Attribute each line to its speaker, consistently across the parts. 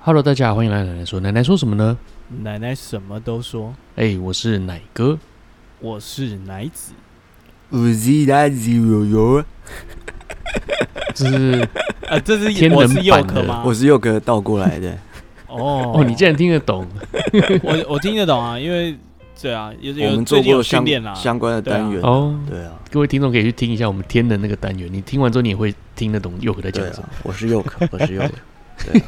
Speaker 1: Hello，大家好，欢迎来到奶奶说。奶奶说什么呢？
Speaker 2: 奶奶什么都说，
Speaker 1: 哎、我是奶哥。
Speaker 2: 我是奶 子。
Speaker 3: 我是大吉友友，
Speaker 1: 这 是
Speaker 2: 啊，这是
Speaker 1: 天
Speaker 2: 我
Speaker 1: 人
Speaker 2: 是
Speaker 1: 版
Speaker 2: 佑可
Speaker 1: 的
Speaker 2: 吗？
Speaker 3: 我是佑哥倒过来的。
Speaker 2: 哦
Speaker 1: 哦，你竟然听得懂？
Speaker 2: 我我听得懂啊，因为对啊，有
Speaker 3: 我
Speaker 2: 有
Speaker 3: 们
Speaker 2: 最
Speaker 3: 做
Speaker 2: 近有
Speaker 3: 过
Speaker 2: 训
Speaker 3: 相
Speaker 2: 练啦，啊
Speaker 3: 相关的单元。
Speaker 1: 哦，
Speaker 3: 对啊，
Speaker 1: 各位听众可以去听一下我们天的那个单元，你听完之后你也会听得懂佑可在讲
Speaker 3: 对
Speaker 1: 什么。
Speaker 3: 啊，我是佑可，我是佑可。对啊，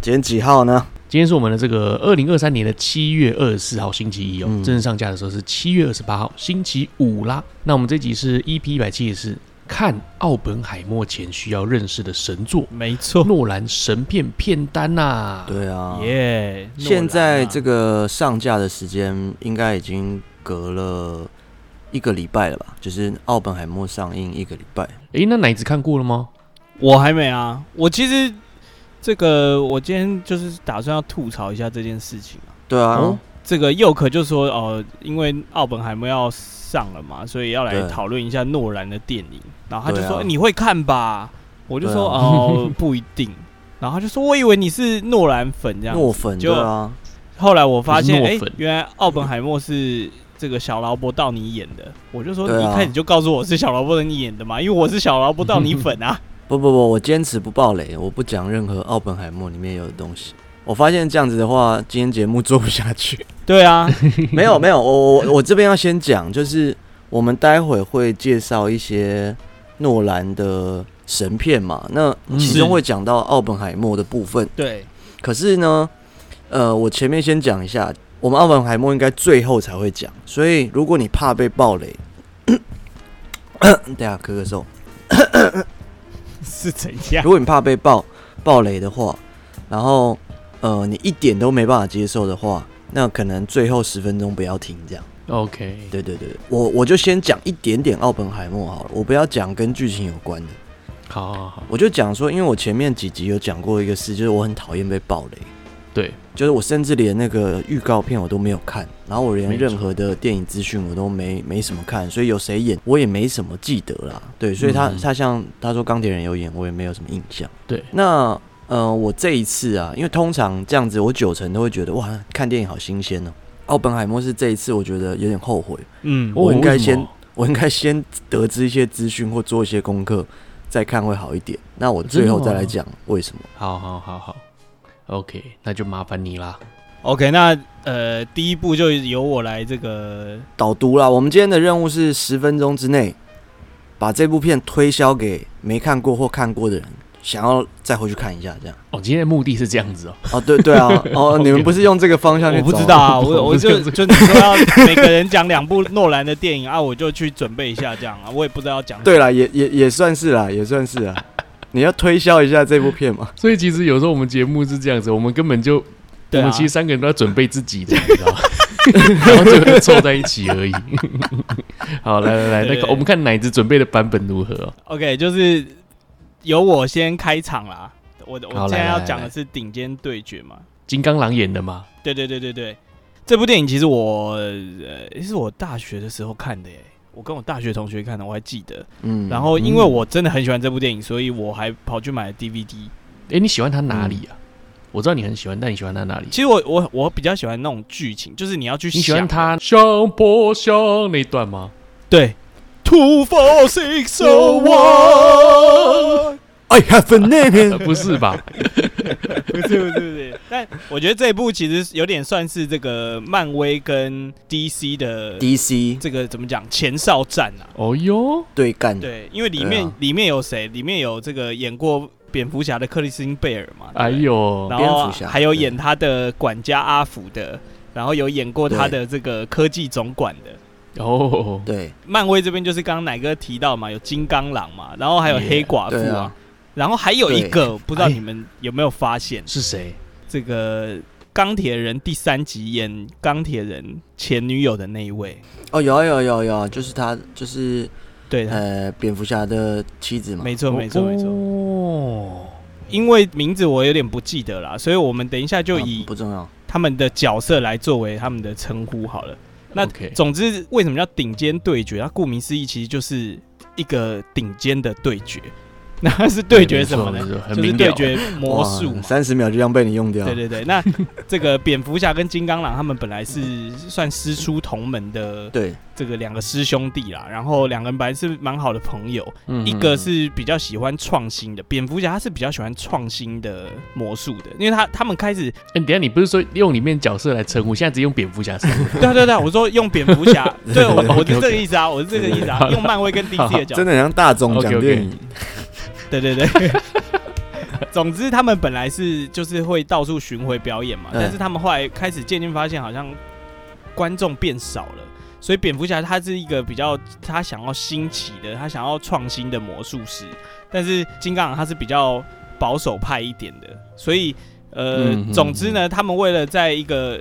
Speaker 3: 今天几号呢？
Speaker 1: 今天是我们的这个二零二三年的七月二十四号星期一哦，
Speaker 3: 嗯
Speaker 1: 正式上架的时候是七月二十八号星期五啦。那我们这集是 EP 一百七十四，看奥本海默前需要认识的神作
Speaker 2: 没错，
Speaker 1: 诺兰神片片单呐、
Speaker 3: 哦对啊，
Speaker 2: 耶！
Speaker 3: 现在这
Speaker 2: 个
Speaker 3: 个上架的时间应该已经隔了一个礼拜了吧？就是《奥本海默》上映一个礼拜。
Speaker 1: 诶，那奶子看过了吗？
Speaker 2: 我还没啊，我其实这个我今天就是打算要吐槽一下这件事情啊。
Speaker 3: 对啊，
Speaker 1: 哦
Speaker 2: 这个佑可就说哦、因为奥本海默要上了嘛，所以要来
Speaker 3: 对
Speaker 2: 讨论一下诺兰的电影。然后他就
Speaker 3: 对啊
Speaker 2: 说、哎你会看吧？我就说、
Speaker 3: 对啊
Speaker 2: 哦不一定。然后他就说我以为你是诺兰粉这样。
Speaker 3: 诺粉
Speaker 2: 就
Speaker 3: 对啊，
Speaker 2: 后来我发现
Speaker 1: 你是
Speaker 2: 哎、
Speaker 1: 诺粉
Speaker 2: 原来奥本海默是。这个小劳勃道尼演的，我就说
Speaker 3: 对
Speaker 2: 你
Speaker 3: 啊
Speaker 2: 一开始就告诉我是小劳勃道尼演的嘛，因为我是小劳勃道尼粉 啊。
Speaker 3: 不不不，我坚持不爆雷，我不讲任何《奥本海默》里面有的东西。我发现这样子的话，今天节目做不下去。
Speaker 2: 对 啊，
Speaker 3: 没有没有，我我我这边要先讲，就是我们待会会介绍一些诺兰的神片嘛，那
Speaker 1: 嗯
Speaker 3: 其
Speaker 2: 是
Speaker 3: 中会讲到奥本海默的部分。
Speaker 2: 对，
Speaker 3: 可是呢，呃，我前面先讲一下，我们奥本海默应该最后才会讲，所以如果你怕被暴雷， 等一下咳咳嗽，
Speaker 2: 是怎样？
Speaker 3: 如果你怕被爆爆雷的话，然后呃你一点都没办法接受的话，那可能最后十分钟不要听这样。
Speaker 1: OK，
Speaker 3: 对对对，我我就先讲一点点奥本海默好了，我不要讲跟剧情有关的，
Speaker 1: 好好好，
Speaker 3: 我就讲说，因为我前面几集有讲过一个事，就是我很讨厌被暴雷，
Speaker 1: 对，
Speaker 3: 就是我甚至连那个预告片我都没有看，然后我连
Speaker 1: 没错
Speaker 3: 任何的电影资讯我都没没什么看，所以有谁演我也没什么记得啦。对，所以他、
Speaker 1: 嗯
Speaker 3: 他像他说钢铁人有演，我也没有什么印象。
Speaker 1: 对
Speaker 3: 那呃，我这一次啊，因为通常这样子，我九成都会觉得哇，看电影好新鲜哦。奥本海默是这一次，我觉得有点后悔。
Speaker 2: 嗯，
Speaker 3: 我应该
Speaker 1: 为什么
Speaker 3: 先我应该先得知一些资讯或做一些功课，再看会好一点。那我最后再来讲为什么。
Speaker 1: 好好好好，OK，那就麻烦你啦。
Speaker 2: OK，那呃，第一步就由我来这个
Speaker 3: 导读啦，我们今天的任务是十分钟之内把这部片推销给没看过或看过的人，想要再回去看一下这样。
Speaker 1: 哦，今天的目的是这样子哦。
Speaker 3: 哦，对对啊，哦，你们不是用这个方向去
Speaker 2: 我
Speaker 3: 找？
Speaker 2: 不知道啊，
Speaker 1: 我
Speaker 2: 我
Speaker 1: 不
Speaker 2: 我
Speaker 1: 知道
Speaker 2: 就
Speaker 1: 这
Speaker 2: 就你说要每个人讲两部诺兰的电影啊，我就去准备一下这样啊，我也不知道要讲。
Speaker 3: 对啦，也也也算是啦，也算是啦。你要推销一下这部片嘛？
Speaker 1: 所以其实有时候我们节目是这样子，我们根本就、我
Speaker 2: 对啊
Speaker 1: 们其实三个人都在准备自己 的，你知道吗？ 然后最后就凑在一起而已。 好，来来来，那
Speaker 2: 对
Speaker 1: 个我们看奶子准备的版本如何哦、
Speaker 2: ，OK，就是由我先开场啦。我的我
Speaker 1: 好
Speaker 2: 现在
Speaker 1: 来
Speaker 2: 要
Speaker 1: 来
Speaker 2: 讲的
Speaker 1: 来
Speaker 2: 是《顶尖对决》嘛。
Speaker 1: 金刚狼演的嘛，
Speaker 2: 对对对对对，这部电影其实我呃是我大学的时候看的耶，我跟我大学同学看的，我还记得。
Speaker 3: 嗯，
Speaker 2: 然后因为
Speaker 1: 嗯
Speaker 2: 我真的很喜欢这部电影，所以我还跑去买了 DVD。
Speaker 1: 诶，你喜欢他哪里啊？我知道你很喜欢，但你喜欢他哪里？
Speaker 2: 其实我我我比较喜欢那种剧情，就是你要去
Speaker 1: 你喜欢
Speaker 2: 想
Speaker 1: 他像破晓那一段吗？
Speaker 2: 对。Two four six so one，
Speaker 3: I have
Speaker 1: 呃
Speaker 3: a name，
Speaker 1: 不是吧？
Speaker 2: 不是不是不是，但我觉得这一部其实有点算是这个漫威跟 DC 的
Speaker 3: 嗯 DC
Speaker 2: 这个怎么讲前哨战啊？
Speaker 1: 哦哟，
Speaker 3: 对干，
Speaker 2: 对，因为里
Speaker 3: 对
Speaker 2: 面、
Speaker 3: 啊
Speaker 2: 里面有谁？里面有这个演过蝙蝠侠的克里斯汀贝尔嘛？
Speaker 1: 哎
Speaker 2: 对不对，
Speaker 1: 呦，
Speaker 2: 然
Speaker 3: 蝙
Speaker 2: 后
Speaker 3: 蝠侠
Speaker 2: 还有
Speaker 3: 对
Speaker 2: 演他的管家阿福的，然后有演过他
Speaker 3: 对
Speaker 2: 的这个科技总管的。
Speaker 1: 哦，
Speaker 3: 对
Speaker 2: 漫威这边就是刚刚奶哥提到嘛，有金刚狼嘛，然后还有黑寡妇
Speaker 3: 对
Speaker 2: 啊，
Speaker 3: 啊，
Speaker 2: 然后还有一个不知道
Speaker 1: 哎
Speaker 2: 你们有没有发现，
Speaker 1: 是谁？
Speaker 2: 这个钢铁人第三集演钢铁人前女友的那一位，
Speaker 3: 哦，有啊有啊有啊有啊，就是他，就是
Speaker 2: 对，
Speaker 1: 哎
Speaker 2: 他
Speaker 3: 呃，蝙蝠侠的妻子嘛。
Speaker 2: 没错没错没错，
Speaker 1: 哦，
Speaker 2: 因为名字我有点不记得啦，所以我们等一下就
Speaker 3: 啊
Speaker 2: 以
Speaker 3: 不重要。
Speaker 2: 他们的角色来作为他们的称呼好了。那
Speaker 1: OK
Speaker 2: 总之，为什么叫顶尖对决？它顾名思义，其实就是一个顶尖的对决。 那是对决什么
Speaker 1: 没
Speaker 2: 的，
Speaker 1: 错没错很
Speaker 2: 就是
Speaker 1: 明
Speaker 2: 对
Speaker 1: 了。
Speaker 2: 决魔术嘛。
Speaker 3: 三十秒就这样被你用掉。
Speaker 2: 对对对， 那这个蝙蝠侠跟金刚狼他们本来是算师出同门的，
Speaker 3: 对
Speaker 2: 这个两个师兄弟啦，然后两个人本来是蛮好的朋友，
Speaker 1: 嗯
Speaker 2: 一个是比较喜欢创新的，蝙蝠侠他是比较喜欢创新的魔术的，因为他他们 开始，
Speaker 1: 哎、等一下你不是说用里面角色来称呼，现在只用蝙蝠侠称 呼。
Speaker 2: 对啊对啊对啊，我说用蝙蝠 侠，对我我是这个意思啊，我是这个意思
Speaker 1: 好
Speaker 2: 啊，
Speaker 1: 的
Speaker 2: 用漫威跟 DC 的角
Speaker 3: 真
Speaker 2: 度，
Speaker 3: 的很像大众
Speaker 1: OK，OK
Speaker 3: 讲电影。
Speaker 2: 对对对。 总之，他们本来是就是会到处巡回表演嘛，
Speaker 3: 嗯
Speaker 2: 但是他们后来开始渐渐发现，好像观众变少了，所以蝙蝠侠他是一个比较他想要新奇的，他想要创新的魔术师，但是金刚狼他是比较保守派一点的，所以呃，
Speaker 1: 嗯哼
Speaker 2: 总之呢，他们为了在一个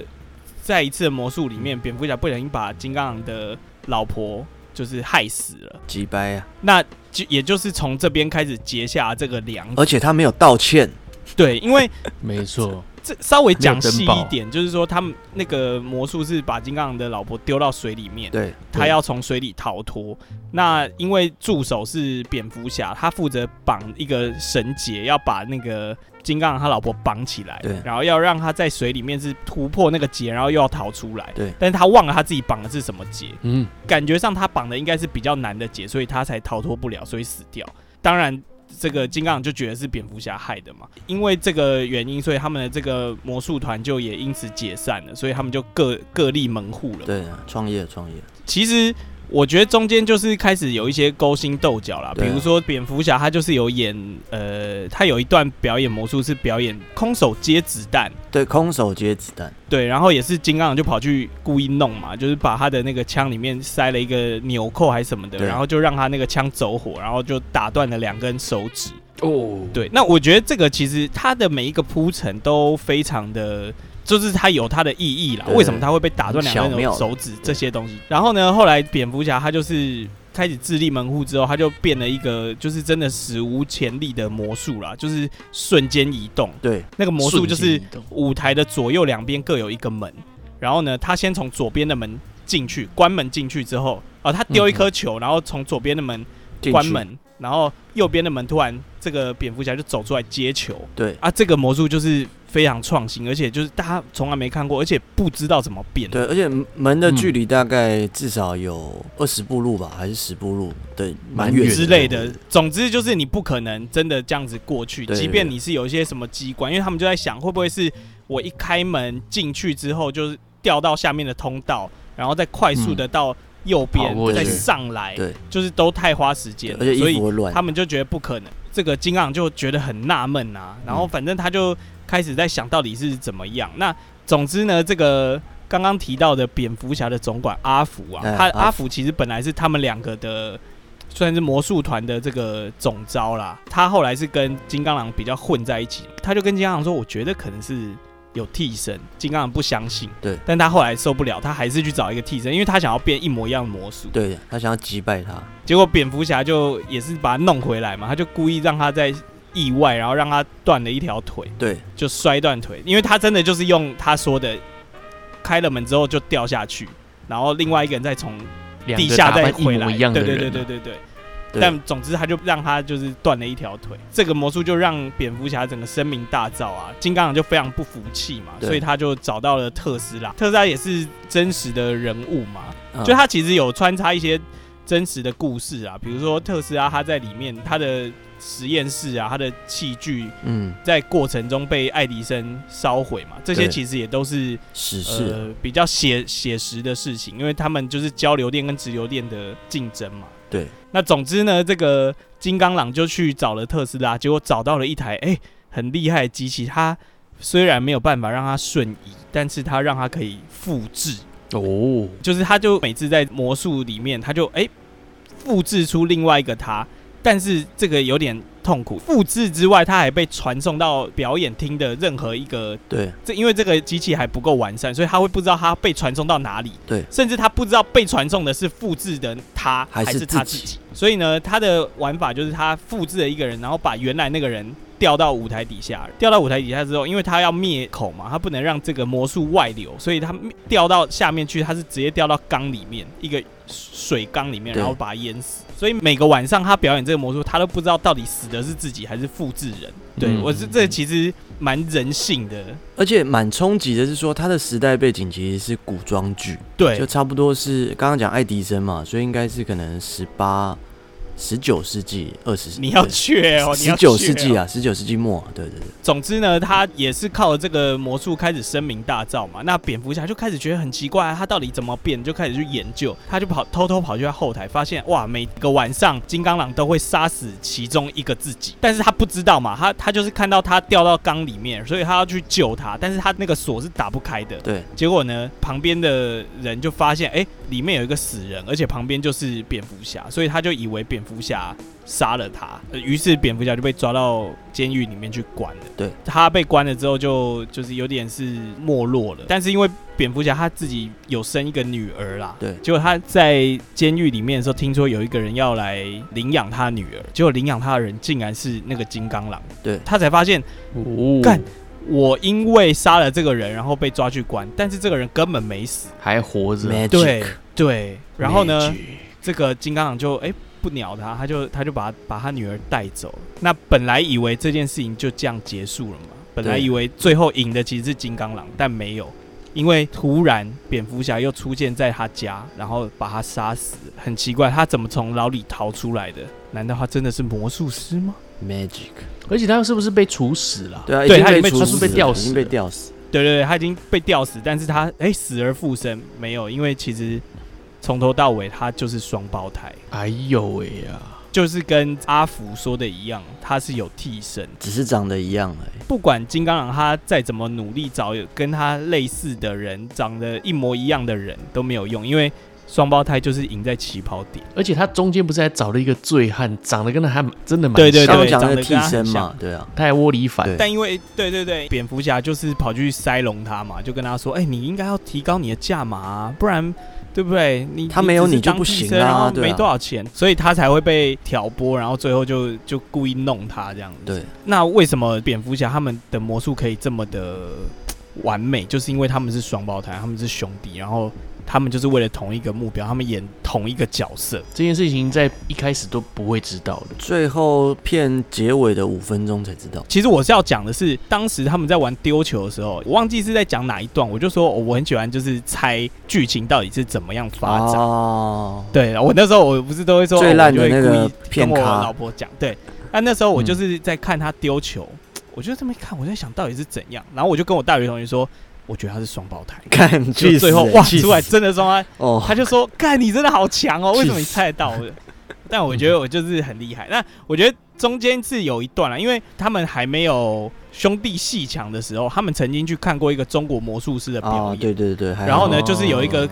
Speaker 2: 在一次的魔术里面，蝙蝠侠不小心把金刚狼的老婆就是害死了，
Speaker 3: 几掰啊！
Speaker 2: 那就也就是从这边开始结下这个梁子
Speaker 3: 而且他没有道歉，
Speaker 2: 对，因为
Speaker 1: 没错，
Speaker 2: 这稍微讲
Speaker 1: 没
Speaker 2: 细
Speaker 1: 有登报
Speaker 2: 一点，就是说他们那个魔术是把金刚狼的老婆丢到水里面，
Speaker 3: 对，
Speaker 2: 他要从水里逃脱。那因为助手是蝙蝠侠，他负责绑一个绳结，要把那个金刚狼他老婆绑起来
Speaker 3: 对，
Speaker 2: 然后要让他在水里面是突破那个结，然后又要逃出来。
Speaker 3: 对
Speaker 2: 但是他忘了他自己绑的是什么结，
Speaker 1: 嗯，
Speaker 2: 感觉上他绑的应该是比较难的结，所以他才逃脱不了，所以死掉。当然，这个金刚狼就觉得是蝙蝠侠害的嘛，因为这个原因，所以他们的这个魔术团就也因此解散了，所以他们就各各立门户了。
Speaker 3: 对啊，创业创业，
Speaker 2: 其实我觉得中间就是开始有一些勾心斗角啦，比
Speaker 3: 对啊
Speaker 2: 如说蝙蝠侠他就是有演，呃，他有一段表演魔术是表演空手接子弹。
Speaker 3: 对，空手接子弹，
Speaker 2: 对，然后也是金刚狼就跑去故意弄嘛，就是把他的那个枪里面塞了一个纽扣还是什么的，
Speaker 3: 对
Speaker 2: 然后就让他那个枪走火，然后就打断了两根手指。
Speaker 1: 哦，
Speaker 2: 对，那我觉得这个其实它的每一个铺陈都非常的，就是它有它的意义啦。
Speaker 3: 对
Speaker 2: 为什么它会被打断两
Speaker 3: 巧
Speaker 2: 根
Speaker 3: 妙的
Speaker 2: 手指这些东西？然后呢，后来蝙蝠侠他就是开始自立门户之后，他就变了一个就是真的史无前例的魔术啦，就是瞬间移动。
Speaker 3: 对，
Speaker 2: 那个魔术就
Speaker 1: 瞬
Speaker 2: 是
Speaker 1: 间移动
Speaker 2: 舞台的左右两边各有一个门，然后呢，他先从左边的门进去，关门进去之后，啊、他丢一颗球，然后从左边的门
Speaker 3: 进去
Speaker 2: 关，门，然后右边的门突然这个蝙蝠侠就走出来接球
Speaker 3: 对
Speaker 2: 啊，这个魔术就是非常创新，而且就是大家从来没看过，而且不知道怎么变。
Speaker 3: 对，而且门的
Speaker 1: 嗯
Speaker 3: 距离大概至少有二十步路吧，还是十步路？对，
Speaker 1: 蛮
Speaker 3: 蛮远
Speaker 1: 远
Speaker 2: 之类的，总之就是你不可能真的这样子过去，
Speaker 3: 对
Speaker 2: 即便你是有一些什么机关，因为他们就在想会不会是我一开门进去之后就是掉到下面的通道，然后再快速的到右边、
Speaker 1: 跑过
Speaker 3: 嗯去
Speaker 2: 再上来，
Speaker 3: 对，
Speaker 2: 就是都太花时间
Speaker 3: 对
Speaker 2: 了，
Speaker 3: 而且
Speaker 2: 所
Speaker 3: 衣
Speaker 2: 以
Speaker 3: 服会乱
Speaker 2: 他。们就觉得不可能。这个金刚就觉得很纳闷啊，
Speaker 3: 嗯
Speaker 2: 然后反正他就开始在想到底是怎么样。那总之呢，这个刚刚提到的蝙蝠侠的总管阿福啊，
Speaker 3: 哎
Speaker 2: 他
Speaker 3: 阿福
Speaker 2: 阿福其实本来是他们两个的。算是魔术团的这个总招啦，他后来是跟金刚狼比较混在一起，他就跟金刚狼说：“我觉得可能是有替身。”金刚狼不相信，
Speaker 3: 对，
Speaker 2: 但他后来受不了，他还是去找一个替身，因为他想要变一模一样的魔术。
Speaker 3: 对他想要击败他，
Speaker 2: 结果蝙蝠侠就也是把他弄回来嘛，他就故意让他在意外，然后让他断了一条腿，
Speaker 3: 对
Speaker 2: 就摔断腿，因为他真的就是用他说的开了门之后就掉下去，然后另外一个人再从
Speaker 1: 两
Speaker 2: 地
Speaker 1: 个
Speaker 2: 下
Speaker 1: 打
Speaker 2: 再
Speaker 1: 扮一
Speaker 2: 回
Speaker 1: 模
Speaker 2: 来，
Speaker 1: 一样的
Speaker 2: 对
Speaker 1: 人
Speaker 2: 对
Speaker 1: 啊，
Speaker 2: 对对对对。
Speaker 3: 对
Speaker 2: 但总之，他就让他就是断了一条腿。这个魔术就让蝙蝠侠整个声名大噪啊！金刚狼就非常不服气嘛，
Speaker 3: 对
Speaker 2: 所以他就找到了特斯拉。特斯拉也是真实的人物嘛，
Speaker 3: 嗯
Speaker 2: 就它其实有穿插一些真实的故事啊，比如说特斯拉它在里面它的实验室啊，它的器具
Speaker 3: 嗯
Speaker 2: 在过程中被爱迪生烧毁嘛，这些
Speaker 3: 对
Speaker 2: 其实也都是
Speaker 3: 史事啊，
Speaker 2: 呃比较写写实的事情，因为他们就是交流电跟直流电的竞争嘛。
Speaker 3: 对，
Speaker 2: 那总之呢，这个金刚狼就去找了特斯拉，结果找到了一台哎、很厉害的机器，它虽然没有办法让它瞬移，但是它让它可以复制。
Speaker 1: 哦，
Speaker 2: 就是他就每次在魔术里面，他就哎、复制出另外一个他，但是这个有点痛苦。复制之外，他还被传送到表演厅的任何一个
Speaker 3: 对
Speaker 2: 这，因为这个机器还不够完善，所以他会不知道他被传送到哪里。
Speaker 3: 对
Speaker 2: 甚至他不知道被传送的是复制的他
Speaker 3: 还是
Speaker 2: 是他
Speaker 3: 自己
Speaker 2: 己。所以呢，他的玩法就是他复制了一个人，然后把原来那个人。掉到舞台底下，掉到舞台底下之后，因为他要灭口嘛，他不能让这个魔术外流，所以他掉到下面去，他是直接掉到缸里面一个水缸里面，
Speaker 3: 对
Speaker 2: 然后把它淹死。所以每个晚上他表演这个魔术，他都不知道到底死的是自己还是复制人。对、
Speaker 1: 嗯
Speaker 2: 我是这其实蛮人性的，
Speaker 3: 而且蛮冲击的是说，它的时代背景其实是古装剧，就
Speaker 2: 对
Speaker 3: 差不多是刚刚讲爱迪生嘛，所以应该是可能十八、十九世纪、二十，
Speaker 2: 你要去哦，你
Speaker 3: 十
Speaker 2: 要
Speaker 3: 九世纪
Speaker 2: 啊。
Speaker 3: 啊，十九世纪末，对对对，
Speaker 2: 总之呢，他也是靠了这个魔术开始声名大噪嘛。那蝙蝠侠就开始觉得很奇怪、他到底怎么变，就开始去研究。他就跑偷偷跑去他后台，发现哇，每个晚上金刚狼都会杀死其中一个自己，但是他不知道嘛，他他就是看到他掉到缸里面，所以他要去救他，但是他那个锁是打不开的。
Speaker 3: 对，
Speaker 2: 结果呢，旁边的人就发现，哎、里面有一个死人，而且旁边就是蝙蝠侠，所以他就以为蝙蝠侠杀了他，呃于是蝙蝠侠就被抓到监狱里面去关了。
Speaker 3: 对，
Speaker 2: 他被关了之后就就是有点是没落了，但是因为蝙蝠侠他自己有生一个女儿啦，
Speaker 3: 对
Speaker 2: 结果他在监狱里面的时候，听说有一个人要来领养他女儿，结果领养他的人竟然是那个金刚狼，
Speaker 3: 对
Speaker 2: 他才发现
Speaker 1: 哦，
Speaker 2: 干我因为杀了这个人，然后被抓去关，但是这个人根本没死。
Speaker 1: 还活
Speaker 2: 啊
Speaker 1: 着，
Speaker 3: Magic
Speaker 2: 对对，然后呢，
Speaker 1: Magic？
Speaker 2: 这个金刚狼就哎、不鸟他，他就他就把把他女儿带走了。那本来以为这件事情就这样结束了嘛，本来
Speaker 3: 对
Speaker 2: 以为最后赢的其实是金刚狼，但没有，因为突然蝙蝠侠又出现在他家，然后把他杀死。很奇怪，他怎么从牢里逃出来的？难道他真的是魔术师吗？
Speaker 3: magic，
Speaker 1: 而且他是不是被处死了？
Speaker 3: 对啊，已
Speaker 2: 对
Speaker 3: 经
Speaker 2: 他已
Speaker 3: 被
Speaker 2: 经被
Speaker 3: 处
Speaker 2: 他
Speaker 1: 是被吊
Speaker 3: 了
Speaker 1: 死
Speaker 3: 已经被
Speaker 1: 了
Speaker 3: 吊死。
Speaker 2: 对对对，他已经被吊死，但是他哎、死而复生没有，因为其实从头到尾他就是双胞胎，
Speaker 1: 哎呦喂啊呀、
Speaker 2: 就是跟阿福说的一样，他是有替身。
Speaker 3: 只是长得一样而已。
Speaker 2: 不管金刚狼他再怎么努力找有跟他类似的人，长得一模一样的人都没有用，因为双胞胎就是赢在起跑点。
Speaker 1: 而且他中间不是还找了一个醉汉，长得跟他还真的蛮
Speaker 2: 对对
Speaker 1: 像
Speaker 3: 刚
Speaker 1: 的
Speaker 3: 刚讲
Speaker 2: 长
Speaker 3: 那个
Speaker 2: 得
Speaker 3: 替
Speaker 2: 跟他
Speaker 3: 身
Speaker 2: 很
Speaker 3: 嘛
Speaker 2: 像，
Speaker 3: 对啊，
Speaker 1: 他还窝里反
Speaker 3: 对，
Speaker 2: 但因为对对对，蝙蝠侠就是跑去塞隆他嘛，就跟他说：“哎、你应该要提高你的价码、啊，不然对不 对？你
Speaker 3: 他没有
Speaker 2: 只是
Speaker 3: 你就
Speaker 2: 当
Speaker 3: 不
Speaker 2: 替
Speaker 3: 行
Speaker 2: 身
Speaker 3: 啦
Speaker 2: 然后
Speaker 3: 对啊
Speaker 2: 没多少钱，所以他才会被挑拨，然后最后就就故意弄他这样子。
Speaker 3: 对，
Speaker 2: 那为什么蝙蝠侠他们的魔术可以这么的完美？就是因为他们是双胞胎，他们是兄弟，然后他们就是为了同一个目标，他们演同一个角色。
Speaker 1: 这件事情在一开始都不会知道的。
Speaker 3: 最后片结尾的五分钟才知道。
Speaker 2: 其实我是要讲的是，当时他们在玩丢球的时候，我忘记是在讲哪一段，我就说、哦我很喜欢就是猜剧情到底是怎么样发展。
Speaker 3: 哦，
Speaker 2: 对，我那时候我不是都会说
Speaker 3: 最
Speaker 2: 哦
Speaker 3: 烂的
Speaker 2: 我就会
Speaker 3: 那个
Speaker 2: 故意
Speaker 3: 片
Speaker 2: 跟我
Speaker 3: 咖
Speaker 2: 老婆讲，对。但那时候我就是在看他丢球，我就这么一看，我在想到底是怎样，然后我就跟我大学同学说，我觉得他是双胞胎。
Speaker 3: 看
Speaker 2: 就
Speaker 3: 去
Speaker 2: 最
Speaker 3: 死
Speaker 2: 后
Speaker 3: 人
Speaker 2: 哇，
Speaker 3: 气
Speaker 2: 出来
Speaker 3: 死
Speaker 2: 真的双胞胎，
Speaker 3: 哦，
Speaker 2: 他就说：“干，你真的好强哦，为什么你
Speaker 3: 气死
Speaker 2: 猜得到的？” 但我觉得我就是很厉害。那我觉得中间是有一段啊啦，因为他们还没有兄弟戏强的时候，他们曾经去看过一个中国魔术师的表
Speaker 3: 哦，
Speaker 2: 演，
Speaker 3: 对对对，还
Speaker 2: 然后
Speaker 3: 好
Speaker 2: 呢，就是有一个
Speaker 1: 哦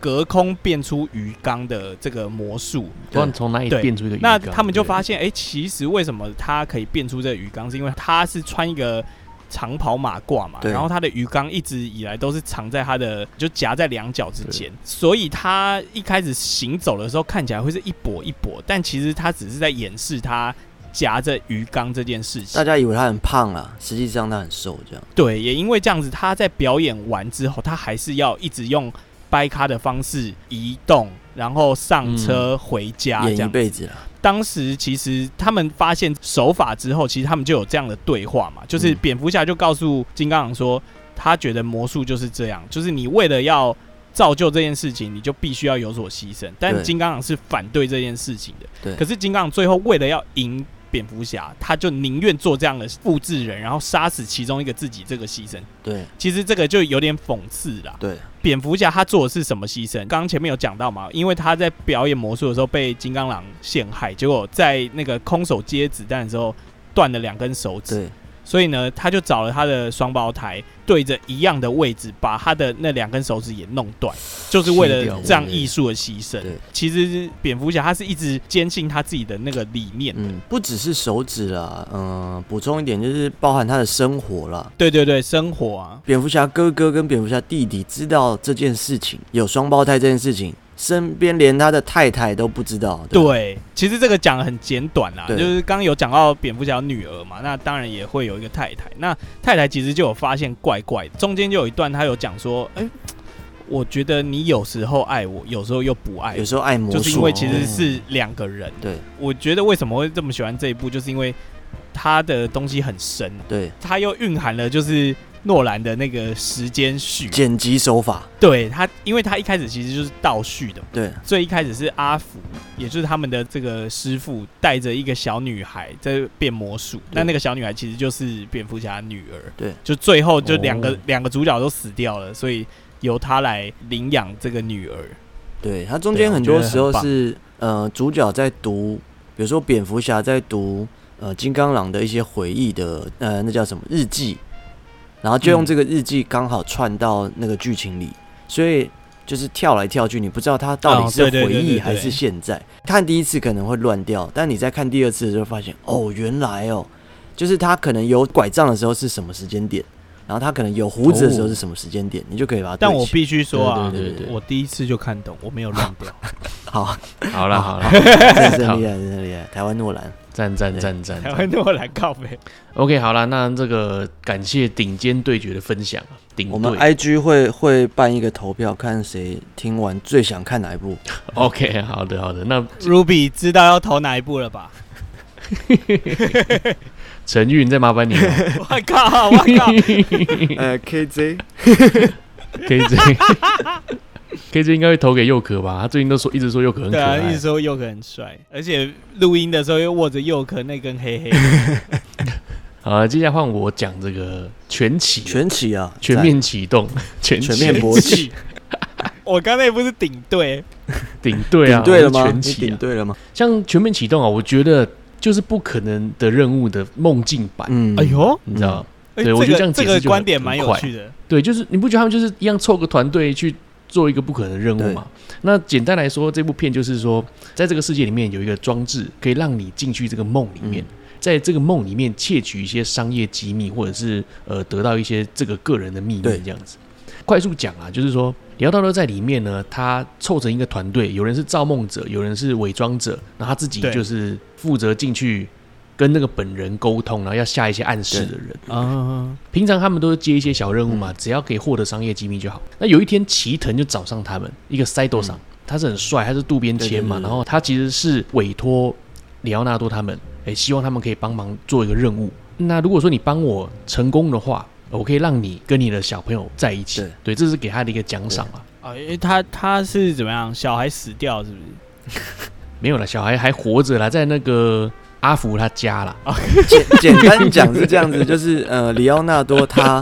Speaker 2: 隔空变出鱼缸的这个魔术。
Speaker 1: 不然从哪里
Speaker 2: 对
Speaker 1: 变出一个鱼
Speaker 2: 那
Speaker 1: 缸？
Speaker 2: 他们就发
Speaker 1: 对
Speaker 2: 现，哎、其实为什么他可以变出这个鱼缸，是因为他是穿一个长袍马褂嘛，
Speaker 3: 对
Speaker 2: 然后他的鱼缸一直以来都是藏在他的，就夹在两脚之间，所以他一开始行走的时候看起来会是一跛一跛，但其实他只是在掩饰他夹着鱼缸这件事情
Speaker 3: 大。家以为他很胖啊，实际上他很瘦，这样
Speaker 2: 对，也因为这样子，他在表演完之后，他还是要一直用掰咖的方式移动，然后上车回家这
Speaker 3: 演一
Speaker 2: 样。
Speaker 3: 辈子了。
Speaker 2: 当时其实他们发现手法之后，其实他们就有这样的对话嘛，就是
Speaker 3: 嗯
Speaker 2: 蝙蝠侠就告诉金刚狼说，他觉得魔术就是这样，就是你为了要造就这件事情，你就必须要有所牺牲。但
Speaker 3: 对
Speaker 2: 金刚狼是反对这件事情的，
Speaker 3: 对
Speaker 2: 可是金刚狼最后为了要赢。蝙蝠侠，他就宁愿做这样的复制人，然后杀死其中一个自己这个牺牲。
Speaker 3: 对
Speaker 2: 其实这个就有点讽刺啦。
Speaker 3: 对，
Speaker 2: 蝙蝠侠他做的是什么牺牲？刚刚前面有讲到嘛，因为他在表演魔术的时候被金刚狼陷害，结果在那个空手接子弹的时候断了两根手指，
Speaker 3: 对
Speaker 2: 所以呢，他就找了他的双胞胎，对着一样的位置把他的那两根手指也弄断，就是为
Speaker 1: 切掉
Speaker 2: 了这样艺术的牺牲
Speaker 3: 对。
Speaker 2: 其实蝙蝠侠他是一直坚信他自己的那个理念。
Speaker 3: 嗯，不只是手指啦，嗯，补充一点就是包含他的生活啦。
Speaker 2: 对对对，生活啊，
Speaker 3: 蝙蝠侠哥哥跟蝙蝠侠弟弟知道这件事情，有双胞胎这件事情，身边连他的太太都不知道。吧
Speaker 2: 对，其实这个讲得很简短啦，就
Speaker 3: 对
Speaker 2: 是刚刚有讲到蝙蝠侠有女儿嘛，那当然也会有一个太太。那太太其实就有发现怪怪的，中间就有一段他有讲说，哎、我觉得你有时候爱我，有时候又不爱
Speaker 3: 有
Speaker 2: 我，
Speaker 3: 时候爱魔术，哦
Speaker 2: 就是因为其实是两个人。
Speaker 3: 对
Speaker 2: 我觉得为什么会这么喜欢这一部，就是因为它的东西很深，
Speaker 3: 对
Speaker 2: 它又蕴含了就是诺兰的那个时间序。
Speaker 3: 剪辑手法，
Speaker 2: 对它，因为它一开始其实就是倒叙的嘛，
Speaker 3: 对
Speaker 2: 最一开始是阿福，也就是他们的这个师傅带着一个小女孩在变魔术，
Speaker 3: 对
Speaker 2: 那那个小女孩其实就是蝙蝠侠女儿。
Speaker 3: 对，
Speaker 2: 就最后就两个
Speaker 1: 哦
Speaker 2: 两、个主角都死掉了，所以由他来领养这个女儿。
Speaker 3: 对，它中
Speaker 2: 对啊
Speaker 3: 间
Speaker 2: 我
Speaker 3: 很
Speaker 2: 觉得
Speaker 3: 多
Speaker 2: 很
Speaker 3: 时候
Speaker 2: 棒
Speaker 3: 是呃主角在读，比如说蝙蝠侠在读呃金刚狼的一些回忆的呃那叫什么日记，然后就用
Speaker 2: 嗯
Speaker 3: 这个日记刚好串到那个剧情里，所以就是跳来跳去，你不知道它到
Speaker 2: 哦
Speaker 3: 底是
Speaker 2: 对对
Speaker 3: 回
Speaker 2: 对对
Speaker 3: 忆
Speaker 2: 对
Speaker 3: 还是现在。看第一次可能会乱掉，但你在看第二次的时候发现哦原来哦，就是他可能有拐杖的时候是什么时间点。然后他可能有胡子的时候
Speaker 1: 哦
Speaker 3: 是什么时间点，你就可以把它对
Speaker 2: 但
Speaker 3: 起来。
Speaker 2: 我必须说啊，
Speaker 1: 对
Speaker 3: 对对
Speaker 1: 对对
Speaker 2: 我第一次就看懂，我没有乱掉。
Speaker 3: 好，哎
Speaker 1: 好啦
Speaker 3: 哦
Speaker 1: 好啦，
Speaker 3: 真是很厉害，真是很厉害，台湾诺兰。
Speaker 1: 啊赞赞赞赞
Speaker 2: 台。湾诺兰告白，
Speaker 1: OK，好啦，那这个感谢顶尖对决的分享啊，顶
Speaker 3: 我们
Speaker 1: 对
Speaker 3: IG 会会办一个投票，看谁听完最想看哪一部。
Speaker 1: OK，好的好的，那
Speaker 2: Ruby 知道要投哪一部了吧？
Speaker 1: 陈玉，你再麻烦你了。
Speaker 2: 我靠， 我靠，
Speaker 3: 呃，KJ，
Speaker 1: KJ，KJ 应该会投给佑可吧？他最近都说一直说佑可很可
Speaker 2: 对啊，
Speaker 1: 爱。
Speaker 2: 一直说佑可很帅，而且录音的时候又握着佑可那根黑黑的。
Speaker 1: 好啊，接下来换我讲这个全启
Speaker 3: 全起啊，
Speaker 1: 全面启动 全
Speaker 3: 全
Speaker 1: 启
Speaker 3: 面勃起，
Speaker 2: 我刚才不是顶对，
Speaker 1: 顶对啊，
Speaker 3: 顶对了
Speaker 1: 我
Speaker 3: 吗？
Speaker 1: 是全
Speaker 3: 你
Speaker 1: 启
Speaker 3: 顶
Speaker 1: 啊，
Speaker 3: 对了吗？
Speaker 1: 像全面启动啊，我觉得就是不可能的任务的梦境版，
Speaker 3: 嗯
Speaker 2: 哎，呦，
Speaker 1: 你知道吗？
Speaker 2: 哎
Speaker 1: 对我觉得这样
Speaker 2: 个这
Speaker 1: 解释
Speaker 2: 个
Speaker 1: 就
Speaker 2: 观
Speaker 1: 很
Speaker 2: 点
Speaker 1: 很
Speaker 2: 蛮有
Speaker 1: 快
Speaker 2: 趣的。
Speaker 1: 对，就是你不觉得他们就是一样凑个团队去做一个不可能的任务嘛？那简单来说，这部片就是说，在这个世界里面有一个装置，可以让你进去这个梦里面，在这个梦里面窃取一些商业机密，或者是呃得到一些这个个人的秘密
Speaker 3: 对
Speaker 1: 这样子。快速讲啊，就是说。聊到了在里面呢，他凑成一个团队，有人是造梦者，有人是伪装者，然后他自己
Speaker 2: 对
Speaker 1: 就是负责进去跟那个本人沟通，然后要下一些暗示的人。
Speaker 2: 啊，
Speaker 1: 平常他们都是接一些小任务
Speaker 3: 嗯
Speaker 1: 嘛，只要可以获得商业机密就好。那有一天，齐藤就找上他们，一个塞斗上，他是很帅，他是渡边谦嘛，
Speaker 3: 嗯对对对对
Speaker 1: 然后他其实是委托里奥纳多他们，诶、希望他们可以帮忙做一个任务。那如果说你帮我成功的话，我可以让你跟你的小朋友在一起。
Speaker 3: 对
Speaker 1: 对，这是给他的一个奖赏嘛。
Speaker 2: 啊，因为他他是怎么样？小孩死掉是不是？
Speaker 1: 没有了，小孩还活着啦，在那个阿福他家啦。
Speaker 3: 简 简单讲是这样子，就是呃，里奥纳多他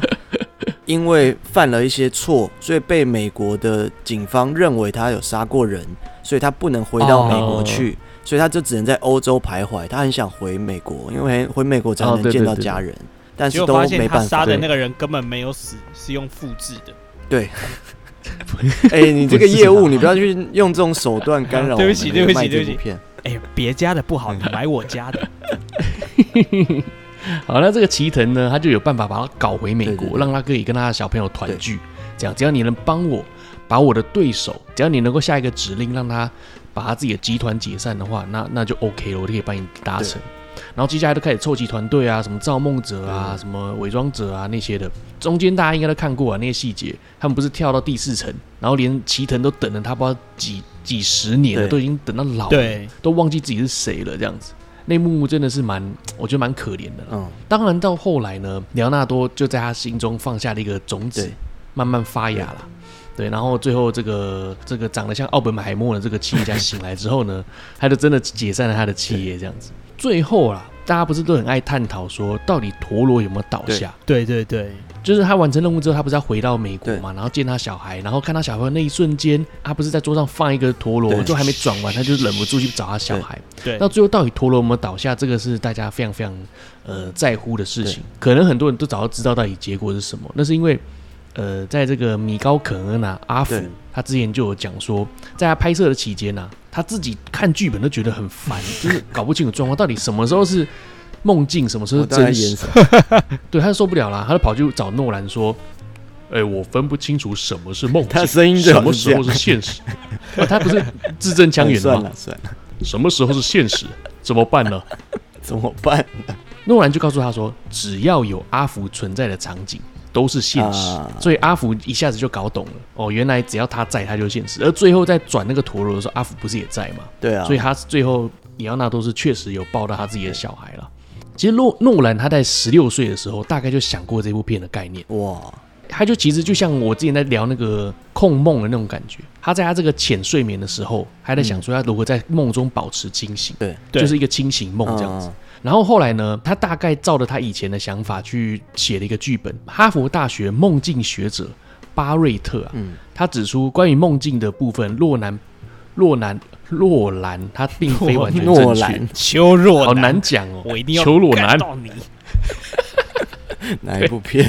Speaker 3: 因为犯了一些错，所以被美国的警方认为他有杀过人，所以他不能回到美国去。所以他就只能在欧洲徘徊，他很想回美国，因为回美国才
Speaker 1: 哦
Speaker 3: 能
Speaker 1: 对
Speaker 3: 见
Speaker 1: 对
Speaker 3: 到
Speaker 1: 对
Speaker 3: 家人，但
Speaker 2: 结
Speaker 3: 是
Speaker 2: 果
Speaker 3: 都
Speaker 2: 发现
Speaker 3: 没
Speaker 2: 他
Speaker 3: 办法
Speaker 2: 杀。的
Speaker 1: 对
Speaker 2: 那个人根本没有死，是用复制的。
Speaker 3: 哎、你这
Speaker 1: 不
Speaker 3: 个
Speaker 1: 是
Speaker 3: 业务，
Speaker 1: 啦
Speaker 3: 你不要去用这种手段干扰我们
Speaker 2: 对不起对不起
Speaker 3: 卖这
Speaker 2: 对不
Speaker 3: 部
Speaker 2: 起
Speaker 3: 片
Speaker 2: 哎、别家的不好，你买我家的。
Speaker 1: 好，那这个齐藤呢，他就有办法把他搞回美国，
Speaker 3: 对对对
Speaker 1: 让他可以跟他的小朋友团聚。这样，只要你能帮我把我的对手，只要你能够下一个指令让他把他自己的集团解散的话，那那就 OK 了，我就可以帮你达成。然后接下来就开始凑齐团队啊，什么造梦者啊，
Speaker 3: 对
Speaker 1: 什么伪装者啊那些的。中间大家应该都看过啊，那些细节，他们不是跳到第四层，然后连齐藤都等了他不知道几几十年了，
Speaker 3: 对
Speaker 1: 都已经等到老了，
Speaker 2: 对，
Speaker 1: 都忘记自己是谁了，这样子。那一幕真的是蛮，我觉得蛮可怜的啦。
Speaker 3: 嗯，
Speaker 1: 当然，到后来呢，莱昂纳多就在他心中放下了一个种子
Speaker 3: 对，
Speaker 1: 慢慢发芽了。对，然后最后这个这个长得像奥本海默的这个企业家醒来之后呢， 他就真的解散了他的企业，这样子。最后啦，大家不是都很爱探讨说，到底陀螺有没有倒
Speaker 3: 对
Speaker 1: 下？
Speaker 2: 对对对，
Speaker 1: 就是他完成任务之后，他不是要回到美国嘛，然后见他小孩，然后看他小孩那一瞬间，他不是在桌上放一个陀螺，
Speaker 3: 对
Speaker 1: 就还没转完，他就忍不住去找他小孩。
Speaker 2: 对
Speaker 1: 那最后到底陀螺有没有倒下，这个是大家非常非常
Speaker 3: 嗯
Speaker 1: 呃在乎的事情。可能很多人都早就知道到底结果是什么，那是因为呃，在这个米高肯恩啊阿福
Speaker 3: 对
Speaker 1: 他之前就有讲说，在他拍摄的期间呢、啊，他自己看剧本都觉得很烦，就是搞不清楚状况，到底什么时候是梦境，什么时候
Speaker 3: 我
Speaker 1: 是
Speaker 3: 哦当然
Speaker 1: 真
Speaker 3: 演
Speaker 1: 实。对，他就受不了啦，他就跑去找诺兰说：“哎、我分不清楚什么是梦
Speaker 3: 他
Speaker 1: 境，
Speaker 3: 声音就
Speaker 1: 什
Speaker 3: 很
Speaker 1: 么时候是现实。 啊”他不是字正腔圆 的
Speaker 3: 哎算
Speaker 1: 吗？
Speaker 3: 了算了，
Speaker 1: 什么时候是现实？怎么办呢？
Speaker 3: 怎么办？
Speaker 1: 诺兰就告诉他说：“只要有阿福存在的场景，都是现实，
Speaker 3: 啊
Speaker 1: 所以阿福一下子就搞懂了哦，原来只要他在，他就现实。而最后在转那个陀螺的时候，阿福不是也在嘛？
Speaker 3: 对啊，
Speaker 1: 所以他最后里奥纳多是确实有抱到他自己的小孩了。其实诺诺兰他在十六岁的时候，大概就想过这部片的概念。
Speaker 3: 哇，
Speaker 1: 他就其实就像我之前在聊那个控梦的那种感觉，他在他这个浅睡眠的时候，还在想说他如何在梦中保持清醒，
Speaker 3: 对，
Speaker 2: 对嗯
Speaker 1: 就是一个清醒
Speaker 3: 哦
Speaker 1: 梦这样子。然后后来呢，他大概照着他以前的想法去写了一个剧本。哈佛大学梦境学者巴瑞特啊，
Speaker 3: 嗯，
Speaker 1: 他指出关于梦境的部分，洛南、洛南、洛兰，他并非完全
Speaker 3: 诺
Speaker 1: 正确
Speaker 3: 兰，
Speaker 2: 邱若
Speaker 1: 好
Speaker 2: 男
Speaker 1: 难讲哦。
Speaker 2: 我一定要
Speaker 1: 求裸
Speaker 2: 干
Speaker 1: 男
Speaker 2: 到你
Speaker 3: 嗯哪一部片？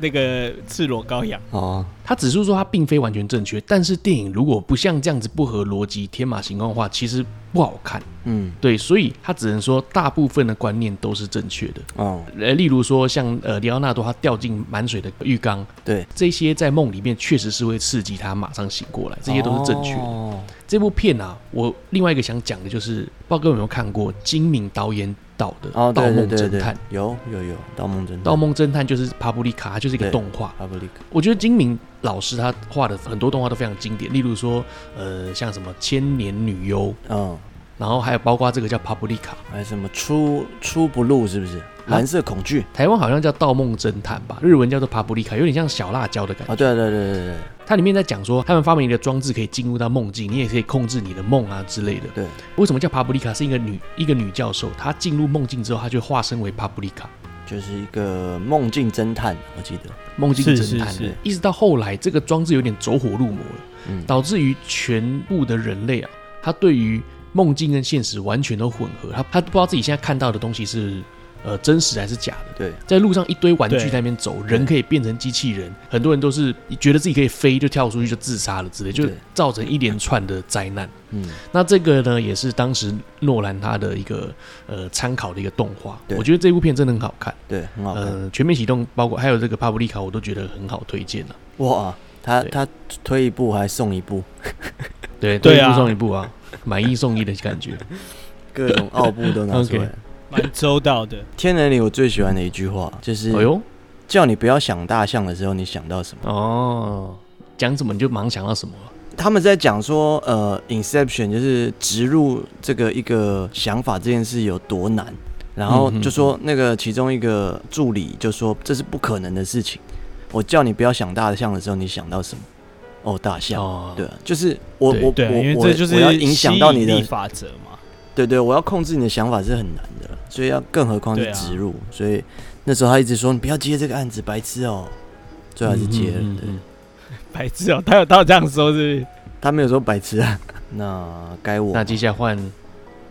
Speaker 2: 那个赤裸羔羊。
Speaker 3: 哦，
Speaker 1: 他指出说他并非完全正确，但是电影如果不像这样子不合逻辑、天马行空的话，其实不好看。
Speaker 3: 嗯，
Speaker 1: 对，所以他只能说大部分的观念都是正确的。
Speaker 3: 哦，
Speaker 1: 呃，例如说像呃里奥纳多他掉进满水的浴缸，
Speaker 3: 对，
Speaker 1: 这些在梦里面确实是会刺激他马上醒过来，这些都是正确的。
Speaker 3: 哦
Speaker 1: 这部片啊，我另外一个想讲的就是，不知道各位有没有看过金敏导演导的
Speaker 3: 哦，
Speaker 1: 《盗
Speaker 3: 对对
Speaker 1: 梦
Speaker 3: 对
Speaker 1: 侦
Speaker 3: 对，
Speaker 1: 探》。《
Speaker 3: 有有有《盗梦侦探》，
Speaker 1: 盗梦侦探》就是帕布利卡，它就是一个
Speaker 3: 对
Speaker 1: 动画。
Speaker 3: 阿布利克，
Speaker 1: 我觉得金明老师他画的很多动画都非常经典，例如说，呃，像什么《千年女优》，
Speaker 3: 嗯，
Speaker 1: 然后还有包括这个叫《帕布利卡》，
Speaker 3: 还有什么出出不入是不
Speaker 1: 啊
Speaker 3: 是？蓝色恐惧
Speaker 1: 台湾好像叫《盗梦侦探》吧，日文叫做《帕布利卡》，有点像小辣椒的感觉。
Speaker 3: 啊，对啊对啊对啊对啊
Speaker 1: 它里面在讲说，他们发明的装置可以进入到梦境，你也可以控制你的梦啊之类的。
Speaker 3: 对，
Speaker 1: 为什么叫帕布利卡？是一个女一个女教授，她进入梦境之后，她就化身为帕布利卡。
Speaker 3: 对，就是一个梦境侦探，我记得，
Speaker 1: 梦境
Speaker 2: 是
Speaker 1: 侦探，
Speaker 2: 是是
Speaker 1: 一直到后来这个装置有点走火入魔了，
Speaker 3: 嗯，
Speaker 1: 导致于全部的人类啊，他对于梦境跟现实完全都混合，他他不知道自己现在看到的东西是呃真实还是假的。
Speaker 3: 对，
Speaker 1: 在路上一堆玩具
Speaker 2: 对
Speaker 1: 在那边走，人可以变成机器人，很多人都是觉得自己可以飞就跳出去就自杀了之类，就
Speaker 3: 对
Speaker 1: 造成一连串的灾难。
Speaker 3: 嗯，
Speaker 1: 那这个呢，也是当时诺兰他的一个呃参考的一个动画。
Speaker 3: 对
Speaker 1: 我觉得这部片真的很好看。
Speaker 3: 对，很好看。
Speaker 1: 呃，全面启动包括还有这个帕布利卡，我都觉得很好推荐了、啊
Speaker 3: 哇，他
Speaker 1: 对
Speaker 3: 他推一步还送一步，
Speaker 1: 对，
Speaker 2: 对
Speaker 1: 多一
Speaker 2: 啊
Speaker 1: 步送一步啊， 买一送一的感觉。
Speaker 3: 各 种奥步都拿出
Speaker 1: OK
Speaker 3: 来了。
Speaker 2: 蛮周到的，
Speaker 3: 天能里我最喜欢的一句话就
Speaker 1: 哎
Speaker 3: 是
Speaker 1: 呦，
Speaker 3: 叫你不要想大象的时候，你想到什么？
Speaker 1: 哦，讲什么你就忙想到什么了。
Speaker 3: 他们在讲说，呃，inception 就是植入这个一个想法这件事有多难，然后
Speaker 1: 嗯嗯
Speaker 3: 就说那个其中一个助理就说这是不可能的事情。我叫你不要想大象的时候，你想到什么？哦，大象。
Speaker 1: 哦，
Speaker 3: 对啊，就是我
Speaker 1: 对
Speaker 3: 我
Speaker 2: 对啊，因为
Speaker 3: 我
Speaker 2: 这就
Speaker 3: 我
Speaker 2: 是
Speaker 3: 我要影响到你
Speaker 2: 吸引
Speaker 3: 的啊
Speaker 2: 力法则嘛。
Speaker 3: 对对，我要控制你的想法是很难的
Speaker 2: 啊
Speaker 3: 了，啊所以要更何况
Speaker 2: 对
Speaker 3: 是
Speaker 2: 啊
Speaker 3: 植入。所以那时候他一直说你不要接这个案子，白痴哦、最后还是接了。
Speaker 1: 嗯嗯
Speaker 3: 对
Speaker 1: 嗯
Speaker 2: 白痴哦、他有到这样说是
Speaker 3: 他没有说白痴啊。 那该我
Speaker 1: 那接下来换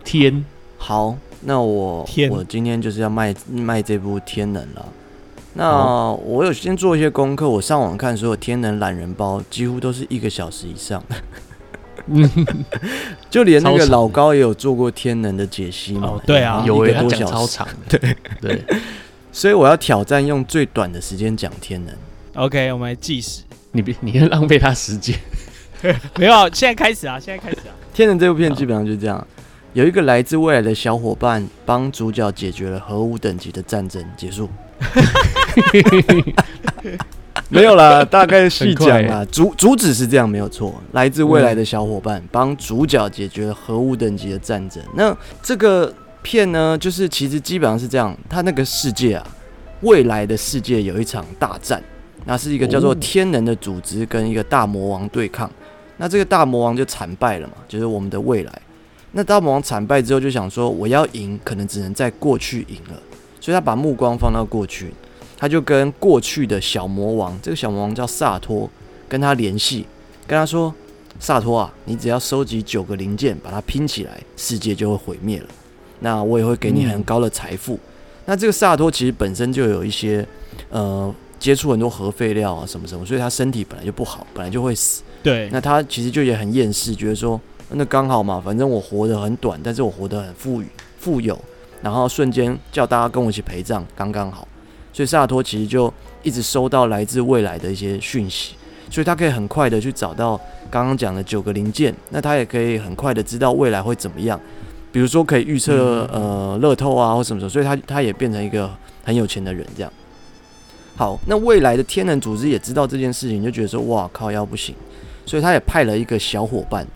Speaker 1: 天，
Speaker 3: 好，那我
Speaker 2: 天
Speaker 3: 我今天就是要卖卖这部《天能》了。那
Speaker 1: 好
Speaker 3: 我有先做一些功课，我上网看所有《天能》懒人包，几乎都是一个小时以上。就连那
Speaker 1: 超
Speaker 3: 个
Speaker 1: 长
Speaker 3: 老高也有做过《天能》的解析嘛？
Speaker 2: 哦对啊
Speaker 3: 然后
Speaker 1: 有
Speaker 3: 一
Speaker 1: 诶、
Speaker 3: 个
Speaker 1: 他
Speaker 3: 多
Speaker 1: 讲
Speaker 3: 小
Speaker 1: 超
Speaker 3: 时。
Speaker 1: 长 的，对对，
Speaker 3: 所以我要挑战用最短的时间讲天能。
Speaker 2: 不是 OK，我们来计时，
Speaker 1: 你别你浪费他时 间。
Speaker 2: 没有啊，现在开始啊，现在开始啊。
Speaker 3: 天能这部片
Speaker 1: 好
Speaker 3: 基本上就是这样，有一个来自未来的小伙伴帮主角解决了核武等级的战争，结束。 没有啦，大概细讲
Speaker 1: 很
Speaker 3: 啦。主主旨是这样，没有错。来自未来的小伙伴帮主角解决了核武等级的战争。那这个片呢，就是其实基本上是这样，它那个世界啊，未来的世界有一场大战，那是一个叫做
Speaker 1: 哦
Speaker 3: 天能的组织跟一个大魔王对抗。那这个大魔王就惨败了嘛，就是我们的未来。那大魔王惨败之后，就想说我要赢，可能只能在过去赢了，所以他把目光放到过去，他就跟过去的小魔王，这个小魔王叫萨托，跟他联系，跟他说：“萨托啊，你只要收集九个零件，把它拼起来，世界就会毁灭了。那我也会给你很高的财富。那这个萨托其实本身就有一些呃接触很多核废料啊什么什么，所以他身体本来就不好，本来就会死。
Speaker 2: 对，
Speaker 3: 那他其实就也很厌世，觉得说那刚好嘛，反正我活得很短，但是我活得很富裕富有，然后瞬间叫大家跟我一起陪葬，刚刚好。所以萨托其实就一直收到来自未来的一些讯息，所以他可以很快的去找到刚刚讲的九个零件，那他也可以很快的知道未来会怎么样，比如说可以预测、呃乐透啊或什么什么，所以他他也变成一个很有钱的人这样。好，那未来的天能组织也知道这件事情，就觉得说哇靠，要不行，所以他也派了一个小伙伴，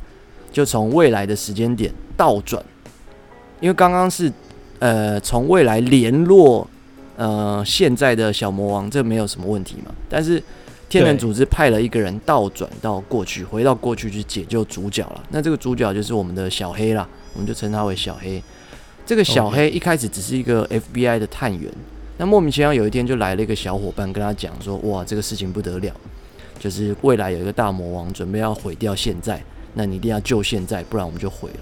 Speaker 3: 就从未来的时间点倒转，因为刚刚是呃从未来联络呃现在的小魔王，这没有什么问题嘛，但是。天能
Speaker 1: 对
Speaker 3: 组织派了一个人倒转到过去，回到过去去解救主角了。那这个主角就是我们的小黑啦，我们就称他为小黑。这个小黑一开始只是一个 FBI 的探员，那莫名其妙有一天就来了一个小伙伴跟他讲说：“哇，这个事情不得了，就是未来有一个大魔王准备要毁掉现在，那你一定要救现在，不然我们就毁了。”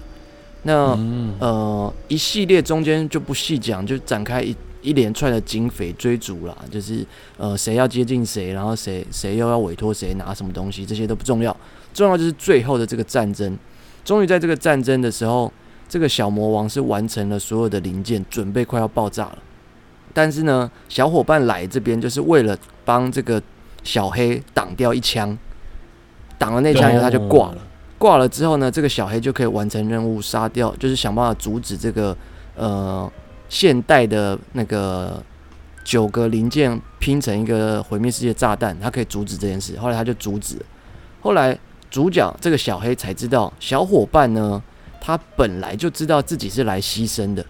Speaker 3: 那
Speaker 1: 嗯，
Speaker 3: 呃，一系列中间就不细讲，就展开一一连串的警匪追逐啦，就是呃谁要接近谁，然后谁谁又要委托谁拿什么东西，这些都不重要，重要就是最后的这个战争。终于在这个战争的时候，这个小魔王是完成了所有的零件，准备快要爆炸了。但是呢，小伙伴来这边就是为了帮这个小黑挡掉一枪，挡了那枪以后他就挂了。
Speaker 1: 嗯
Speaker 3: 挂了之后呢，这个小黑就可以完成任务，杀掉，就是想办法阻止这个呃现代的那个九个零件拼成一个毁灭世界炸弹，他可以阻止这件事。后来他就阻止了，后来主角这个小黑才知道，小伙伴呢，他本来就知道自己是来牺牲的，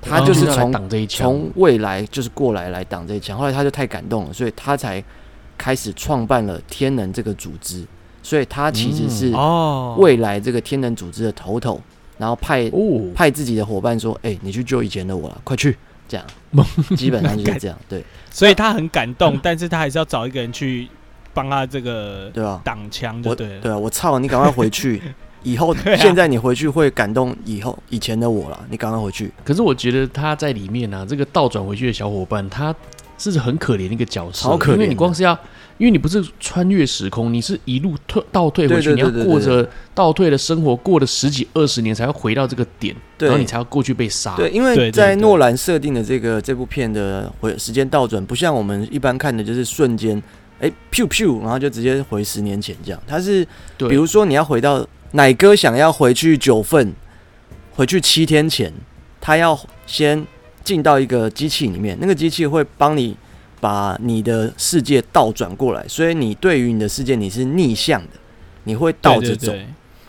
Speaker 3: 他就是
Speaker 1: 然后
Speaker 3: 从
Speaker 1: 来挡这一枪，
Speaker 3: 从未来就是过来来挡这一枪。后来他就太感动了，所以他才开始创办了天能这个组织。所以他其实
Speaker 1: 嗯
Speaker 3: 是
Speaker 2: 哦，
Speaker 3: 未来这个天能组织的头头，然后派
Speaker 1: 哦，
Speaker 3: 派自己的伙伴说：“哎、你去救以前的我了，快去！” 这样，基本上就是这样，对
Speaker 2: 所以他很感动，但是他还是要找一个人去帮他这个
Speaker 3: 嗯 对吧、
Speaker 2: 挡枪，就
Speaker 3: 我
Speaker 2: 对了。
Speaker 3: 对啊，我操，你赶快回去！以后、
Speaker 2: 对啊
Speaker 3: 现在你回去会感动以后以前的我了，你赶快回去。
Speaker 1: 可是我觉得他在里面啊，这个倒转回去的小伙伴，他是很可怜的一个角色，
Speaker 3: 超可怜的
Speaker 1: 因为你光是要，因为你不是穿越时空，你是一路退倒退回去，
Speaker 3: 对对
Speaker 1: 你要
Speaker 3: 对对
Speaker 1: 过着倒退的生活，过了十几二十年才要回到这个点，然
Speaker 3: 对
Speaker 1: 后你才要过去被杀。
Speaker 3: 对，因
Speaker 2: 对
Speaker 3: 为
Speaker 2: 对
Speaker 3: 在
Speaker 2: 对
Speaker 3: 诺兰设定的这个这部片的回时间倒转，不像我们一般看的就是瞬间，哎、咻咻，然后就直接回十年前这样，它是
Speaker 1: 对，
Speaker 3: 比如说你要回到奶哥想要回去九份，回去七天前，他要先进到一个机器里面，那个机器会帮你把你的世界倒转过来，所以你对于你的世界你是逆向的，你会倒着
Speaker 2: 对对
Speaker 3: 走。
Speaker 2: 对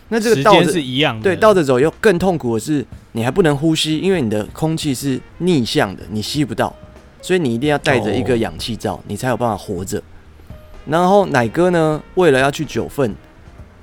Speaker 3: 那这个
Speaker 2: 时
Speaker 3: 倒
Speaker 2: 间
Speaker 3: 着
Speaker 2: 是一样的，
Speaker 3: 对倒着走又更痛苦的是，你还不能呼吸，因为你的空气是逆向的，你吸不到，所以你一定要带着一个
Speaker 1: 哦
Speaker 3: 氧气罩，你才有办法活着。然后奶哥呢，为了要去九份，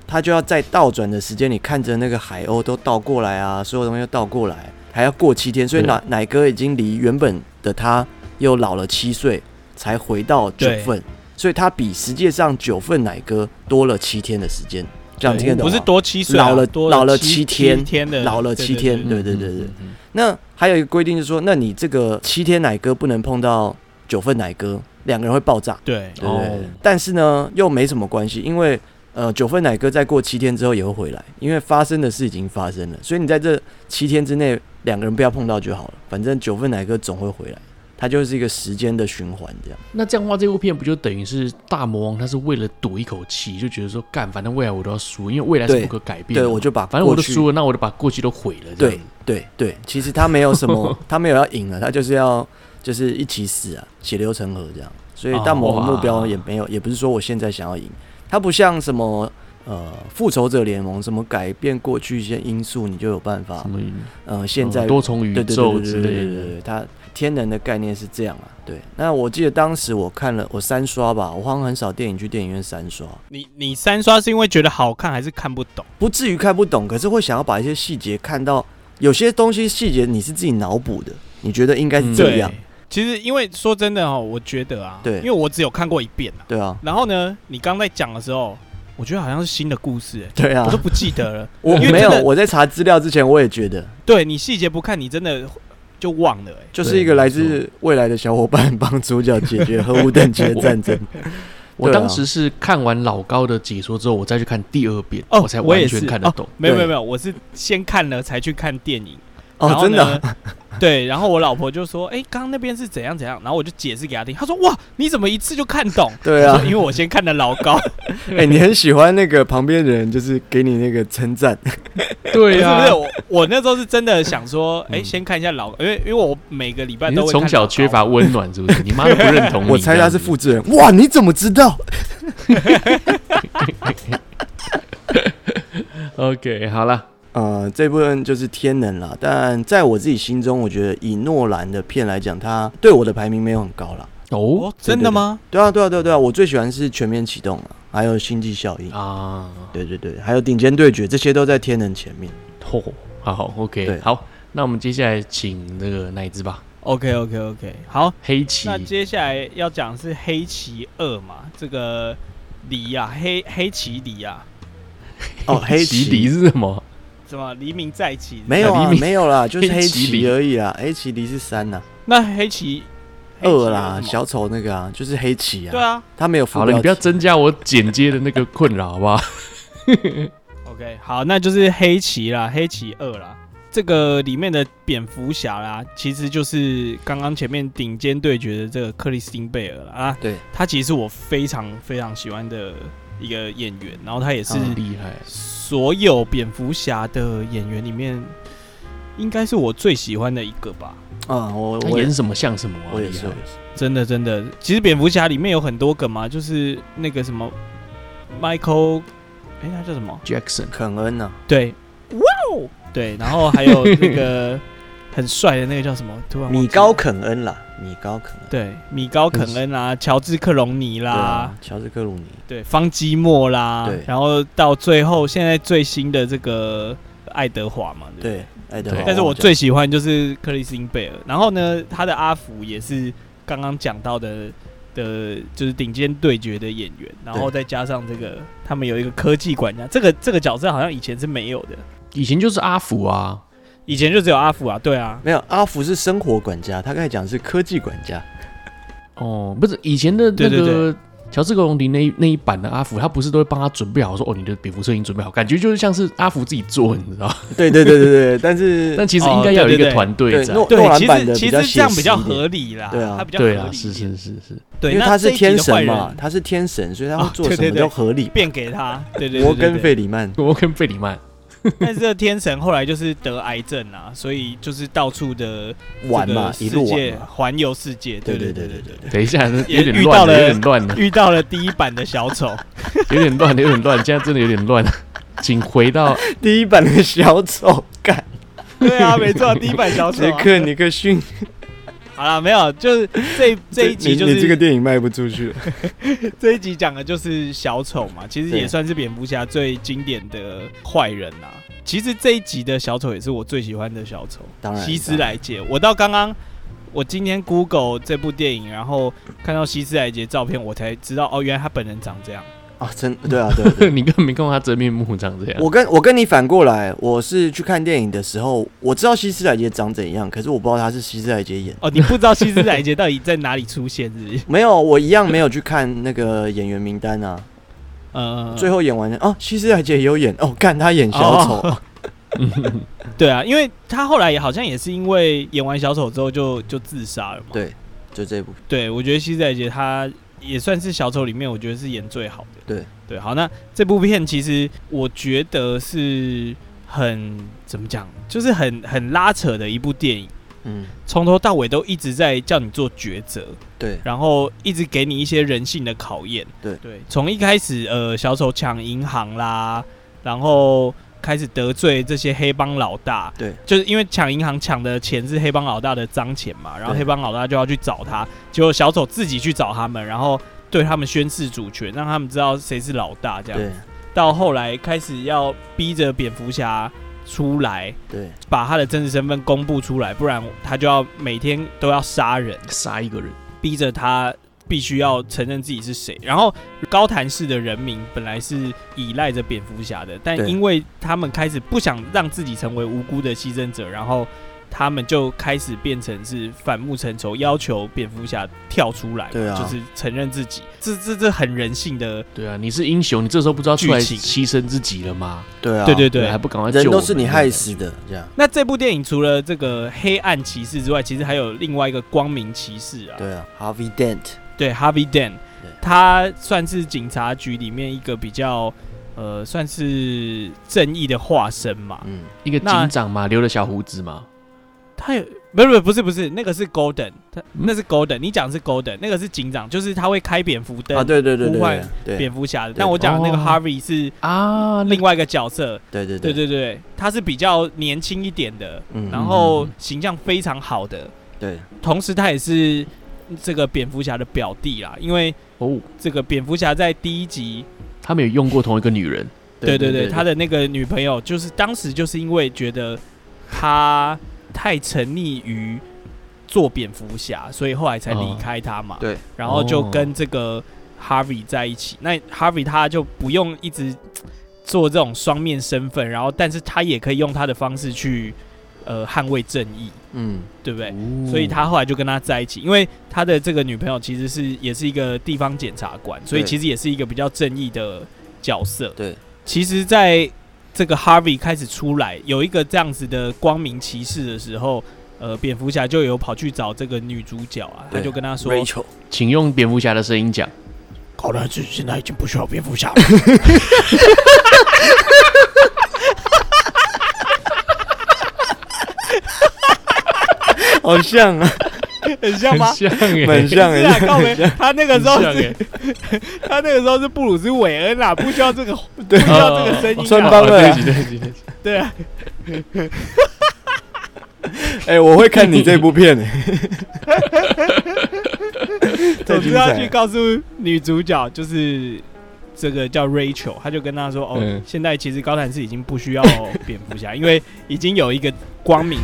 Speaker 3: 他就要在倒转的时间里看着那个海鸥都倒过来啊，所有东西都倒过来，还要过七天，所以
Speaker 1: 对
Speaker 3: 奶奶哥已经离原本的他又老了七岁，才回到九
Speaker 2: 对
Speaker 3: 份，所以他比实际上九份奶哥多了七天的时间，这样
Speaker 2: 对
Speaker 3: 听得懂
Speaker 2: 不
Speaker 3: 吗？
Speaker 2: 是多七岁啊，
Speaker 3: 老了
Speaker 2: 多
Speaker 3: 老了
Speaker 2: 七
Speaker 3: 七天
Speaker 2: 天的，
Speaker 3: 老了七天
Speaker 2: 对对对
Speaker 3: 对对
Speaker 1: 嗯
Speaker 3: 对对那还有一个规定就是说，那你这个七天奶哥不能碰到九份奶哥，两个人会爆炸，
Speaker 2: 对
Speaker 3: 对不对？
Speaker 1: 哦
Speaker 3: 但是呢，又没什么关系，因为呃，九份奶哥在过七天之后也会回来，因为发生的事已经发生了，所以你在这七天之内，两个人不要碰到就好了。反正九份奶哥总会回来，它就是一个时间的循环这样。
Speaker 1: 那这样的话，这部片不就等于是大魔王他是为了赌一口气，就觉得说干，反正未来我都要输，因为未来是
Speaker 3: 对
Speaker 1: 不可改变的
Speaker 3: 对，
Speaker 1: 嘛。
Speaker 3: 我就把
Speaker 1: 反正我
Speaker 3: 过
Speaker 1: 都
Speaker 3: 去
Speaker 1: 输了，那我就把过去都毁了。这样
Speaker 3: 对对对，其实他没有 什么，他没有要赢了，他就是要就是一起死啊，血流成河这样。所以大魔王目标
Speaker 1: 哦哇
Speaker 3: 也没有，也不是说我现在想要赢，他不像什么呃复仇者联盟什么改变过去一些因素，你就有办法
Speaker 1: 什么
Speaker 3: 呃现在
Speaker 1: 哦多重宇
Speaker 3: 对对对
Speaker 1: 宙
Speaker 3: 对
Speaker 1: 之
Speaker 3: 对对
Speaker 1: 类
Speaker 3: 对
Speaker 1: 的。
Speaker 3: 对，它天能的概念是这样啊。对，那我记得当时我看了我三刷吧，我好像很少电影去电影院三刷，
Speaker 2: 你你三刷是因为觉得好看还是看不懂？
Speaker 3: 不至于看不懂，可是会想要把一些细节看到，有些东西细节你是自己脑补的，你觉得应该是
Speaker 1: 嗯
Speaker 3: 这
Speaker 2: 对
Speaker 3: 样，，
Speaker 2: 其实因为说真的哦，我觉得啊，
Speaker 3: 对
Speaker 2: 因为我只有看过一遍啊。
Speaker 3: 对啊，
Speaker 2: 然后呢，你刚在讲的时候，我觉得好像是新的故事、欸，
Speaker 3: 对啊
Speaker 2: 我都，不记得了。
Speaker 3: 我
Speaker 2: 因为
Speaker 3: 没有
Speaker 2: 真的
Speaker 3: 我在查资料之前我也觉得，
Speaker 2: 对你细节不看，你真的就忘了、欸。
Speaker 3: 就是
Speaker 1: 对
Speaker 3: 一个来
Speaker 1: 没
Speaker 3: 自未来的小伙伴帮主角解决核武等级的战争，
Speaker 1: 我
Speaker 3: 对啊
Speaker 1: 当时是看完老高的解说之后，我再去看第二遍，
Speaker 2: 哦
Speaker 1: 我才
Speaker 2: 我也
Speaker 1: 完
Speaker 2: 是
Speaker 3: 哦
Speaker 1: 全看得懂。
Speaker 2: 没有没
Speaker 3: 对
Speaker 2: 有没有，我是先看了才去看电影，
Speaker 3: 哦
Speaker 2: 然，后
Speaker 3: 真
Speaker 2: 呢
Speaker 3: 的 啊，
Speaker 2: 对，然后我老婆就说：“哎、刚刚那边是怎样怎样。”然后我就解释给她听，她说：“哇，你怎么一次就看懂？”
Speaker 3: 对啊
Speaker 2: 我说，因为我先看的老 高，
Speaker 3: 哎、你很喜欢那个旁边的人，就是给你那个称赞，
Speaker 1: 对
Speaker 2: 不
Speaker 1: 啊，
Speaker 2: 是不是我我那时候是真的想说，哎、
Speaker 3: 嗯
Speaker 2: 先看一下老，因为因为我每个礼拜
Speaker 1: 你
Speaker 2: 都
Speaker 1: 是
Speaker 2: 会
Speaker 1: 从
Speaker 2: 看
Speaker 1: 小
Speaker 2: 老高
Speaker 1: 缺乏温暖，是不 是？你妈都不认同你。
Speaker 3: 我猜
Speaker 1: 这
Speaker 3: 他
Speaker 1: 样
Speaker 3: 是
Speaker 1: 子
Speaker 3: 复制人。哇，你怎么知道？
Speaker 1: OK，好了，
Speaker 3: 呃，这部分就是天能啦，但在我自己心中，我觉得以诺兰的片来讲，它对我的排名没有很高啦。
Speaker 1: 哦
Speaker 2: 哦，真的吗？
Speaker 3: 对啊，对啊，对啊，对啊，我最喜欢是《全面启动》啊，还有《星际效应》
Speaker 1: 啊，
Speaker 3: 对对对，还有《顶尖对决》，这些都在天能前 面。
Speaker 1: 嚯、啊好，OK，
Speaker 3: 对
Speaker 1: 好，那我们接下来请那个哪一只吧？
Speaker 2: ？OK OK OK，好，
Speaker 1: 黑棋
Speaker 2: 那接下来要讲的是《黑棋二》嘛，这个黎啊，黑黑棋黎啊，
Speaker 3: 哦，黑
Speaker 1: 棋
Speaker 3: 棋
Speaker 1: 敌是什么？
Speaker 2: 什么黎明在棋？
Speaker 3: 没有
Speaker 1: 啊
Speaker 3: 啊
Speaker 1: 黎，明
Speaker 3: 没有 啦，就是
Speaker 1: 黑
Speaker 3: 黑
Speaker 1: 棋黎
Speaker 3: 棋而已啦。啊黑棋离是三呐、
Speaker 2: 那黑棋黑棋
Speaker 3: 二啦，
Speaker 2: 有什么
Speaker 3: 小丑那个啊，就是黑棋
Speaker 2: 对
Speaker 3: 啊，
Speaker 2: 啊
Speaker 3: 他没有
Speaker 1: 嗯
Speaker 3: 副
Speaker 1: 好了，你
Speaker 3: 标
Speaker 1: 不要
Speaker 3: 题。
Speaker 1: 增加我剪接的那个困扰，好不好？
Speaker 2: ，OK，好，那就是黑棋啦，黑棋二啦。这个里面的蝙蝠侠啦，其实就是刚刚前面顶尖对决的这个克里斯汀贝尔啦啊，
Speaker 3: 对，
Speaker 2: 他其实是我非常非常喜欢的一个演员，然后他也是
Speaker 3: 嗯
Speaker 1: 厉害，
Speaker 2: 所有蝙蝠侠的演员里面，应该是我最喜欢的一个吧。
Speaker 3: 啊、我
Speaker 1: 他
Speaker 3: 我也
Speaker 1: 演什么像什么啊？
Speaker 3: 我也
Speaker 1: 厉害
Speaker 3: 是，我也是
Speaker 2: 真的真的，其实蝙蝠侠里面有很多个嘛，就是那个什么 Michael，哎、他叫什么？
Speaker 1: Jackson，
Speaker 3: 肯恩啊呐、
Speaker 2: 对，哇哦，对，然后还有那 个很帅的那个叫什么？突然忘记了
Speaker 3: 米高肯恩啦，米高肯恩，
Speaker 2: 对米高肯恩啦，乔治克隆尼
Speaker 3: 对
Speaker 2: 啦
Speaker 3: 啊，，乔治克鲁尼，
Speaker 2: 对方基莫啦
Speaker 3: 对，
Speaker 2: 然后到最后现在最新的这个爱德华嘛，对不对
Speaker 3: 对，爱德
Speaker 1: 对
Speaker 3: 华。
Speaker 2: 但是我最喜欢就是克里斯汀贝尔，然后呢，他的阿福也是刚刚讲到的的，就是顶尖对决的演员，然后再加上这个，他们有一个科技管家，这个这个角色好像以前是没有的，
Speaker 1: 以前就是阿福啊，
Speaker 2: 以前就只有阿福啊，对啊，
Speaker 3: 没有阿福是生活管家，他刚才讲的是科技管家，
Speaker 1: 哦，不是以前的那
Speaker 2: 对对
Speaker 1: 个乔治·格隆迪那一那一版的阿福，他不是都会帮他准备好说哦，你的蝙蝠车已经准备好，感觉就是像是阿福自己做，你知 道？
Speaker 3: 对对对对对，但是
Speaker 1: 但其实应该要有一个团队
Speaker 3: 对
Speaker 1: 在。
Speaker 3: 诺
Speaker 2: 对
Speaker 3: 诺，兰
Speaker 2: 其
Speaker 3: 版
Speaker 2: 实
Speaker 3: 的
Speaker 2: 其
Speaker 3: 较
Speaker 2: 实这样比较
Speaker 3: 写实一点
Speaker 2: 合理啦，
Speaker 3: 对啊
Speaker 2: 他比较合理
Speaker 1: 对
Speaker 2: 一
Speaker 1: 啊，
Speaker 2: 点，
Speaker 1: 是是是是，
Speaker 2: 对，
Speaker 3: 因为
Speaker 2: 那
Speaker 3: 他是
Speaker 2: 这一集的
Speaker 3: 天神
Speaker 2: 坏
Speaker 3: 嘛
Speaker 2: 人，
Speaker 3: 他是天神，所以他
Speaker 2: 啊
Speaker 3: 会做
Speaker 2: 对
Speaker 3: 什
Speaker 2: 对
Speaker 3: 么
Speaker 2: 对
Speaker 3: 都合理。
Speaker 2: 变给他，对对对
Speaker 3: 摩
Speaker 2: 对
Speaker 3: 根
Speaker 2: 对
Speaker 3: 费里曼，
Speaker 1: 我跟费里 曼
Speaker 2: 但是这个天神后来就是得癌症啦，所以就是到处的
Speaker 3: 玩嘛，一
Speaker 2: 世
Speaker 3: 路玩
Speaker 2: 界
Speaker 3: 嘛，
Speaker 2: 环游世界，对
Speaker 3: 对
Speaker 2: 对对
Speaker 3: 对对对
Speaker 2: 对
Speaker 3: 对。
Speaker 1: 等一下，
Speaker 2: 也
Speaker 1: 有点
Speaker 2: 遇到
Speaker 1: 乱了，
Speaker 2: 了
Speaker 1: 有点乱了，
Speaker 2: 遇到了第一版的小丑，
Speaker 1: 有点乱了，有点乱，现在真的有点乱。请回到
Speaker 3: 第一版的小丑，干
Speaker 2: 对啊，没错，第一版小丑
Speaker 3: 杰
Speaker 2: 啊、
Speaker 3: 克尼克逊，
Speaker 2: 好了，没有，就是 这 这一集
Speaker 3: 你
Speaker 2: 就
Speaker 3: 你这个
Speaker 2: 是
Speaker 3: 电影卖不出去，
Speaker 2: 这一集讲的就是小丑嘛，其实
Speaker 3: 对
Speaker 2: 也算是蝙蝠侠最经典的坏人啦、其实这一集的小丑也是我最喜欢的小丑，
Speaker 3: 当然
Speaker 2: 希斯莱杰。我到刚刚，我今天 Google 这部电影，然后看到希斯莱杰照片，我才知道哦，原来他本人长这样。
Speaker 3: 啊，真对啊，对啊 对啊
Speaker 1: 你根本没看过他真面目长这样。
Speaker 3: 我跟我跟你反过来，我是去看电影的时候，我知道希斯莱杰长怎样，可是我不知道他是希斯莱杰演的。
Speaker 2: 哦，你不知道希斯莱杰到底在哪里出现是 不是？
Speaker 3: 没有，我一样没有去看那个演员名单啊。
Speaker 2: 呃，
Speaker 3: 最后演完了哦，希斯莱杰也有演哦，看他演小丑，
Speaker 2: 哦对啊，因为他后来也好像也是因为演完小丑之后就就自杀了嘛。
Speaker 3: 对 就这部。
Speaker 2: 对，我觉得希斯莱杰他也算是小丑里面，我觉得是演最好的。
Speaker 3: 对
Speaker 2: 对，好，那这部片其实我觉得是很怎么讲，就是很很拉扯的一部电影，
Speaker 3: 嗯，
Speaker 2: 从头到尾都一直在叫你做抉择，
Speaker 3: 对
Speaker 2: 然后一直给你一些人性的考验。
Speaker 3: 对
Speaker 2: 对，从一开始呃，小丑抢银行啦，然后开始得罪这些黑帮老大。
Speaker 3: 对，
Speaker 2: 就是因为抢银行抢的钱是黑帮老大的脏钱嘛，然后
Speaker 3: 对
Speaker 2: 黑帮老大就要去找他，结果小丑自己去找他们，然后对他们宣誓主权，让他们知道谁是老大。这样，
Speaker 3: 对
Speaker 2: 到后来开始要逼着蝙蝠侠出来，
Speaker 3: 对，
Speaker 2: 把他的真实身份公布出来，不然他就要每天都要杀人。
Speaker 1: 杀一个人，
Speaker 2: 逼着他必须要承认自己是谁。然后高谭市的人民本来是依赖着蝙蝠侠的，但
Speaker 3: 对
Speaker 2: 因为他们开始不想让自己成为无辜的牺牲者，然后他们就开始变成是反目成仇，要求蝙蝠侠跳出来，
Speaker 3: 对啊
Speaker 2: 就是承认自己，这这这很人性的，
Speaker 1: 对啊，你是英雄，你这时候不知道出来
Speaker 2: 剧情
Speaker 1: 牺牲自己了吗？
Speaker 3: 对啊，
Speaker 2: 对对对
Speaker 1: 还。不赶快救我
Speaker 3: 人
Speaker 1: 们
Speaker 3: 都是你害。死的，这样，
Speaker 2: 那这部电影除了这个黑暗骑士之外，其实还有另外一个光明骑士啊，
Speaker 3: 对啊，Harvey Dent，
Speaker 2: 对，Harvey Dent，
Speaker 3: 对
Speaker 2: 他算是警察局里面一个比较呃，算是正义的化身嘛。
Speaker 3: 嗯，
Speaker 1: 一个
Speaker 2: 那
Speaker 1: 警长嘛，留了小胡子嘛，
Speaker 2: 他有不是不是不是不是，那个是 Golden，他
Speaker 3: 嗯
Speaker 2: 那是 Golden，你讲的是 Golden，那个是警长，就是他会开蝙蝠灯
Speaker 3: 啊，对对对
Speaker 2: 呼
Speaker 3: 对
Speaker 2: 唤
Speaker 3: 对对
Speaker 2: 蝙蝠侠的。
Speaker 3: 对
Speaker 2: 但我讲的那个
Speaker 1: 哦
Speaker 2: Harvey 是
Speaker 1: 啊，那
Speaker 2: 另外一个角色，
Speaker 3: 对对
Speaker 2: 对
Speaker 3: 对对，
Speaker 2: 对对，他是比较年轻一点的，
Speaker 3: 嗯
Speaker 2: 然后
Speaker 1: 嗯
Speaker 2: 形象非常好的，
Speaker 3: 对，
Speaker 2: 同时他也是这个蝙蝠侠的表弟啦，因为
Speaker 1: 哦，
Speaker 2: 这个蝙蝠侠在第一集
Speaker 1: 他们有用过同一个女人，
Speaker 2: 对对对，他的那个女朋友就是当时就是因为觉得他太沉溺于做蝙蝠侠，所以后来才离开他嘛。
Speaker 3: 对，
Speaker 2: 然后就跟这个 Harvey 在一起。那 Harvey 他就不用一直做这种双面身份，然后但是他也可以用他的方式去呃捍卫正义，
Speaker 3: 嗯，
Speaker 2: 对不对？
Speaker 1: 哦
Speaker 2: 所以他后来就跟他在一起，因为他的这个女朋友其实是也是一个地方检察官，所以
Speaker 3: 对
Speaker 2: 其实也是一个比较正义的角色。
Speaker 3: 对，
Speaker 2: 其实在这个 Harvey 开始出来有一个这样子的光明骑士的时候，呃，蝙蝠侠就有跑去找这个女主角啊，他
Speaker 3: 对
Speaker 2: 就跟她说，
Speaker 3: Rachel，
Speaker 1: 请用蝙蝠侠的声音讲，
Speaker 2: 高男子现在已经不需要蝙蝠侠了。
Speaker 3: 好像啊，
Speaker 2: 很像吗？
Speaker 1: 像欸
Speaker 3: 很 像
Speaker 2: 是啊，
Speaker 3: 哎，
Speaker 2: 告别他那个时候
Speaker 1: 很像
Speaker 2: 是，他那个时候是布鲁斯韦恩啦，不需要这个，
Speaker 3: 对
Speaker 2: 不需要这个声音啊。
Speaker 3: 穿帮
Speaker 1: 哦对
Speaker 3: 了
Speaker 1: 不起对不起对不起，
Speaker 2: 对啊，
Speaker 3: 哎，我会看你这部 片， 哎太
Speaker 2: 总之
Speaker 3: 精
Speaker 2: 要
Speaker 3: 彩
Speaker 2: 去
Speaker 3: 了，
Speaker 2: 告诉女主角，就是这个叫 Rachel，他就跟她说：“哦，
Speaker 1: 嗯
Speaker 2: 现在其实高谭市已经不需要蝙蝠侠，因 为已经有一个光明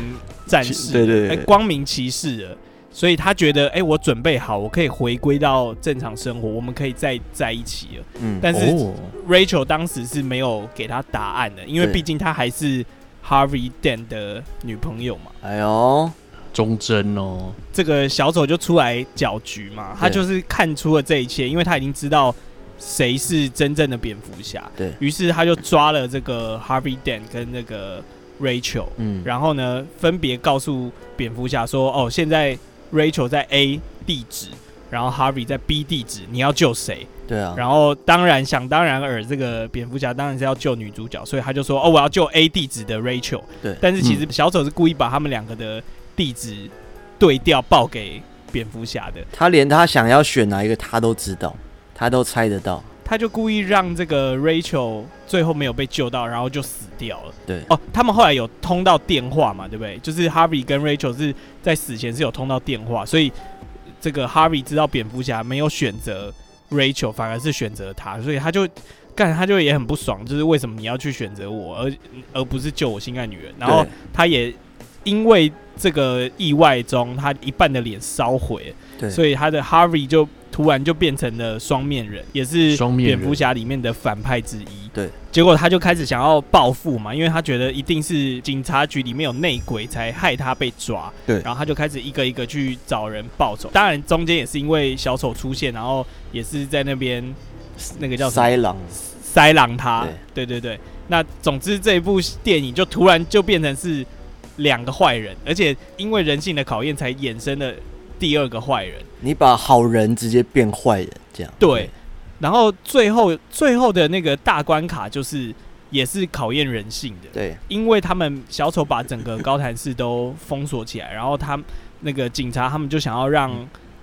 Speaker 2: 战士，
Speaker 3: 对对
Speaker 2: 哎
Speaker 3: 对对，
Speaker 2: 光明骑士了。”所以他觉得，哎、我准备好，我可以回归到正常生活，我们可以再在一起了。
Speaker 3: 嗯，
Speaker 2: 但是
Speaker 1: 哦
Speaker 2: Rachel 当时是没有给他答案的，因为
Speaker 3: 对
Speaker 2: 毕竟她还是 Harvey Dent 的女朋友嘛。
Speaker 3: 哎呦，
Speaker 1: 忠贞哦，
Speaker 2: 这个小丑就出来搅局嘛，他就是看出了这一切，因为他已经知道谁是真正的蝙蝠侠，
Speaker 3: 对
Speaker 2: 于是他就抓了这个 Harvey Dent 跟那个 Rachel，
Speaker 3: 嗯，
Speaker 2: 然后呢分别告诉蝙蝠侠说，哦，现在 Rachel 在 A 地址，然后 Harvey 在 B 地址，你要救谁？
Speaker 3: 对啊，
Speaker 2: 然后当然想当然尔，这个蝙蝠侠当然是要救女主角，所以他就说哦，我要救 A 地址的 Rachel。
Speaker 3: 对
Speaker 2: 但是其实小丑是故意把他们两个的地址对调报给蝙蝠侠的，
Speaker 3: 他连他想要选哪一个他都知道，他都猜得到，
Speaker 2: 他就故意让这个 Rachel 最后没有被救到，然后就死掉了。
Speaker 3: 对
Speaker 2: 哦，他们后来有通到电话嘛，对不对？就是 Harvey 跟 Rachel 是在死前是有通到电话，所以这个 Harvey 知道蝙蝠侠没有选择 Rachel，反而是选择他，所以他就干，他就也很不爽，就是为什么你要去选择我，而而不是救我心爱女人？然后
Speaker 3: 对
Speaker 2: 他也因为这个意外中，他一半的脸烧毁了，
Speaker 3: 对，
Speaker 2: 所以他的 Harvey 就突然就变成了双面人，也是
Speaker 1: 双面人
Speaker 2: 蝙蝠侠里面的反派之一。
Speaker 3: 对，
Speaker 2: 结果他就开始想要报复嘛，因为他觉得一定是警察局里面有内鬼才害他被抓。
Speaker 3: 对
Speaker 2: 然后他就开始一个一个去找人报仇。当然中间也是因为小丑出现，然后也是在那边那个叫什么
Speaker 3: 塞狼，
Speaker 2: 塞狼他。对对对，那总之这一部电影就突然就变成是两个坏人，而且因为人性的考验才衍生了第二个坏人。
Speaker 3: 你把好人直接变坏人，这样，
Speaker 2: 对，然后最后最后的那个大关卡就是也是考验人性的，
Speaker 3: 对，
Speaker 2: 因为他们小丑把整个高谭市都封锁起来，然后他那个警察他们就想要让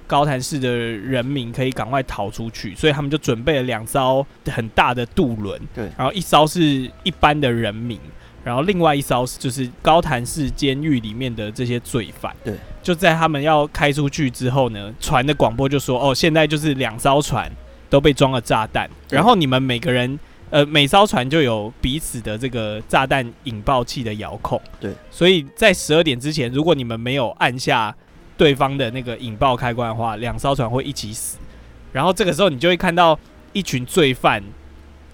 Speaker 2: 高谭市的人民可以赶快逃出去，所以他们就准备了两艘很大的渡轮，
Speaker 3: 对
Speaker 2: 然后一艘是一般的人民。然后另外一艘就是高谭市监狱里面的这些罪犯，
Speaker 3: 对，
Speaker 2: 就在他们要开出去之后呢，船的广播就说：“哦，现在就是两艘船都被装了炸弹，
Speaker 3: 对
Speaker 2: 然后你们每个人呃，每艘船就有彼此的这个炸弹引爆器的遥控。
Speaker 3: 对，
Speaker 2: 所以在十二点之前，如果你们没有按下对方的那个引爆开关的话，两艘船会一起死。然后这个时候，你就会看到一群罪犯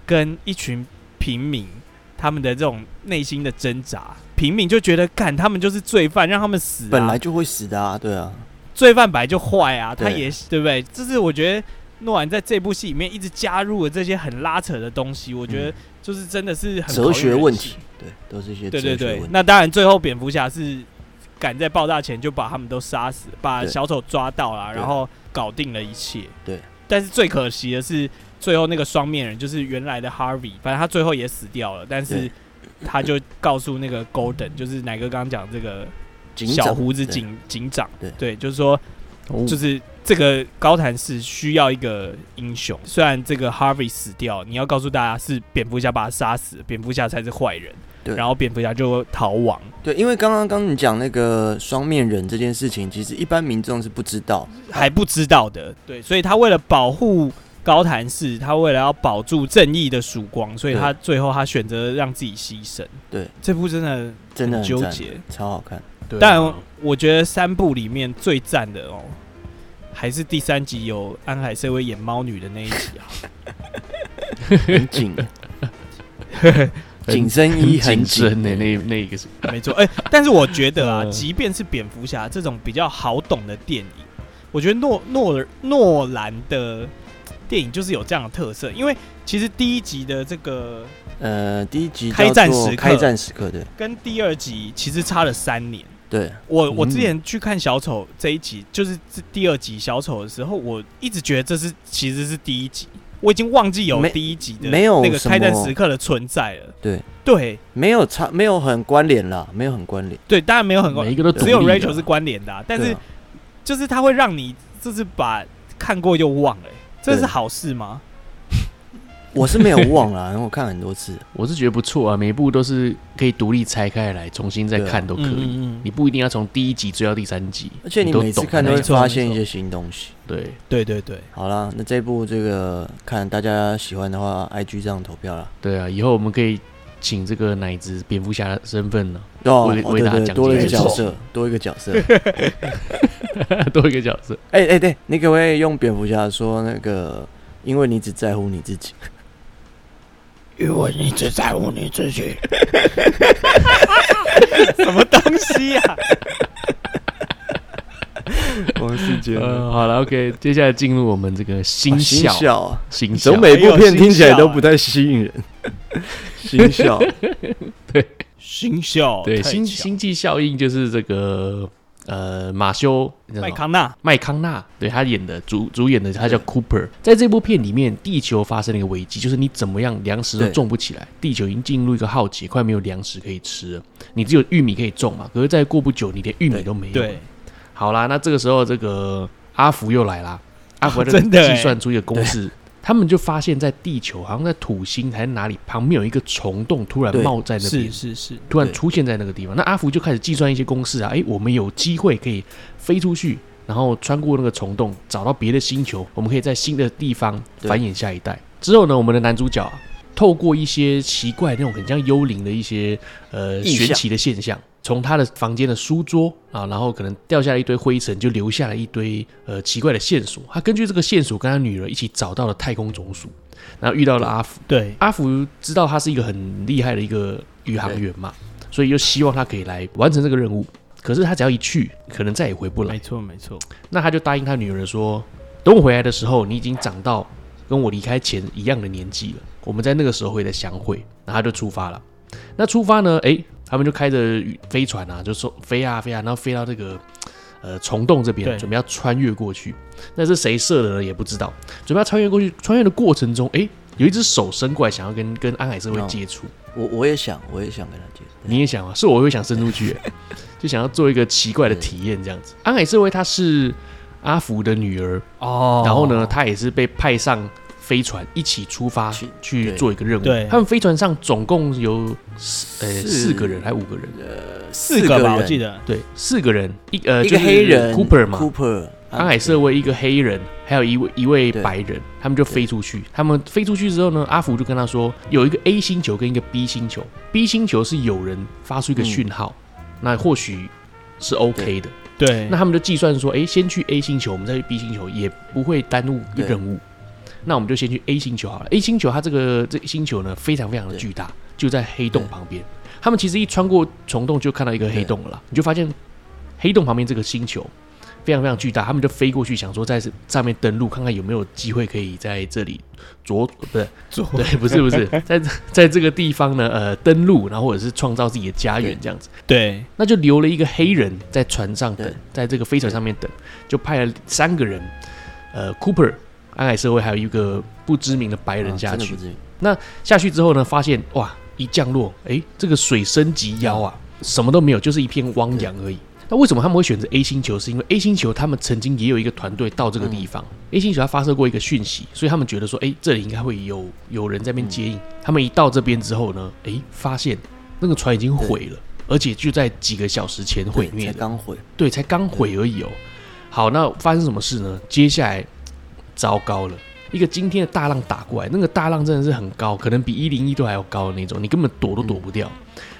Speaker 2: 跟一群平民他们的这种内心的挣扎，平民就觉得，干他们就是罪犯，让他们死、啊。
Speaker 3: 本来就会死的啊，对啊，
Speaker 2: 罪犯本来就坏啊，他
Speaker 3: 对
Speaker 2: 也对不对？这是我觉得诺兰在这部戏里面一直加入了这些很拉扯的东西，我觉得就是真的是很考
Speaker 3: 嗯哲
Speaker 2: 验
Speaker 3: 学
Speaker 2: 人
Speaker 3: 问
Speaker 2: 性
Speaker 3: 题，对，都是一些哲
Speaker 2: 对
Speaker 3: 学
Speaker 2: 对
Speaker 3: 问题。
Speaker 2: 对，那当然最后蝙蝠侠是赶在爆炸前就把他们都杀死，把
Speaker 3: 对
Speaker 2: 小丑抓到了，
Speaker 3: 对
Speaker 2: 然后搞定了一切。
Speaker 3: 对，
Speaker 2: 但是最可惜的是，最后那个双面人就是原来的 Harvey，反正他最后也死掉了，但是
Speaker 3: 对
Speaker 2: 他就告诉那个 Golden，就是奶哥刚刚讲这个
Speaker 3: 警
Speaker 2: 小
Speaker 3: 长
Speaker 2: 胡子
Speaker 3: 对
Speaker 2: 警警长，
Speaker 3: 对
Speaker 2: 就是说
Speaker 1: 哦
Speaker 2: 就是这个高谭市需要一个英雄。虽然这个 Harvey 死掉，你要告诉大家是蝙蝠侠把他杀死，蝙蝠侠才是坏人。
Speaker 3: 对
Speaker 2: 然后蝙蝠侠就逃亡，
Speaker 3: 对，因为刚刚刚你讲那个双面人这件事情，其实一般民众是不知道，
Speaker 2: 还不知道的。对，所以他为了保护高谭市，他为了要保住正义的曙光，所以他最后他选择让自己牺牲。
Speaker 3: 对，
Speaker 2: 这部真的
Speaker 3: 真的
Speaker 2: 很
Speaker 3: 很
Speaker 2: 纠
Speaker 3: 赞，
Speaker 2: 结。
Speaker 3: 超好看。
Speaker 1: 对啊
Speaker 2: 但我觉得三部里面最赞的哦，还是第三集有安海瑟薇演猫女的那一集啊。
Speaker 3: 很紧， 紧身衣
Speaker 1: 很
Speaker 3: 很
Speaker 1: 紧身
Speaker 3: 紧
Speaker 1: 的那那一个是
Speaker 2: 没错，哎、但是我觉得啊，
Speaker 1: 嗯
Speaker 2: 即便是蝙蝠侠这种比较好懂的电影，我觉得诺诺诺兰的电影就是有这样的特色，因为其实第一集的这个
Speaker 3: 呃，第一集
Speaker 2: 开
Speaker 3: 叫
Speaker 2: 战
Speaker 3: 做
Speaker 2: 时刻
Speaker 3: 开战时刻，对
Speaker 2: 跟第二集其实差了三年。
Speaker 3: 对，
Speaker 2: 我我
Speaker 1: 嗯
Speaker 2: 之前去看小丑这一集，就是这第二集小丑的时候，我一直觉得这是其实是第一集，我已经忘记有
Speaker 3: 没
Speaker 2: 第一集的
Speaker 3: 没有
Speaker 2: 那个
Speaker 3: 什
Speaker 2: 开战
Speaker 3: 么
Speaker 2: 时刻的存在了。
Speaker 3: 对
Speaker 2: 对
Speaker 3: 没有差，没有很关联啦，没有很关联。
Speaker 2: 对，当然没有很
Speaker 1: 每一个都
Speaker 2: 只有
Speaker 1: 独立的
Speaker 2: Rachel 是关联的、啊，但
Speaker 3: 对
Speaker 2: 是
Speaker 3: 啊
Speaker 2: 就是它会让你就是把看过又忘了、欸这
Speaker 3: 对
Speaker 2: 是好事吗？
Speaker 3: 我是没有忘啦， 因为我看很多次。
Speaker 1: 我是觉得不错啊，每一部都是可以独立拆开来重新再看都可以，
Speaker 2: 嗯嗯
Speaker 1: 你不一定要从第一集追到第三集，
Speaker 3: 啊而且你
Speaker 1: 都
Speaker 3: 每次
Speaker 1: 懂
Speaker 3: 看
Speaker 1: 的
Speaker 3: 都
Speaker 1: 那
Speaker 3: 会
Speaker 1: 种
Speaker 3: 发现一些新东西。
Speaker 1: 对，
Speaker 2: 对对对，
Speaker 3: 好啦，那这部这个看大家喜欢的话，IG 这样投票啦。
Speaker 1: 对啊，以后我们可以请这个奶子蝙蝠侠身份呢、
Speaker 3: 哦，
Speaker 1: 为为
Speaker 3: 对
Speaker 1: 大家
Speaker 3: 对，
Speaker 1: 讲
Speaker 3: 多了一
Speaker 1: 解
Speaker 3: 个
Speaker 1: 这
Speaker 3: 角
Speaker 1: 种
Speaker 3: 色，多一个角色。
Speaker 1: 多一个角色。
Speaker 3: 哎哎，对，你可不可以用蝙蝠侠说那个？因为你只在乎你自己。
Speaker 2: 因为你只在乎你自己。 什么东西呀、啊？
Speaker 3: 王世杰
Speaker 1: 呃，好了，OK，接下来进入我们这个新
Speaker 3: 心
Speaker 1: 笑
Speaker 3: 啊笑啊，
Speaker 1: 新笑
Speaker 3: 整每部片听起来
Speaker 2: 哎呦心笑
Speaker 3: 都不太吸引人。心笑，
Speaker 2: 新秀
Speaker 1: 对
Speaker 2: 太
Speaker 1: 星
Speaker 2: 强
Speaker 1: 星际效应就是这个呃马修那
Speaker 2: 麦康纳，
Speaker 1: 麦康纳，对他演的主主演的他叫 Cooper，在这部片里面，地球发生了一个危机，就是你怎么样粮食都
Speaker 3: 对
Speaker 1: 种不起来，地球已经进入一个浩劫，快没有粮食可以吃了，你只有玉米可以种嘛，可是再过不久，你连玉米
Speaker 3: 对
Speaker 1: 都没有。
Speaker 2: 对，
Speaker 1: 好啦，那这个时候这个阿福又来啦，阿福就
Speaker 2: 真的欸
Speaker 1: 计算出一个公式，他们就发现，在地球好像在土星还是哪里旁边有一个虫洞突然
Speaker 3: 对
Speaker 1: 冒在那边
Speaker 2: 是，是是，
Speaker 1: 突然
Speaker 3: 对
Speaker 1: 出现在那个地方。那阿福就开始计算一些公式啊，诶，我们有机会可以飞出去，然后穿过那个虫洞，找到别的星球，我们可以在新的地方
Speaker 3: 对
Speaker 1: 繁衍下一代。之后呢，我们的男主角、啊、透过一些奇怪那种很像幽灵的一些呃
Speaker 3: 意象
Speaker 1: 玄奇的现象，从他的房间的书桌啊，然后可能掉下来一堆灰尘，就留下了一堆呃奇怪的线索。他根据这个线索跟他女儿一起找到了太空总署，然后遇到了阿福。
Speaker 2: 对
Speaker 1: 阿福知道他是一个很厉害的一个宇航员嘛，所以就希望他可以来完成这个任务。可是他只要一去，可能再也回不来
Speaker 2: 没。错没错，
Speaker 1: 那他就答应他女儿说：“等我回来的时候，你已经长到跟我离开前一样的年纪了，我们在那个时候会再相会。”然后他就出发了。那出发呢？诶，他们就开着宇飞船啊，就说飞啊飞啊，然后飞到这个呃虫洞这边，
Speaker 2: 对
Speaker 1: 准备要穿越过去。那是谁射的呢？也不知道。准备要穿越过去，穿越的过程中，诶，有一只手伸过来，想要跟跟安海社会
Speaker 3: 哦
Speaker 1: 接触。
Speaker 3: 我我也想，我也想跟他接触。
Speaker 1: 你也想啊？是我会想伸出去 欸，就想要做一个奇怪的
Speaker 3: 对
Speaker 1: 体验这样子。安海社会她是阿福的女儿，
Speaker 2: 哦
Speaker 1: 然后呢，，他也是被派上飞船一起出发
Speaker 3: 去
Speaker 1: 去
Speaker 3: 对
Speaker 1: 做一个任务。
Speaker 2: 对
Speaker 1: 他们飞船上总共有四呃
Speaker 3: 四
Speaker 1: 四个人还五个人？
Speaker 2: 四个吧，
Speaker 3: 人
Speaker 2: 我记得，
Speaker 1: 对，四个人，一呃
Speaker 3: 一个黑人
Speaker 1: Cooper 嘛，
Speaker 3: ，Cooper，啊
Speaker 1: 安海瑟薇一个黑人，还有一位一位
Speaker 3: 对
Speaker 1: 白人，他们就飞出去。他们飞出去之后呢，阿福就跟他说，有一个 A 星球跟一个 B 星球，B 星球是有人发出一个
Speaker 3: 嗯
Speaker 1: 讯号，那或许是 OK 的。
Speaker 2: 对
Speaker 1: 那，他们就计算说，诶，先去 A 星球，我们再去 B 星球，也不会耽误
Speaker 3: 对
Speaker 1: 任务。那我们就先去 A 星球好了。A 星球它这个这个星球呢，非常非常的巨大，就在黑洞旁边。他们其实一穿过虫洞就看到一个黑洞了啦，你就发现黑洞旁边这个星球非常非常巨大，他们就飞过去想说在上面登陆，看看有没有机会可以在这里着不是
Speaker 2: 做
Speaker 1: 对不是不是在在这个地方呢呃登陆，然后或者是创造自己的家园
Speaker 3: 对
Speaker 1: 这样子，
Speaker 2: 对
Speaker 1: 那就留了一个黑人在船上等
Speaker 3: 嗯对，
Speaker 1: 在这个飞船上面等，就派了三个人，呃，Cooper 安海社会还有一个不知名的白人下
Speaker 3: 啊真的
Speaker 1: 去
Speaker 3: 不，至于
Speaker 1: 下去之后呢，发现哇，一降落，诶，这个水深及腰啊，什么都没有，就是一片汪洋而已。那为什么他们会选择 A 星球？是因为 A 星球他们曾经也有一个团队到这个地方、a 星球它发射过一个讯息，所以他们觉得说，诶，这里应该会有有人在那边接应。他们一到这边之后呢，诶，发现那个船已经毁了，而且就在几个小时前毁
Speaker 3: 对
Speaker 1: 灭
Speaker 3: 才
Speaker 1: 的。
Speaker 3: 刚毁，
Speaker 1: 对，才刚毁而已哦。好，那发生什么事呢？接下来糟糕了，一个惊天的大浪打过来，那个大浪真的是很高，可能比一零一都还要高的那种，你根本躲都躲不掉。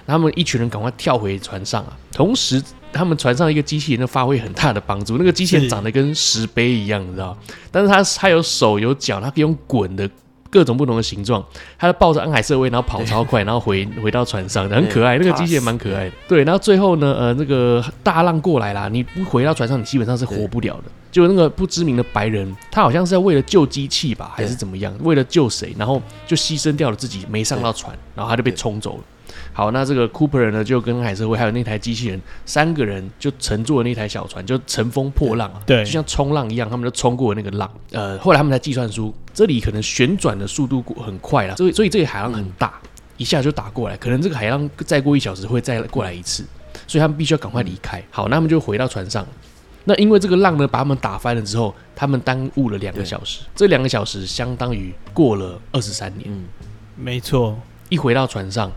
Speaker 1: 他们一群人赶快跳回船上啊！同时，他们船上一个机器人就发挥很大的帮助。那个机器人
Speaker 2: 是
Speaker 1: 长得跟石碑一样，你知道？但是它它有手有脚，它可以用滚的各种不同的形状。它抱着安海瑟薇，然后跑超快，然后回回到船上，很可爱。那
Speaker 3: 对
Speaker 1: 个机器人蛮可爱的。对，然后最后呢，呃，那个大浪过来啦，你不回到船上，你基本上是活不了的。就那个不知名的白人，他好像是在为了救机器吧，还是
Speaker 3: 对
Speaker 1: 怎么样？为了救谁，然后就牺牲掉了自己，没上到船，然后他就被
Speaker 3: 对
Speaker 1: 冲走了。好，那这个 Cooper 呢，就跟海瑟薇还有那台机器人三个人就乘坐那台小船，就乘风破浪啊，
Speaker 2: 对
Speaker 1: 就像冲浪一样，他们就冲过那个浪。呃，后来他们才计算出，这里可能旋转的速度很快了，所以所以这个海浪很大，一下就打过来，可能这个海浪再过一小时会再过来一次，所以他们必须要赶快离开。好，那他们就回到船上。那因为这个浪呢，把他们打翻了之后，他们耽误了两个
Speaker 3: 对
Speaker 1: 小时，这两个小时相当于过了二十三年。
Speaker 3: 嗯，
Speaker 2: 没错，
Speaker 1: 一回到船上，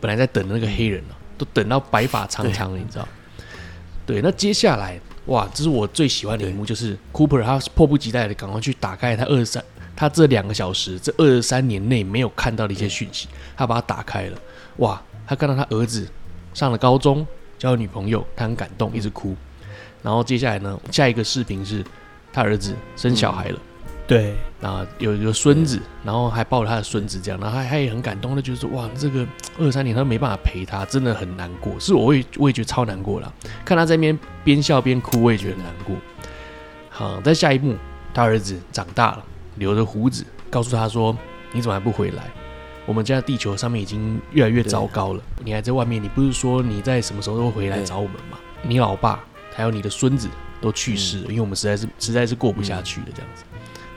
Speaker 1: 本来在等的那个黑人啊，都等到白发苍苍了，你知道？对，那接下来哇，这是我最喜欢的一幕，就是 Cooper 他迫不及待的赶快去打开他二十三，他这两个小时这二十三年内没有看到的一些讯息，他把它打开了，哇，他看到他儿子上了高中，交了女朋友，他很感动，一直哭。然后接下来呢，下一个视频是他儿子生小孩了。
Speaker 2: 对
Speaker 1: 啊，有一个孙子，然后还抱着他的孙子这样，然后他他也很感动，他就是说哇，这个二三年他没办法陪他，真的很难过，是我会我也觉得超难过了，看他在那边边笑边哭，我也觉得很难过。好，在下一幕，他儿子长大了，留着胡子，告诉他说：“你怎么还不回来？我们家地球上面已经越来越糟糕了，你还在外面，你不是说你在什么时候都会回来
Speaker 3: 对
Speaker 1: 找我们吗？你老爸还有你的孙子都去世了，因为我们实在是实在是过不下去了，这样子。”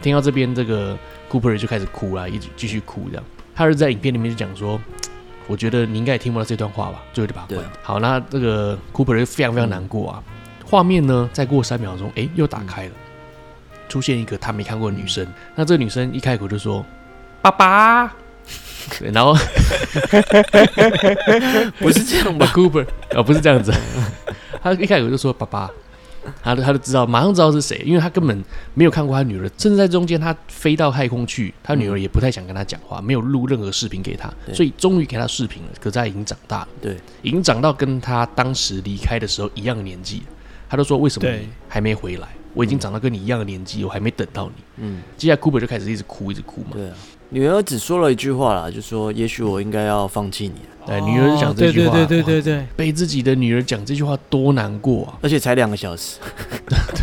Speaker 1: 听到这边，这个 Cooper 就开始哭啦，一直继续哭这样。他儿子在影片里面就讲说：“我觉得你应该也听不到这段话吧，最后就把它关
Speaker 3: 对
Speaker 1: 了。好，那这个 Cooper 就非常非常难过啊。画面呢，再过三秒钟，诶，又打开了，出现一个他没看过的女生。那这个女生一开口就说：“爸爸。 对”然后
Speaker 3: 不是这样吧？
Speaker 1: Cooper 哦，不是这样子， 他一开口就说：“爸爸。”他他就知道，马上知道是谁，因为他根本没有看过他女儿，甚至在中间他飞到太空去，他女儿也不太想跟他讲话，没有录任何视频给他，
Speaker 3: 对
Speaker 1: 所以终于给他视频了。可是他已经长大了，
Speaker 3: 对，
Speaker 1: 已经长到跟他当时离开的时候一样的年纪了。他就说：“为什么
Speaker 2: 对
Speaker 1: 你还没回来？我已经长到跟你一样的年纪，我还没等到你。
Speaker 3: 嗯，”
Speaker 1: 接下来 Cooper 就开始一直哭，一直哭嘛。
Speaker 3: 对啊。女儿只说了一句话啦，就说也许我应该要放弃你了，
Speaker 1: 哎，女儿讲这
Speaker 2: 对
Speaker 1: 句
Speaker 2: 对
Speaker 1: 话，
Speaker 2: 对哦对
Speaker 1: 哇
Speaker 2: 对对，
Speaker 1: 被自己的女儿讲这句话多难过啊！
Speaker 3: 而且才两个小时。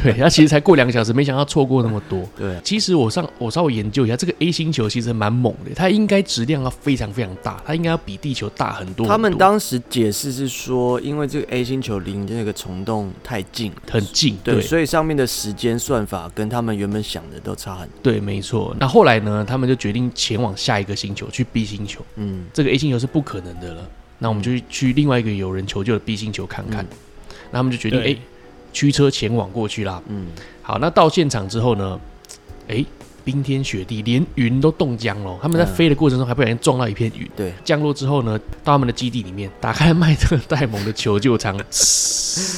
Speaker 1: 对，他其实才过两个小时，没想到错过那么多。
Speaker 3: 对啊，
Speaker 1: 其实我上我稍微研究一下，这个 A 星球其实蛮猛的，它应该质量要非常非常大，它应该要比地球大很多很多
Speaker 3: 他们当时解释是说，因为这个 A 星球离那个虫洞太近，
Speaker 1: 很近，
Speaker 3: 对，
Speaker 1: 对
Speaker 3: 所以上面的时间算法跟他们原本想的都差很多。
Speaker 1: 对，没错。那后来呢，他们就决定前往下一个星球，去 B 星球。
Speaker 3: 嗯，
Speaker 1: 这个 A 星球是不可能的了，那我们就去另外一个有人求救的 B 星球看
Speaker 3: 嗯
Speaker 1: 看。那他们就决定，
Speaker 2: 对
Speaker 1: 哎，驱车前往过去啦。
Speaker 3: 嗯，
Speaker 1: 好，那到现场之后呢，哎，冰天雪地，连云都冻僵了。他们在
Speaker 3: 嗯
Speaker 1: 飞的过程中还不小心撞到一片云。
Speaker 3: 对，
Speaker 1: 降落之后呢，到他们的基地里面，打开麦特戴蒙的求救舱，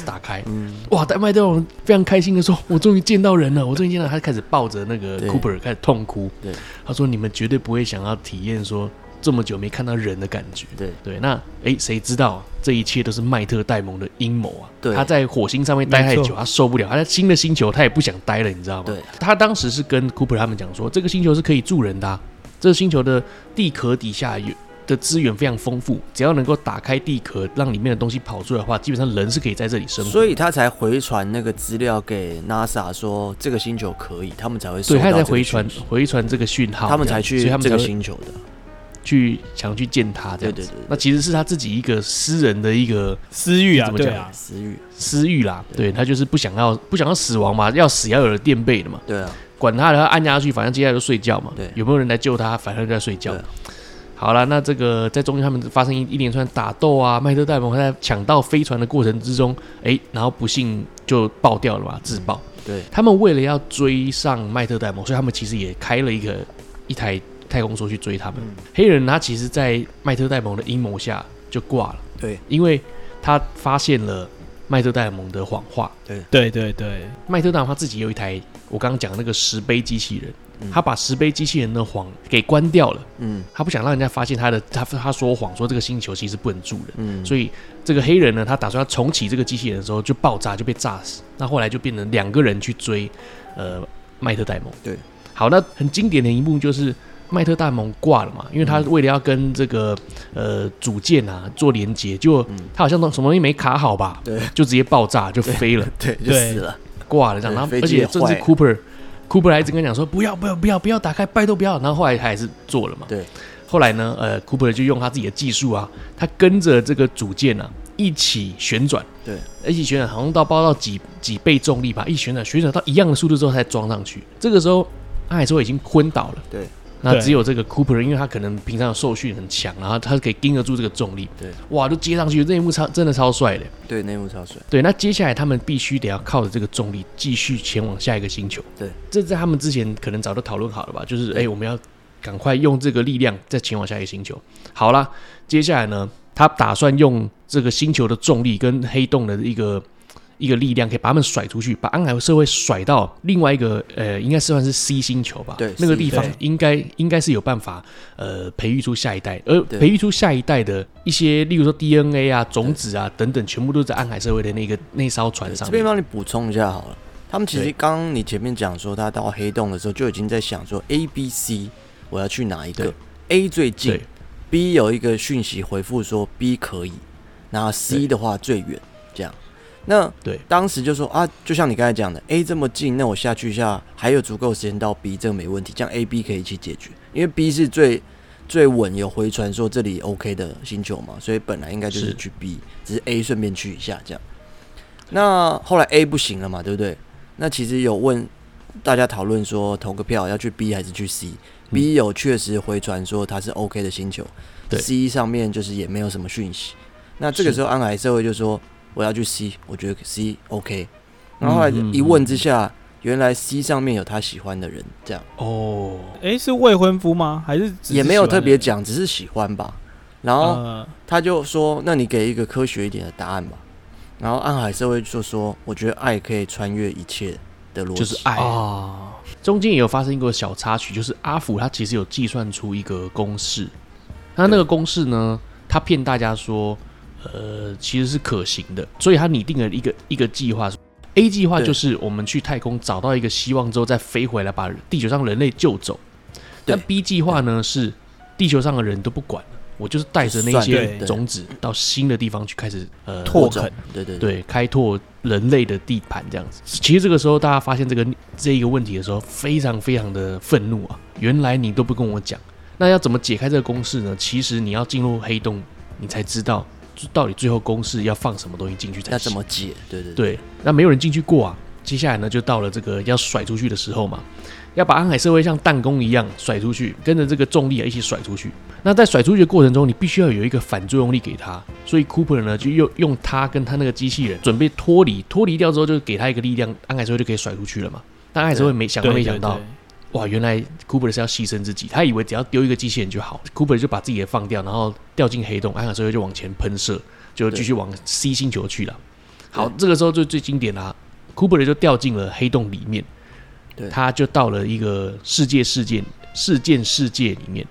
Speaker 1: 打开。
Speaker 3: 嗯，
Speaker 1: 哇！戴麦特戴蒙非常开心的说：“我终于见到人了，我终于见到。”他开始抱着那个
Speaker 3: 对
Speaker 1: Cooper 开始痛哭。
Speaker 3: 对，
Speaker 1: 他说：“你们绝对不会想要体验说这么久没看到人的感觉。”
Speaker 3: 对，
Speaker 1: 对，那诶，谁知道这一切都是麦特戴蒙的阴谋啊？
Speaker 3: 对
Speaker 1: 他在火星上面待太
Speaker 2: 没
Speaker 1: 久，
Speaker 2: 错
Speaker 1: 他受不了，他在新的星球他也不想待了，你知道吗？
Speaker 3: 对，
Speaker 1: 他当时是跟 Cooper 他们讲说，这个星球是可以住人的啊、这个星球的地壳底下有的资源非常丰富，只要能够打开地壳，让里面的东西跑出来的话，基本上人是可以在这里生活。
Speaker 3: 所以他才回传那个资料给 NASA 说这个星球可以，他们才会收
Speaker 1: 对，
Speaker 3: 到
Speaker 1: 他
Speaker 3: 这
Speaker 1: 才
Speaker 3: 个
Speaker 1: 回
Speaker 3: 讯
Speaker 1: 传
Speaker 3: 息
Speaker 1: 回传这个讯号，
Speaker 3: 他们才
Speaker 1: 这
Speaker 3: 去
Speaker 1: 样所以
Speaker 3: 这
Speaker 1: 他们
Speaker 3: 个
Speaker 1: 才会
Speaker 3: 星球的。
Speaker 1: 去想去见他这
Speaker 3: 对
Speaker 1: 样子。
Speaker 3: 对对，
Speaker 1: 那其实是他自己一个私人的一个
Speaker 2: 私欲啊，
Speaker 1: 怎么
Speaker 2: 对
Speaker 1: 讲
Speaker 2: 啊，
Speaker 3: 私欲，
Speaker 1: 私欲啦，
Speaker 3: 对
Speaker 1: 对他就是不想要不想要死亡嘛，要死要有人垫背的嘛，
Speaker 3: 对啊，
Speaker 1: 管他的，他按下去，反正接下来就睡觉嘛。
Speaker 3: 对
Speaker 1: 有没有人来救他，反正就在睡觉
Speaker 3: 对啊。
Speaker 1: 好了，那这个在中间他们发生一一连串打斗啊，麦特戴蒙在抢到飞船的过程之中，哎、然后不幸就爆掉了嘛，自爆。
Speaker 3: 嗯对，
Speaker 1: 他们为了要追上麦特戴蒙，所以他们其实也开了一个一台太空梭去追他们。
Speaker 3: 嗯，
Speaker 1: 黑人他其实，在麦特戴蒙的阴谋下就挂了，
Speaker 3: 对，
Speaker 1: 因为他发现了麦特戴蒙的谎话。
Speaker 2: 对对对，
Speaker 1: 麦特戴蒙他自己有一台我刚刚讲的那个石碑机器人，
Speaker 3: 嗯
Speaker 1: 他把石碑机器人的谎给关掉了，
Speaker 3: 嗯
Speaker 1: 他不想让人家发现他的他他说谎，说这个星球其实不能住人。
Speaker 3: 嗯，
Speaker 1: 所以这个黑人呢，他打算要重启这个机器人的时候就爆炸，就被炸死。那后来就变成两个人去追，呃，麦特戴蒙。
Speaker 3: 对，
Speaker 1: 好，那很经典的一幕就是麦特戴蒙挂了嘛，因为他为了要跟这个呃组件啊做连接，就
Speaker 3: 嗯
Speaker 1: 他好像什么东西没卡好吧，
Speaker 3: 对
Speaker 1: 就直接爆炸就飞了，
Speaker 3: 对就
Speaker 2: 对
Speaker 3: 死了，
Speaker 1: 挂了这样。
Speaker 3: 对
Speaker 1: 然后
Speaker 3: 飞
Speaker 1: 而
Speaker 3: 机
Speaker 1: 且
Speaker 3: 也
Speaker 1: 甚
Speaker 3: 坏
Speaker 1: 至
Speaker 3: 了
Speaker 1: Cooper。Cooper 还一直跟他讲说不要不要不要不要打开，拜托不要。然后后来他还是做了嘛。
Speaker 3: 对，
Speaker 1: 后来呢，呃，Cooper 就用他自己的技术啊，他跟着这个组件啊一起旋转，
Speaker 3: 对，
Speaker 1: 一起旋转，好像到包到几几倍重力吧，一旋转旋转到一样的速度之后才装上去。这个时候，阿海说已经昏倒了，
Speaker 3: 对。
Speaker 1: 那
Speaker 2: 对
Speaker 1: 只有这个 Cooper，因为他可能平常有受训很强，然后他可以盯得住这个重力，
Speaker 3: 对，
Speaker 1: 哇，都接上去，这一幕超真的超帅的。
Speaker 3: 对，内幕超水，
Speaker 1: 对，那接下来他们必须得要靠着这个重力继续前往下一个星球。
Speaker 3: 对，
Speaker 1: 这在他们之前可能早就讨论好了吧？就是哎、
Speaker 3: 对
Speaker 1: 诶我们要赶快用这个力量再前往下一个星球。好啦，接下来呢，他打算用这个星球的重力跟黑洞的一个一个力量，可以把他们甩出去，把安海社会甩到另外一个呃，应该算是 C 星球吧？
Speaker 3: 对
Speaker 1: 那个
Speaker 3: C，
Speaker 1: 地方
Speaker 2: 对
Speaker 1: 应该应该是有办法呃培育出下一代，而
Speaker 3: 对
Speaker 1: 培育出下一代的一些，例如说 DNA 啊、种子啊等等，全部都在暗海社会的那个那艘船
Speaker 3: 对
Speaker 1: 上
Speaker 3: 这边
Speaker 1: 面。
Speaker 3: 帮你补充一下好了。他们其实
Speaker 1: 对
Speaker 3: 刚刚你前面讲说，他到黑洞的时候就已经在想说，A、B、C 我要去哪一个
Speaker 1: 对
Speaker 3: ？A 最近
Speaker 1: 对
Speaker 3: ，B 有一个讯息回复说 B 可以，然后 C
Speaker 1: 对
Speaker 3: 的话最远，这样。那
Speaker 1: 对
Speaker 3: 当时就说啊，就像你刚才讲的，A 这么近，那我下去一下还有足够时间到 B，这个没问题，这样 A、B 可以一起解决，因为 B 是最最稳有回传说这里 OK 的星球嘛，所以本来应该就是
Speaker 1: 是
Speaker 3: 去 B，只是 A 顺便去一下这样。那后来 A 不行了嘛，对不对？那其实有问大家讨论说投个票要去 B 还是去
Speaker 1: 嗯
Speaker 3: C，B 有确实回传说它是 OK 的星球
Speaker 1: 对
Speaker 3: ，C 上面就是也没有什么讯息。那这个
Speaker 1: 是
Speaker 3: 时候安海社会就说我要去 C，我觉得 C OK。然后后来
Speaker 1: 嗯嗯
Speaker 3: 一问之下，原来 C 上面有他喜欢的人，这样
Speaker 1: 哦，
Speaker 2: 诶，是未婚夫吗？还是只是
Speaker 3: 也没有特别
Speaker 2: 喜
Speaker 3: 讲，只是喜欢吧。然
Speaker 2: 欢的
Speaker 3: 后
Speaker 1: 啊
Speaker 2: 人？呃
Speaker 3: 他就说：“那你给一个科学一点的答案吧。”然后暗海社会就说：“我觉得爱可以穿越一切的逻辑，
Speaker 1: 就是爱
Speaker 2: 哦，
Speaker 1: 中间也有发生一个小插曲，就是阿福他其实有计算出一个公式，那那个公式呢，他骗大家说，呃，其实是可行的，所以他拟定了一个一个计划。A 计划
Speaker 3: 对
Speaker 1: 就是我们去太空找到一个希望之后再飞回来，把地球上人类救走。
Speaker 3: 对
Speaker 1: 那 B 计划呢是地球上的人都不管了，我就是带着那
Speaker 2: 就算
Speaker 1: 些
Speaker 2: 对对
Speaker 1: 种子到新的地方去开始呃
Speaker 2: 拓
Speaker 3: 种
Speaker 2: 垦，
Speaker 3: 对对对，
Speaker 1: 对，开拓人类的地盘这样子。其实这个时候，大家发现这个这一个问题的时候，非常非常的愤怒啊！原来你都不跟我讲，那要怎么解开这个公式呢？其实你要进入黑洞，你才知道到底最后公式要放什么东西进去才
Speaker 3: 要怎
Speaker 1: 行。
Speaker 3: 么解？对对对，
Speaker 1: 对，那没有人进去过啊。接下来呢，就到了这个要甩出去的时候嘛，要把安海社会像弹弓一样甩出去，跟着这个重力啊一起甩出去。那在甩出去的过程中，你必须要有一个反作用力给他，所以 Cooper 呢就用用他跟他那个机器人准备脱离，脱离掉之后就给他一个力量，安海社会就可以甩出去了嘛。但安海社会没想
Speaker 2: 对
Speaker 1: 到没
Speaker 2: 对
Speaker 1: 想到
Speaker 2: 对，
Speaker 1: 哇，原来 Cooper 是要牺牲自己，他以为只要丢一个机器人就好，Cooper 就把自己也放掉，然后掉进黑洞，安海社会就往前喷射，就继续往 C 星球去了。好，这个时候就最经典啦、Cooper 就掉进了黑洞里面，
Speaker 3: 对
Speaker 1: 他就到了一个世界事件事件世界里面，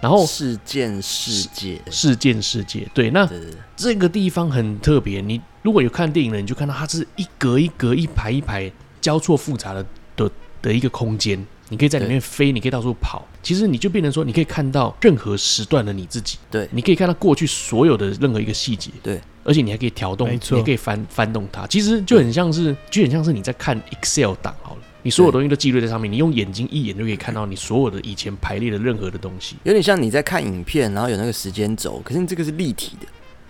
Speaker 1: 然后
Speaker 3: 事件世界，
Speaker 1: 事件世界对，那
Speaker 3: 对对对
Speaker 1: 这个地方很特别，你如果有看电影的，你就看到它是一格一格、一排一排交错复杂的的的一个空间，你可以在里面飞，你可以到处跑。其实你就变成说，你可以看到任何时段的你自己，
Speaker 3: 对
Speaker 1: 你可以看到过去所有的任何一个细节，
Speaker 3: 对，
Speaker 1: 而且你还可以调动，
Speaker 2: 没
Speaker 1: 你
Speaker 2: 错
Speaker 1: 还可以翻翻动它。其实就很像是，就很像是你在看 Excel 档好了，你所有
Speaker 3: 对
Speaker 1: 东西都记录在上面，你用眼睛一眼就可以看到你所有的以前排列的任何的东西。
Speaker 3: 有点像你在看影片，然后有那个时间轴，可是你这个是立体的，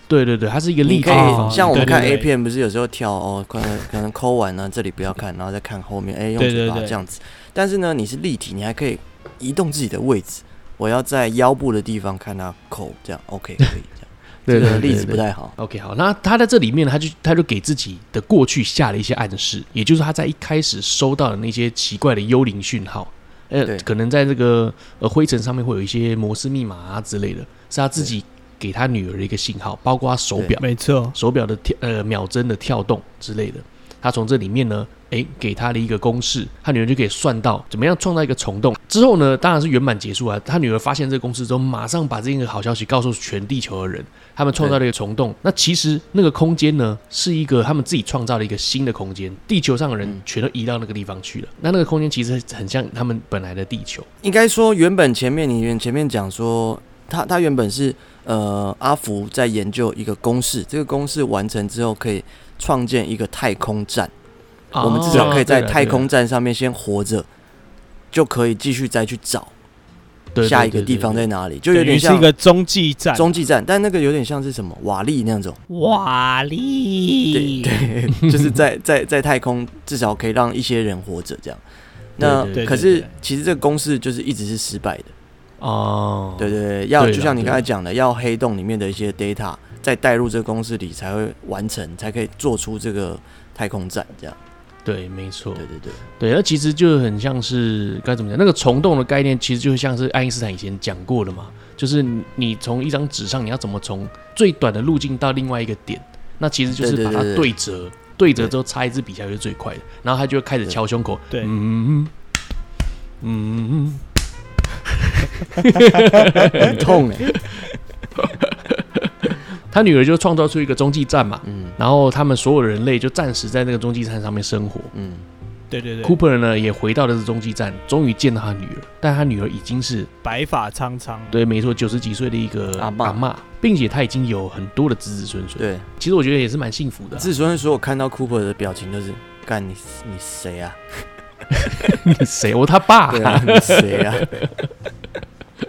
Speaker 1: 对对对，它是一个立
Speaker 3: 你
Speaker 1: 体
Speaker 3: 可
Speaker 1: 的哦
Speaker 3: 以
Speaker 1: 方式。
Speaker 3: 像我们看
Speaker 2: 对对
Speaker 3: A
Speaker 2: 对
Speaker 3: 片，不是有时候跳哦，可能可能抠完呢，啊这里不要看，然后再看后面，哎，用
Speaker 2: 对
Speaker 3: 嘴
Speaker 2: 对
Speaker 3: 巴
Speaker 2: 对
Speaker 3: 这样子。但是呢，你是立体，你还可以移动自己的位置。我要在腰部的地方看它抠，这样 OK 可以。这
Speaker 1: 对对
Speaker 3: 样这个
Speaker 1: 对
Speaker 3: 例子
Speaker 1: 对
Speaker 3: 不太好，
Speaker 1: OK，好，那他在这里面呢，他就他就给自己的过去下了一些暗示，也就是他在一开始收到的那些奇怪的幽灵讯号，
Speaker 3: 对
Speaker 1: 呃，可能在这个呃灰尘上面会有一些摩斯密码啊之类的，是他自己给他女儿的一个信号，包括手表、
Speaker 2: 没错，
Speaker 1: 手表的跳呃秒针的跳动之类的。他从这里面呢，诶，给他的一个公式，他女儿就可以算到怎么样创造一个虫洞。之后呢，当然是圆满结束啊。他女儿发现这个公式之后，马上把这个好消息告诉全地球的人，他们创造了一个虫洞。那其实那个空间呢，是一个他们自己创造了一个新的空间，地球上的人
Speaker 3: 嗯
Speaker 1: 全都移到那个地方去了。那那个空间其实很像他们本来的地球，
Speaker 3: 应该说原本前面你原前面讲说，他他原本是呃阿福在研究一个公式，这个公式完成之后可以创建一个太空站。
Speaker 1: 啊
Speaker 3: 我们至少可以在太空站上面先活着，就可以继续再去找下一个地方
Speaker 1: 在。对对对对
Speaker 3: 在哪里，就有点
Speaker 2: 是
Speaker 3: 像
Speaker 2: 一个中继
Speaker 1: 啊
Speaker 2: 站，
Speaker 3: 中继站，但那个有点像是什么瓦砾那种，
Speaker 2: 瓦
Speaker 3: 对
Speaker 2: 力，
Speaker 3: 对，就是在在在太空至少可以让一些人活着这样。那
Speaker 1: 对
Speaker 2: 对对
Speaker 3: 可
Speaker 2: 对
Speaker 3: 是
Speaker 2: 对
Speaker 3: 其实这个公式就是一直是失败的，
Speaker 1: 哦，
Speaker 3: 对对对，要
Speaker 1: 对
Speaker 3: 就
Speaker 1: 啦
Speaker 3: 像你
Speaker 1: 对
Speaker 3: 刚
Speaker 1: 啦
Speaker 3: 才讲的，要黑洞里面的一些 data 再带入这个公式里才会完成，才可以做出这个太空站这样。
Speaker 1: 对，没错，
Speaker 3: 对对对，
Speaker 1: 对，那其实就很像是该怎么讲？那个虫洞的概念，其实就像是爱因斯坦以前讲过的嘛，就是你你从一张纸上，你要怎么从最短的路径到另外一个点，那其实就是
Speaker 3: 对对
Speaker 1: 把它
Speaker 3: 对对
Speaker 1: 对折，对折之后插一支笔下去是最快的，然后他就会开始
Speaker 3: 对
Speaker 1: 敲胸口，
Speaker 2: 对
Speaker 1: 嗯嗯嗯嗯，
Speaker 3: 很痛哎、
Speaker 1: 欸他女儿就创造出一个中继站嘛，
Speaker 3: 嗯
Speaker 1: 然后他们所有人类就暂时在那个中继站上面生活。
Speaker 3: 嗯，
Speaker 2: 对对对，
Speaker 1: Cooper 呢也回到了这中继站，终于见到他女儿，但他女儿已经是
Speaker 2: 白发苍苍，
Speaker 1: 对，没错，九十几岁的一个
Speaker 3: 阿嬷
Speaker 1: 嬷并且她已经有很多的子子孙孙。
Speaker 3: 对。
Speaker 1: 其实我觉得也是蛮幸福的啊、
Speaker 3: 自尊说，我看到 Cooper 的表情就是，干你你谁啊？
Speaker 1: 谁？我他爸、
Speaker 3: 对啊，你谁啊？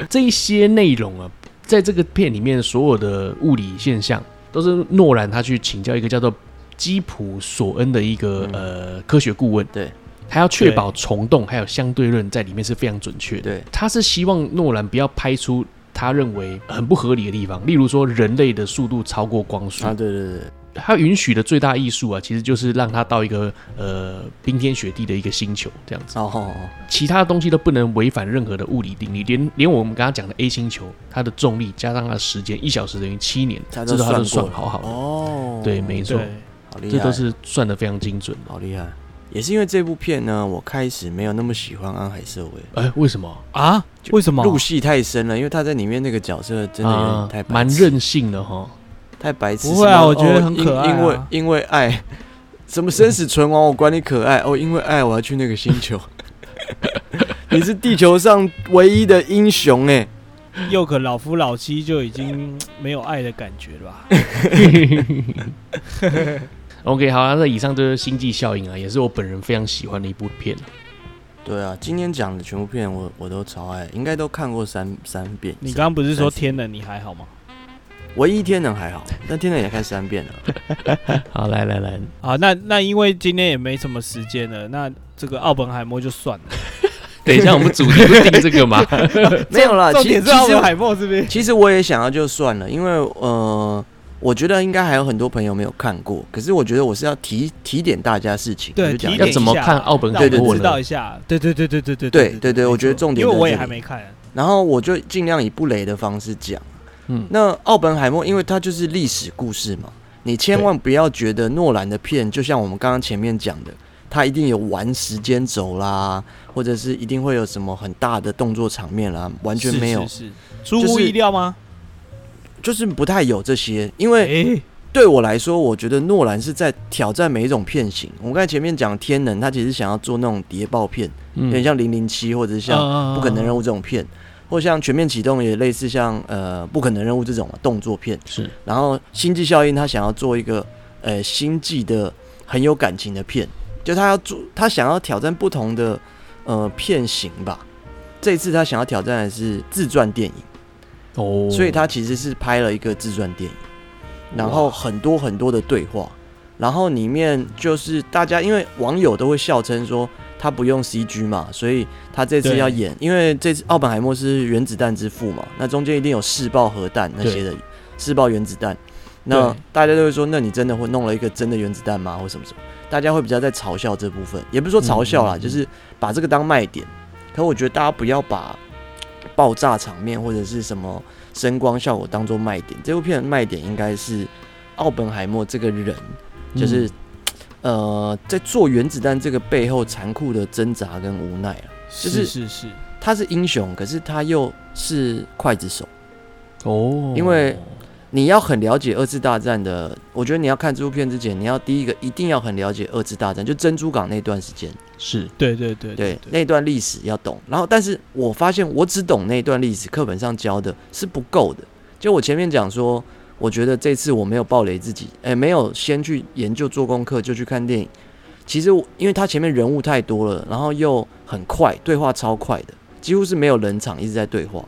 Speaker 1: 这一些内容啊，在这个片里面所有的物理现象，都是诺兰他去请教一个叫做基普索恩的一个、
Speaker 3: 嗯
Speaker 1: 呃科学顾问。
Speaker 3: 对。
Speaker 1: 他要确
Speaker 2: 对
Speaker 1: 保虫洞还有相对论在里面是非常准确的。
Speaker 3: 对
Speaker 1: 他是希望诺兰不要拍出他认为很不合理的地方，例如说人类的速度超过光速
Speaker 3: 啊，对对对对，
Speaker 1: 他允许的最大艺术啊，其实就是让他到一个呃冰天雪地的一个星球这样子，
Speaker 3: 哦哦哦，
Speaker 1: 其他东西都不能违反任何的物理定律，连连我们刚刚讲的 A 星球，它的重力加上它的时间，一小时等于七年，
Speaker 3: 他
Speaker 1: 这
Speaker 3: 都
Speaker 1: 都他
Speaker 3: 算
Speaker 1: 都
Speaker 3: 过
Speaker 1: 算
Speaker 3: 了
Speaker 1: 好好的，
Speaker 3: 哦
Speaker 1: 对，没错，
Speaker 2: 对，
Speaker 3: 好厉害，
Speaker 1: 这都是算的非常精准的。
Speaker 3: 好厉害。也是因为这部片呢，我开始没有那么喜欢安海瑟薇，
Speaker 1: 哎，为什么？
Speaker 2: 啊，
Speaker 3: 就
Speaker 2: 为什么？
Speaker 3: 入戏太深了，因为他在里面那个角色真的有点
Speaker 1: 哦啊
Speaker 3: 太白痴
Speaker 1: 蛮任性的 哈。
Speaker 3: 太白痴。
Speaker 2: 不会啊
Speaker 3: 什么
Speaker 2: 我觉得很可爱啊
Speaker 3: 哦因因为因为爱，什么生死存亡，我管你可爱哦，因为爱我要去那个星 球。你是地球上唯一的英雄哎、
Speaker 2: 又可老夫老妻就已经没有爱的感觉了 吧？
Speaker 1: OK，好啊，那以上就是《星际效应》啊，也是我本人非常喜欢的一部片啊。
Speaker 3: 对啊，今天讲的全部片我我都超爱，应该都看过三三遍。
Speaker 2: 你刚刚不是说
Speaker 3: 三
Speaker 2: 天冷你还好吗？
Speaker 3: 唯一天能还好，但天能也看 三遍了。
Speaker 1: 好，来来 来，
Speaker 2: 啊，那那因为今天也没什么时间了，那这个奥本海默就算了。
Speaker 1: 等一下我们主题不定这 个嘛？
Speaker 3: 没有啦，
Speaker 2: 重
Speaker 3: 啊其
Speaker 2: 点
Speaker 3: 实
Speaker 2: 是
Speaker 3: 其
Speaker 2: 奥
Speaker 3: 实
Speaker 2: 本海默是不是？
Speaker 3: 其实我也想要就算了，因为呃，我觉得应该还有很多朋友没有看过。可是我觉得我是要提提点大家事情，
Speaker 2: 对
Speaker 3: 就讲
Speaker 2: 提
Speaker 3: 一
Speaker 1: 要
Speaker 2: 点
Speaker 1: 怎么看奥本
Speaker 2: 让
Speaker 1: 海
Speaker 2: 我们
Speaker 1: 默
Speaker 2: 知道一
Speaker 1: 呢？
Speaker 2: 下。对对对对对对
Speaker 3: 对对对
Speaker 2: 没
Speaker 3: 我觉得
Speaker 2: 错
Speaker 3: 重点
Speaker 2: 因为
Speaker 3: 在
Speaker 2: 我也
Speaker 3: 这
Speaker 2: 还
Speaker 3: 里
Speaker 2: 没看。
Speaker 3: 然后我就尽量以不雷的方式讲。
Speaker 1: 嗯，
Speaker 3: 那奥本海默，因为它就是历史故事嘛，你千万不要觉得诺兰的片就像我们刚刚前面讲的，它一定有玩时间轴啦，或者是一定会有什么很大的动作场面啦，完全
Speaker 2: 是
Speaker 3: 没
Speaker 2: 是
Speaker 3: 有，
Speaker 2: 是出
Speaker 3: 就
Speaker 2: 乎
Speaker 3: 是
Speaker 2: 意料吗？
Speaker 3: 就是不太有这些。因为
Speaker 2: 哎，
Speaker 3: 对我来说，我觉得诺兰是在挑战每一种片型。我刚才前面讲天能，他其实想要做那种谍报片，
Speaker 1: 嗯啊
Speaker 3: 有点像《零零七》或者是
Speaker 2: 嗯
Speaker 3: 像《不可能任
Speaker 1: 务
Speaker 3: 务》这种片，或像《全面启动》也类似像呃《不可能任务》这种动作片。
Speaker 1: 是
Speaker 3: 然后《星际效应》他想要做一个呃星际的很有感情的片，就他要做他想要挑战不同的呃片型吧。这一次他想要挑战的是自传电影，
Speaker 1: 哦，
Speaker 3: 所以他其实是拍了一个自传电影，然后
Speaker 1: 哇
Speaker 3: 很多很多的对话，然后里面就是大家因为网友都会笑称说他不用 CG 嘛，所以他这次
Speaker 1: 对
Speaker 3: 要演，因为这次奥本海默是原子弹之父嘛，那中间一定有试爆核弹那些的试爆原子弹，那
Speaker 1: 对
Speaker 3: 大家都会说，那你真的会弄了一个真的原子弹吗？或什么什么？大家会比较在嘲笑这部分，也不是说嘲笑啦，
Speaker 1: 嗯嗯嗯
Speaker 3: 就是把这个当卖点。可我觉得大家不要把爆炸场面或者是什么声光效果当做卖点，这部片的卖点应该是奥本海默这个人，
Speaker 1: 嗯
Speaker 3: 就是、呃，在做原子弹这个背后残酷的挣扎跟无奈啊。就是
Speaker 2: 是是是，
Speaker 3: 他是英雄，可是他又是刽子手。
Speaker 1: 哦，
Speaker 3: 因为你要很了解二次大战的，我觉得你要看这部片之前，你要第一个一定要很了解二次大战，就珍珠港那段时间，
Speaker 1: 是
Speaker 2: 对对对
Speaker 3: 对那段历史要懂。然后，但是我发现我只懂那段历史，课本上教的是不够的。就我前面讲说，我觉得这次我没有暴雷自己，哎，没有先去研究做功课就去看电影。其实我因为它前面人物太多了，然后又很快，对话超快的，几乎是没有冷场，一直在对话。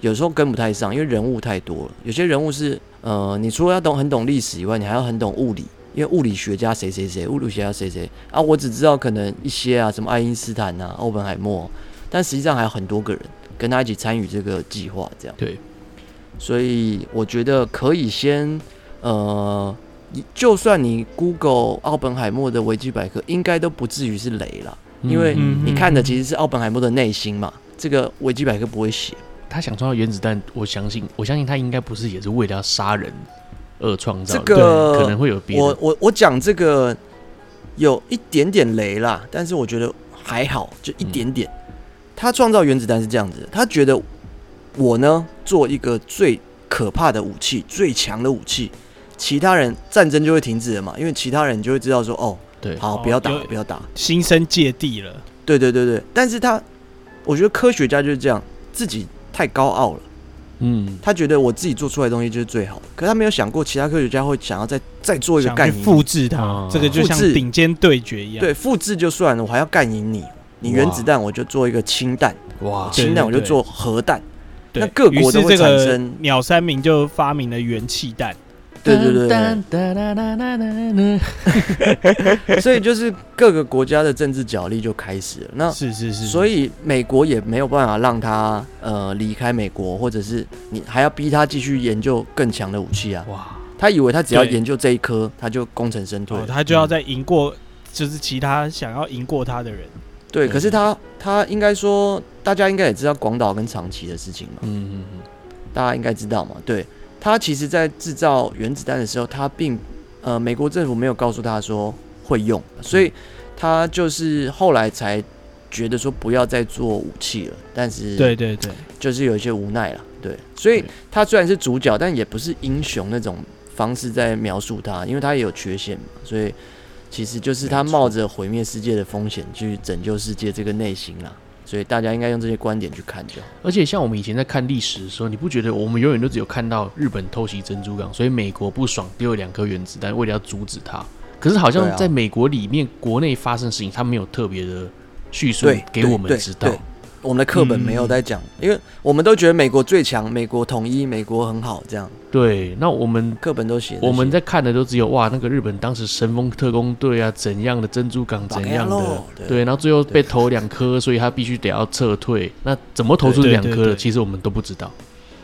Speaker 3: 有时候跟不太上，因为人物太多了。有些人物是，呃，你除了要懂很懂历史以外，你还要很懂物理，因为物理学家谁谁谁，物理学家谁谁啊，我只知道可能一些啊，什么爱因斯坦啊、奥本海默，但实际上还有很多个人跟他一起参与这个计划，这样。
Speaker 1: 对，
Speaker 3: 所以我觉得可以先，呃，你就算你 Google 奥本海默的维基百科，应该都不至于是雷啦。因为
Speaker 1: 嗯
Speaker 2: 嗯
Speaker 3: 你看的其实是奥本海默的内心嘛，这个维基百科不会写。
Speaker 1: 他想创造原子弹，我相信，我相信他应该不是也是为了要杀人而创造的，
Speaker 3: 这个
Speaker 1: 对可能会有别
Speaker 3: 我
Speaker 1: 的，
Speaker 3: 我我讲这个有一点点雷啦，但是我觉得还好，就一点点。
Speaker 1: 嗯
Speaker 3: 他创造原子弹是这样子的，他觉得我呢做一个最可怕的武器、最强的武器，其他人战争就会停止了嘛，因为其他人就会知道说，哦，
Speaker 1: 对，
Speaker 3: 好，
Speaker 2: 哦
Speaker 3: 不要打
Speaker 2: 有，
Speaker 3: 不要打。
Speaker 2: 心生芥蒂了，
Speaker 3: 对对对对，但是他，我觉得科学家就是这样，自己太高傲了。
Speaker 1: 嗯，
Speaker 3: 他觉得我自己做出来的东西就是最好的，可他没有想过其他科学家会想要再再做一个
Speaker 2: 想
Speaker 3: 概
Speaker 2: 去
Speaker 3: 念
Speaker 2: 复制它
Speaker 1: 哦，
Speaker 2: 这个就像
Speaker 3: 复制
Speaker 2: 顶尖对决一样。
Speaker 3: 对，复制就算了，我还要干赢你。你原子弹我就做一个氢弹，
Speaker 1: 哇，
Speaker 2: 对
Speaker 3: 氢弹我就做核弹。
Speaker 2: 对，
Speaker 3: 那各国都会
Speaker 2: 于是这
Speaker 3: 产
Speaker 2: 个
Speaker 3: 生
Speaker 2: 鸟山明就发明了元气弹，
Speaker 3: 对对
Speaker 1: 噔
Speaker 3: 对
Speaker 1: 噔哒哒哒哒哒
Speaker 3: 所以就是各个国家的政治角力就开始了。那
Speaker 2: 是是是，
Speaker 3: 啊所
Speaker 2: 以
Speaker 3: 以美国也没有办法让他呃离开美国，或者是你还要逼他继续研究更强的武器啊。
Speaker 1: 哇，
Speaker 3: 他以为他只要
Speaker 2: 对
Speaker 3: 研究这一科，他就功成身退
Speaker 2: 哦
Speaker 3: 了。，
Speaker 2: 他就要再赢过，就是其他想要赢过他的人。
Speaker 3: 对，
Speaker 1: 对
Speaker 3: 可是他他应该说，大家应该也知道广岛跟长崎的事情嘛。
Speaker 1: 嗯嗯嗯，
Speaker 3: 大家应该知道嘛。对，他其实在制造原子弹的时候，他并呃美国政府没有告诉他说会用，所以他就是后来才觉得说不要再做武器了，但是
Speaker 2: 对对对，
Speaker 3: 就是有一些无奈了。对，所以
Speaker 1: 对
Speaker 3: 他虽然是主角，但也不是英雄那种方式在描述他，因为他也有缺陷嘛，所以。其实就是他
Speaker 1: 没错
Speaker 3: 冒着毁灭世界的风险去拯救世界这个内心啦，所以大家应该用这些观点去看就好。
Speaker 1: 而且像我们以前在看历史的时候，你不觉得我们永远都只有看到日本偷袭珍珠港，所以美国不爽丢了两颗原子弹，为了要阻止它。可是好
Speaker 3: 对啊
Speaker 1: 像在美国里面，国内发生的事情，他没有特别的叙述
Speaker 3: 对
Speaker 1: 给
Speaker 3: 对
Speaker 1: 我们嗯
Speaker 3: 对
Speaker 1: 知道
Speaker 3: 对。我们的课本没有在讲，因为我们都觉得美国最强，美国统一，美国很好，这样
Speaker 1: 对，那我们
Speaker 3: 课本都写这些。
Speaker 1: 我们在看的都只有哇，那个日本当时神风特工队啊，怎样的珍珠港
Speaker 3: 打
Speaker 1: 怎
Speaker 3: 开
Speaker 1: 样的
Speaker 3: 喽，对
Speaker 1: 对，然后最后被投两颗，所以他必须得要撤退。那怎么投出
Speaker 2: 对
Speaker 1: 两
Speaker 2: 对
Speaker 1: 颗
Speaker 2: 对
Speaker 1: 的，
Speaker 2: 对
Speaker 1: 其实我们都不知道。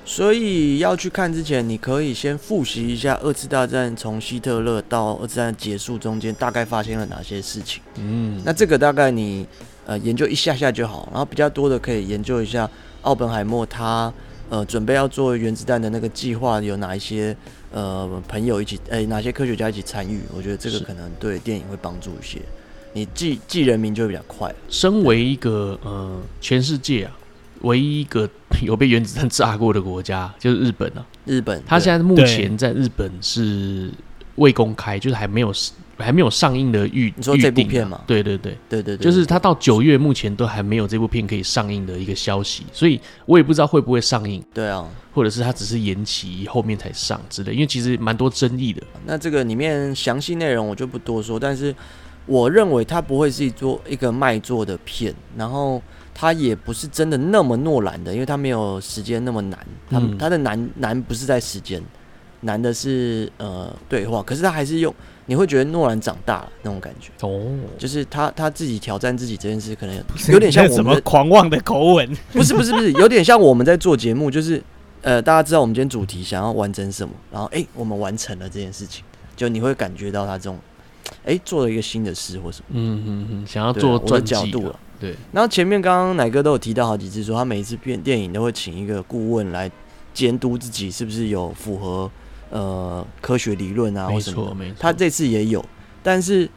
Speaker 3: 所以要去看之前，你可以先复习一下二次大战从希特勒到二次大战结束中间大概发生了哪些事情。
Speaker 1: 嗯，
Speaker 3: 那这个大概你呃研究一下下就好，然后比较多的可以研究一下奥本海默他呃准备要做原子弹的那个计划有哪一些呃朋友一起哎、哪些科学家一起参与，我觉得这个
Speaker 1: 是
Speaker 3: 可能对电影会帮助一些。你记记人名就会比较快，
Speaker 1: 身为一个呃全世界啊唯一一个有被原子弹炸过的国家，就是日本啊。
Speaker 3: 日本
Speaker 1: 他现
Speaker 3: 在
Speaker 1: 在目前在日本是未公开，就是还没有还没有上映的预啊
Speaker 3: 你说这部片吗？
Speaker 1: 对对对，
Speaker 3: 对对对，
Speaker 1: 就是它到九月目前都还没有这部片可以上映的一个消息，所以我也不知道会不会上映，
Speaker 3: 对啊。
Speaker 1: 或者是它只是延期后面才上之类，因为其实蛮多争议的。
Speaker 3: 那这个里面详细内容我就不多说，但是我认为它不会是一做一个卖座的片，然后它也不是真的那么诺兰的，因为它没有时间那么难，它、
Speaker 1: 嗯
Speaker 3: 它的难难不是在时间，难的是呃对话，可是它还是用你会觉得诺兰长大了那种感觉，
Speaker 1: 哦，
Speaker 3: 就是他他自己挑战自己这件事，可能有有点像
Speaker 2: 那
Speaker 3: 我
Speaker 2: 什
Speaker 3: 们
Speaker 2: 么
Speaker 3: 的
Speaker 2: 狂妄的口吻，
Speaker 3: 不是不是不是，有点像我们在做节目，就是呃，大家知道我们今天主题想要完成什么，然后哎、诶我们完成了这件事情，就你会感觉到他这种哎、诶做了一个新的事或什么。
Speaker 1: 嗯嗯嗯，想要
Speaker 3: 对啊
Speaker 1: 做
Speaker 3: 我的
Speaker 1: 传
Speaker 3: 角
Speaker 1: 记
Speaker 3: 度
Speaker 1: 啊
Speaker 3: 了，
Speaker 1: 对，
Speaker 3: 然后前面刚刚奶哥都有提到好几次说他每一次片电影都会请一个顾问来监督自己是不是有符合呃科学理论啊或
Speaker 1: 没
Speaker 3: 什么的
Speaker 1: 错。没错，
Speaker 3: 他这次也有，但是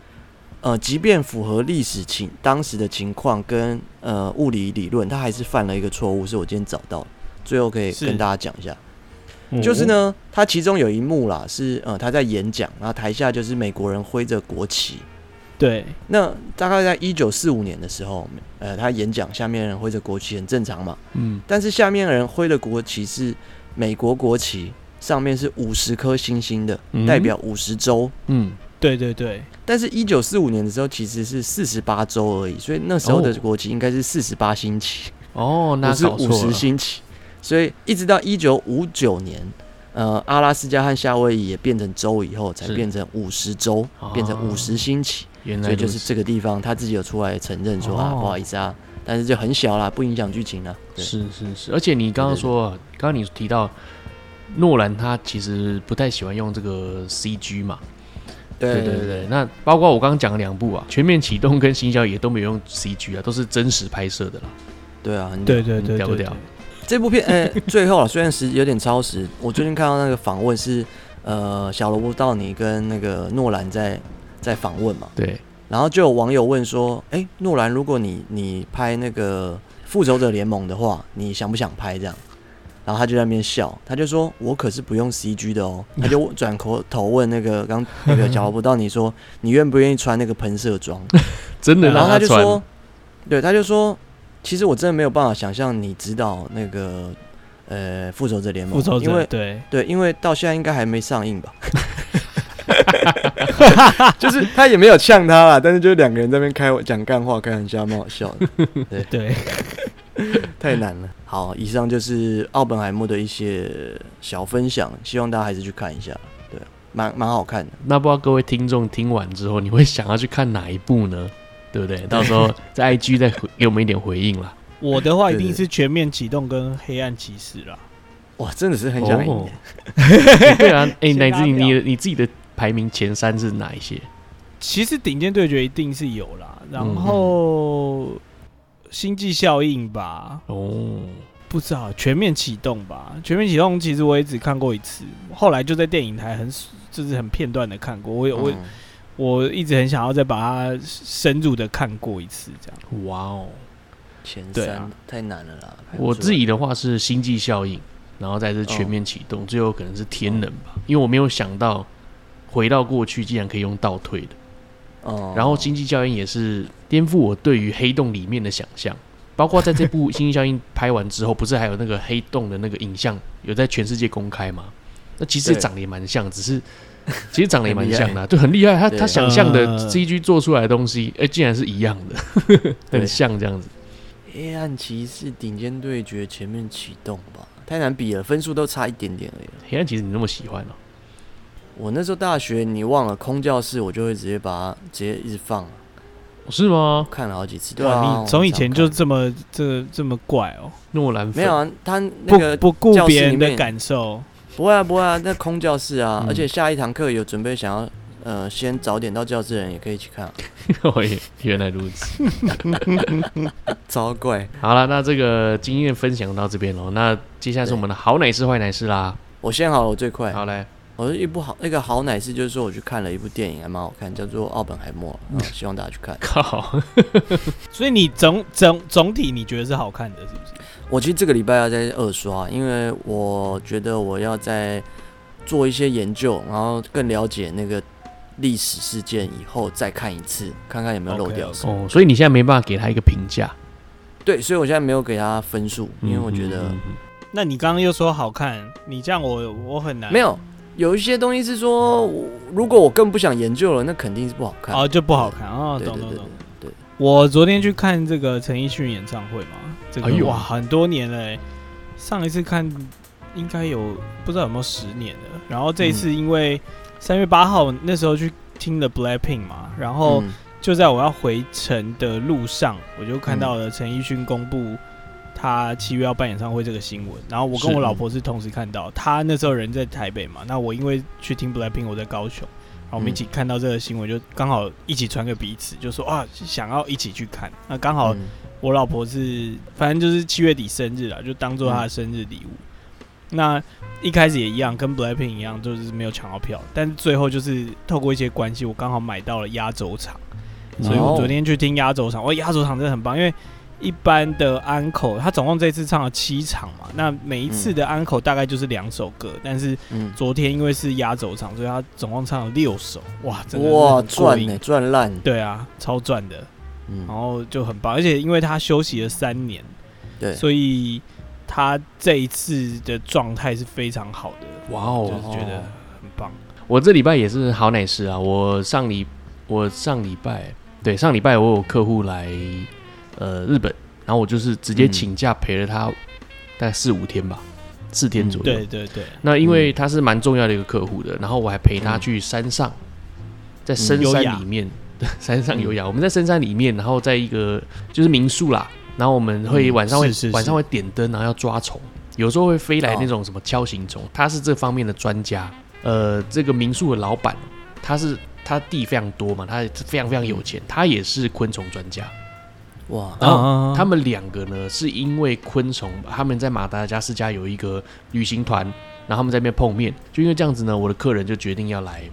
Speaker 3: 呃，即便符合历史情当时的情况跟呃物理理论，他还是犯了一个错误，是我今天找到的，最后可以
Speaker 2: 是嗯
Speaker 3: 跟大家讲一下，就是呢，他其中有一幕啦，是呃他在演讲，然后台下就是美国人挥着国旗。
Speaker 2: 对，
Speaker 3: 那大概在一九四五年的时候，呃，他演讲，下面人挥着国旗很正常嘛。
Speaker 1: 嗯，
Speaker 3: 但是下面人挥的国旗是美国国旗，上面是五十颗星星的，
Speaker 1: 嗯
Speaker 3: 代表五十州。
Speaker 1: 嗯
Speaker 2: 对对对，
Speaker 3: 但是，一九四五年的时候其实是四十八周而已，所以那时候的
Speaker 1: 哦
Speaker 3: 国旗应该是四十八星期，
Speaker 1: 哦，
Speaker 3: 不
Speaker 1: 那
Speaker 3: 是
Speaker 1: 搞
Speaker 3: 五
Speaker 1: 错
Speaker 3: 十
Speaker 1: 了，
Speaker 3: 星期。所以一直到一九五九年，呃，阿拉斯加和夏威夷也变成州以后，才
Speaker 1: 是哦
Speaker 3: 变成五十州，变成五十星期。
Speaker 1: 原来
Speaker 3: 所以就
Speaker 1: 如
Speaker 3: 是
Speaker 1: 此
Speaker 3: 这个地方他自己有出来承认说、啊，
Speaker 1: 哦
Speaker 3: 不好意思啊，但是就很小啦，不影响剧情啊。对，
Speaker 1: 是是是，而且你刚刚
Speaker 3: 对对对
Speaker 1: 说，刚刚你提到诺兰他其实不太喜欢用这个 CG 嘛，
Speaker 3: 对
Speaker 1: 对对对，那包括我刚刚讲的两部啊，《全面启动》跟《新小野》都没有用 CG 啊，都是真实拍摄的啦。
Speaker 3: 对啊，很屌
Speaker 2: 对对对
Speaker 1: 屌不
Speaker 2: 对
Speaker 1: 屌
Speaker 2: 对，
Speaker 3: 这部片，呃、 最后啊，虽然时有点超时，我最近看到那个访问是，呃，小罗伯道尼跟那个诺兰在在访问嘛，
Speaker 1: 对，
Speaker 3: 然后就有网友问说，哎、诺兰，如果你你拍那个《复仇者联盟》的话，你想不想拍这样？然后他就在那边笑，他就说：“我可是不用 CG 的哦。”他就转头头问那个刚那个小罗伯道尼说：“你愿不愿意穿那个喷射装？”
Speaker 1: 真的
Speaker 2: 对
Speaker 1: 让
Speaker 3: 然后他就
Speaker 1: 穿
Speaker 3: 说，对，他就说，其实我真的没有办法想象你指导那个呃复仇者联盟，
Speaker 2: 复仇
Speaker 3: 因
Speaker 2: 者
Speaker 3: 为
Speaker 2: 对，
Speaker 3: 对，因为到现在应该还没上映吧。 就是他也没有呛他啦，但是就两个人在那边开讲干话、开玩笑，蛮好笑 的，
Speaker 2: 对，
Speaker 3: 太难了。好，以上就是奥本海默的一些小分享，希望大家还是去看一下，对，蛮蛮好看的。
Speaker 1: 那不知道各位听众听完之后，你会想要去看哪一部呢？对 不对？到时候在 IG 再回给我们一点回应 啦。
Speaker 2: 我的话一
Speaker 3: 对
Speaker 2: 定
Speaker 3: 对
Speaker 2: 是全面启动跟黑暗骑士啦。
Speaker 3: 哇，真的是很想赢耶、
Speaker 1: 哦对啊，哎、
Speaker 2: 先
Speaker 1: 乃
Speaker 2: 拉
Speaker 1: 至你
Speaker 2: 掉
Speaker 1: 的你自己的排名前三是哪一些？
Speaker 2: 其实顶尖对决一定是有啦，
Speaker 3: 嗯
Speaker 2: 然后星际效应吧，
Speaker 1: 哦，
Speaker 2: 不知道全面启动吧。全面启动其实我也只看过一次，后来就在电影台很就是很片段的看过。我有我、
Speaker 3: 嗯
Speaker 2: 我一直很想要再把它深入的看过一次，这样。
Speaker 1: 哇哦！
Speaker 3: 前
Speaker 2: 对
Speaker 3: 三、
Speaker 2: 啊
Speaker 3: 太难了啦，拍不
Speaker 1: 我
Speaker 3: 出
Speaker 1: 自
Speaker 3: 来
Speaker 1: 己的话是星际效应，然后再是全面启动，最后可能是天能吧，因为我没有想到回到过去竟然可以用倒退的。
Speaker 3: 哦，
Speaker 1: 然后星际效应也是颠覆我对于黑洞里面的想象，包括在这 部星际效应拍完之后，不是还有那个黑洞的那个影像有在全世界公开吗？那其实
Speaker 3: 对
Speaker 1: 长得也蛮像，只是其实长得也蛮像
Speaker 3: 很厉
Speaker 1: 的啊、就很厉害。他
Speaker 3: 对
Speaker 1: 他想象的
Speaker 2: 嗯
Speaker 1: CG 做出来的东西，哎、竟然是一样的，
Speaker 3: 对
Speaker 1: 很像这样子。
Speaker 3: 黑暗骑士顶尖对决前面启动吧，太难比了，分数都差一点点而已了。
Speaker 1: 黑暗其实你那么喜欢哦、
Speaker 3: 我那时候大学，你忘了空教室，我就会直接把它直接一直放，哦
Speaker 1: 是吗？
Speaker 3: 看了好几次。对
Speaker 2: 对
Speaker 3: 啊，
Speaker 2: 啊，
Speaker 3: 我
Speaker 2: 你从以前就
Speaker 3: 常看
Speaker 2: 这么这这么怪哦、
Speaker 1: 诺兰粉
Speaker 3: 没 有啊，他那
Speaker 2: 不、
Speaker 3: 个
Speaker 2: 不顾
Speaker 3: 教室
Speaker 2: 别
Speaker 3: 里
Speaker 2: 人的
Speaker 3: 面
Speaker 2: 感受。
Speaker 3: 不会啊，不会啊，那空教室啊，
Speaker 1: 嗯
Speaker 3: 而且下一堂课有准备想要呃先早点到教室的人也可以去看啊，
Speaker 1: 哦原来如此。
Speaker 3: 超怪。
Speaker 1: 好了，那这个经验分享到这边喽。那接下来是我们的好奶师坏奶师啦。
Speaker 3: 我先好了，我最快。
Speaker 1: 好嘞，
Speaker 3: 我是一部好那个好奶是，就是说我去看了一部电影，还蛮好看，叫做《奥本海默》，然后希望大家去看。
Speaker 1: 靠，
Speaker 2: 所以你总总总体你觉得是好看的，是不是？
Speaker 3: 我其实这个礼拜要再二刷，因为我觉得我要在做一些研究，然后更了解那个历史事件以后再看一次，看看有没有漏掉什么。
Speaker 1: 哦，所以你现在没办法给他一个评价，
Speaker 3: 对，所以我现在没有给他分数，因为我觉得、
Speaker 1: 嗯嗯嗯
Speaker 2: 那你刚刚又说好看，你这样我我很难
Speaker 3: 没有有一些东西是说，我如果我更不想研究了，那肯定是不好看。
Speaker 2: 哦就不好看哦，
Speaker 3: 对
Speaker 2: 懂
Speaker 3: 对
Speaker 2: 懂
Speaker 3: 对
Speaker 2: 懂。
Speaker 3: 对对
Speaker 2: 我昨天去看这个陈奕迅演唱会嘛，这个、
Speaker 1: 哎呦
Speaker 2: 哇很多年了欸，上一次看应该有不知道有没有十年了。然后这一
Speaker 3: 嗯
Speaker 2: 次因为三月八号那时候去听了 Blackpink 嘛，然后
Speaker 3: 嗯
Speaker 2: 就在我要回程的路上，我就看到了陈奕迅公布他七月要办演唱会这个新闻。然后我跟
Speaker 1: 是
Speaker 2: 我老婆是同时看到，他那时候人在台北嘛，那我因为去听 BLACKPINK，我在高雄，然后我们一起看到这个新闻，就刚好一起传给彼此，就说啊想要一起去看。那刚好
Speaker 3: 嗯
Speaker 2: 我老婆是反正就是七月底生日了，就当
Speaker 3: 嗯
Speaker 2: 做她的生日礼物。那一开始也一样，跟 BLACKPINK 一样，就是没有抢到票，但最后就是透过一些关系，我刚好买到了压轴场。
Speaker 3: 哦
Speaker 2: 所以我昨天去听压轴场，哇，压轴场真的很棒，因为一般的安口，他总共这次唱了七场嘛，那每一次的安口大概就是两首歌，但是
Speaker 3: 嗯，
Speaker 2: 昨天因为是压轴场，所以他总共唱了六首，哇，嗯真的是很
Speaker 3: 哇
Speaker 2: 过
Speaker 3: 赚欸
Speaker 2: 瘾
Speaker 3: 呢赚烂，
Speaker 2: 对啊，超赚的，
Speaker 3: 嗯
Speaker 2: 然后就很棒，而且因为他休息了三年，
Speaker 3: 对，
Speaker 2: 所以他这一次的状态是非常好的，
Speaker 1: 哇
Speaker 2: 就是
Speaker 1: 哦，
Speaker 2: 觉得很棒，
Speaker 1: 我这礼拜也是好奶师啊，我上礼我上礼拜对上礼拜我有客户来呃日本，然后我就是直接
Speaker 3: 嗯
Speaker 1: 请假陪了他大概四五天吧，四
Speaker 3: 嗯
Speaker 1: 天左右。
Speaker 2: 对对对，
Speaker 1: 那因
Speaker 2: 嗯
Speaker 1: 为他是蛮重要的一个客户的，然后我还陪他去山上，在深
Speaker 2: 嗯优
Speaker 1: 山
Speaker 2: 雅嗯
Speaker 1: 里面， 山上有氧，我们在深山里面，然后在一个就是民宿啦，然后我们会
Speaker 2: 嗯
Speaker 1: 晚上会、
Speaker 2: 是是是
Speaker 1: 晚上会点灯，然后要抓虫，有时候会飞来
Speaker 3: 哦
Speaker 1: 那种什么锹形虫，他是这方面的专家，呃，这个民宿的老板，他是他地非常多嘛，他非常非常有钱，他也是昆虫专家，
Speaker 3: 哇，
Speaker 1: 然
Speaker 2: 嗯嗯
Speaker 1: 后
Speaker 2: 嗯
Speaker 1: 他们两个呢，是因为昆虫，他们在马达加斯加有一个旅行团，然后他们在那边碰面，就因为这样子呢，我的客人就决定要来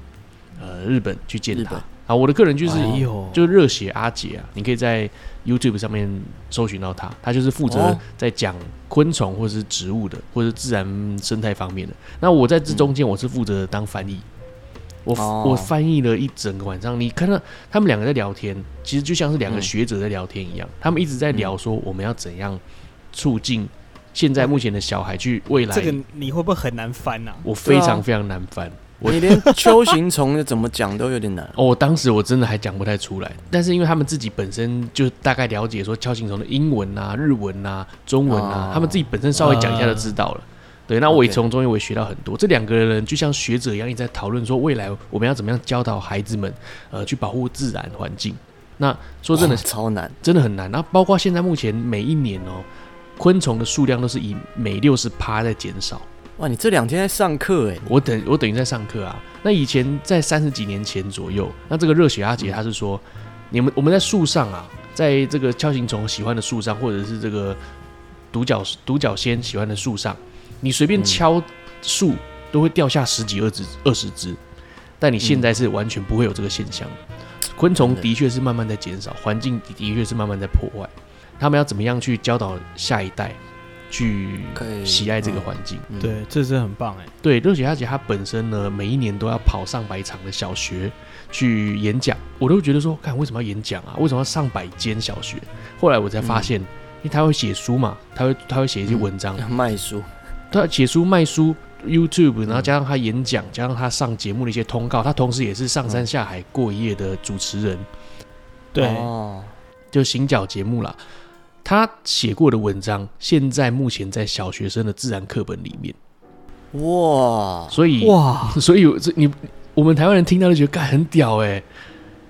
Speaker 1: 呃日本去见
Speaker 3: 日
Speaker 1: 他
Speaker 3: 本。哦
Speaker 1: 啊，我的客人就是、
Speaker 2: 哎呦，
Speaker 1: 就是热血阿杰啊，你可以在 YouTube 上面搜寻到他，他就是负责
Speaker 3: 哦
Speaker 1: 在讲昆虫或是植物的，或是自然生态方面的。那我在这中间，我是负责当翻译，我、
Speaker 3: 哦
Speaker 1: 我翻译了一整个晚上。你看到他们两个在聊天，其实就像是两个
Speaker 3: 嗯
Speaker 1: 学者在聊天一样，他们一直在聊说我们要怎样促进现
Speaker 3: 嗯
Speaker 1: 在目前的小孩去未来。
Speaker 2: 这个你会不会很难翻呐、啊？
Speaker 1: 我非
Speaker 3: 对
Speaker 1: 常
Speaker 3: 啊
Speaker 1: 非常难翻。我
Speaker 3: 你连秋行虫怎么讲都有 点难。
Speaker 1: 哦，我当时我真的还讲不太出来，但是因为他们自己本身就大概了解说锹形虫的英文啊、日文啊、中文啊，
Speaker 3: 哦
Speaker 1: 他们自己本身稍微讲一下就知道了。对，那我也从中间我也学到很多。这两个人就像学者一样，一直在讨论说未来我们要怎么样教导孩子们，呃，去保护自然环境。那说真的
Speaker 3: 哇，超难，
Speaker 1: 真的很难。那包括现在目前每一年哦，昆虫的数量都是以每六十趴在减少。
Speaker 3: 哇！你这两天在上课哎、
Speaker 1: 我等我等于在上课啊。那以前在三十几年前左右，那这个热血阿
Speaker 3: 嗯
Speaker 1: 杰他是说，你们我们在树上啊，在这个锹形虫喜欢的树上，或者是这个独角独角仙喜欢的树上，你随
Speaker 3: 嗯
Speaker 1: 便敲树都会掉下十几二十二十只，但你
Speaker 3: 嗯
Speaker 1: 现在是完全不会有这个现象的。昆虫的确是慢慢在减少，环境的的确是慢慢在破坏。他们要怎么样去教导下一代去
Speaker 3: 可以
Speaker 1: 喜爱这个环境？
Speaker 3: 嗯
Speaker 2: 对，这是很棒哎、
Speaker 1: 对，热血阿姐她本身呢，每一年都要跑上百场的小学去演讲，我都觉得说，看为什么要演讲啊？为什么要上百间小学？后来我才发现，因为她会写书嘛，她会她会写一些文章，
Speaker 3: 要卖书，
Speaker 1: 她写书卖书。YouTube，然后加上她演讲，加上她上节目的一些通告，她同时也是上山下海过夜的主持人，
Speaker 2: 对，
Speaker 3: 哦，
Speaker 1: 就行脚节目啦。她写过的文章，现在目前在小学生的自然课本里面，
Speaker 3: 哇，
Speaker 1: 所以
Speaker 2: 哇，
Speaker 1: 所以这你我们台湾人听到就觉得，干很屌哎、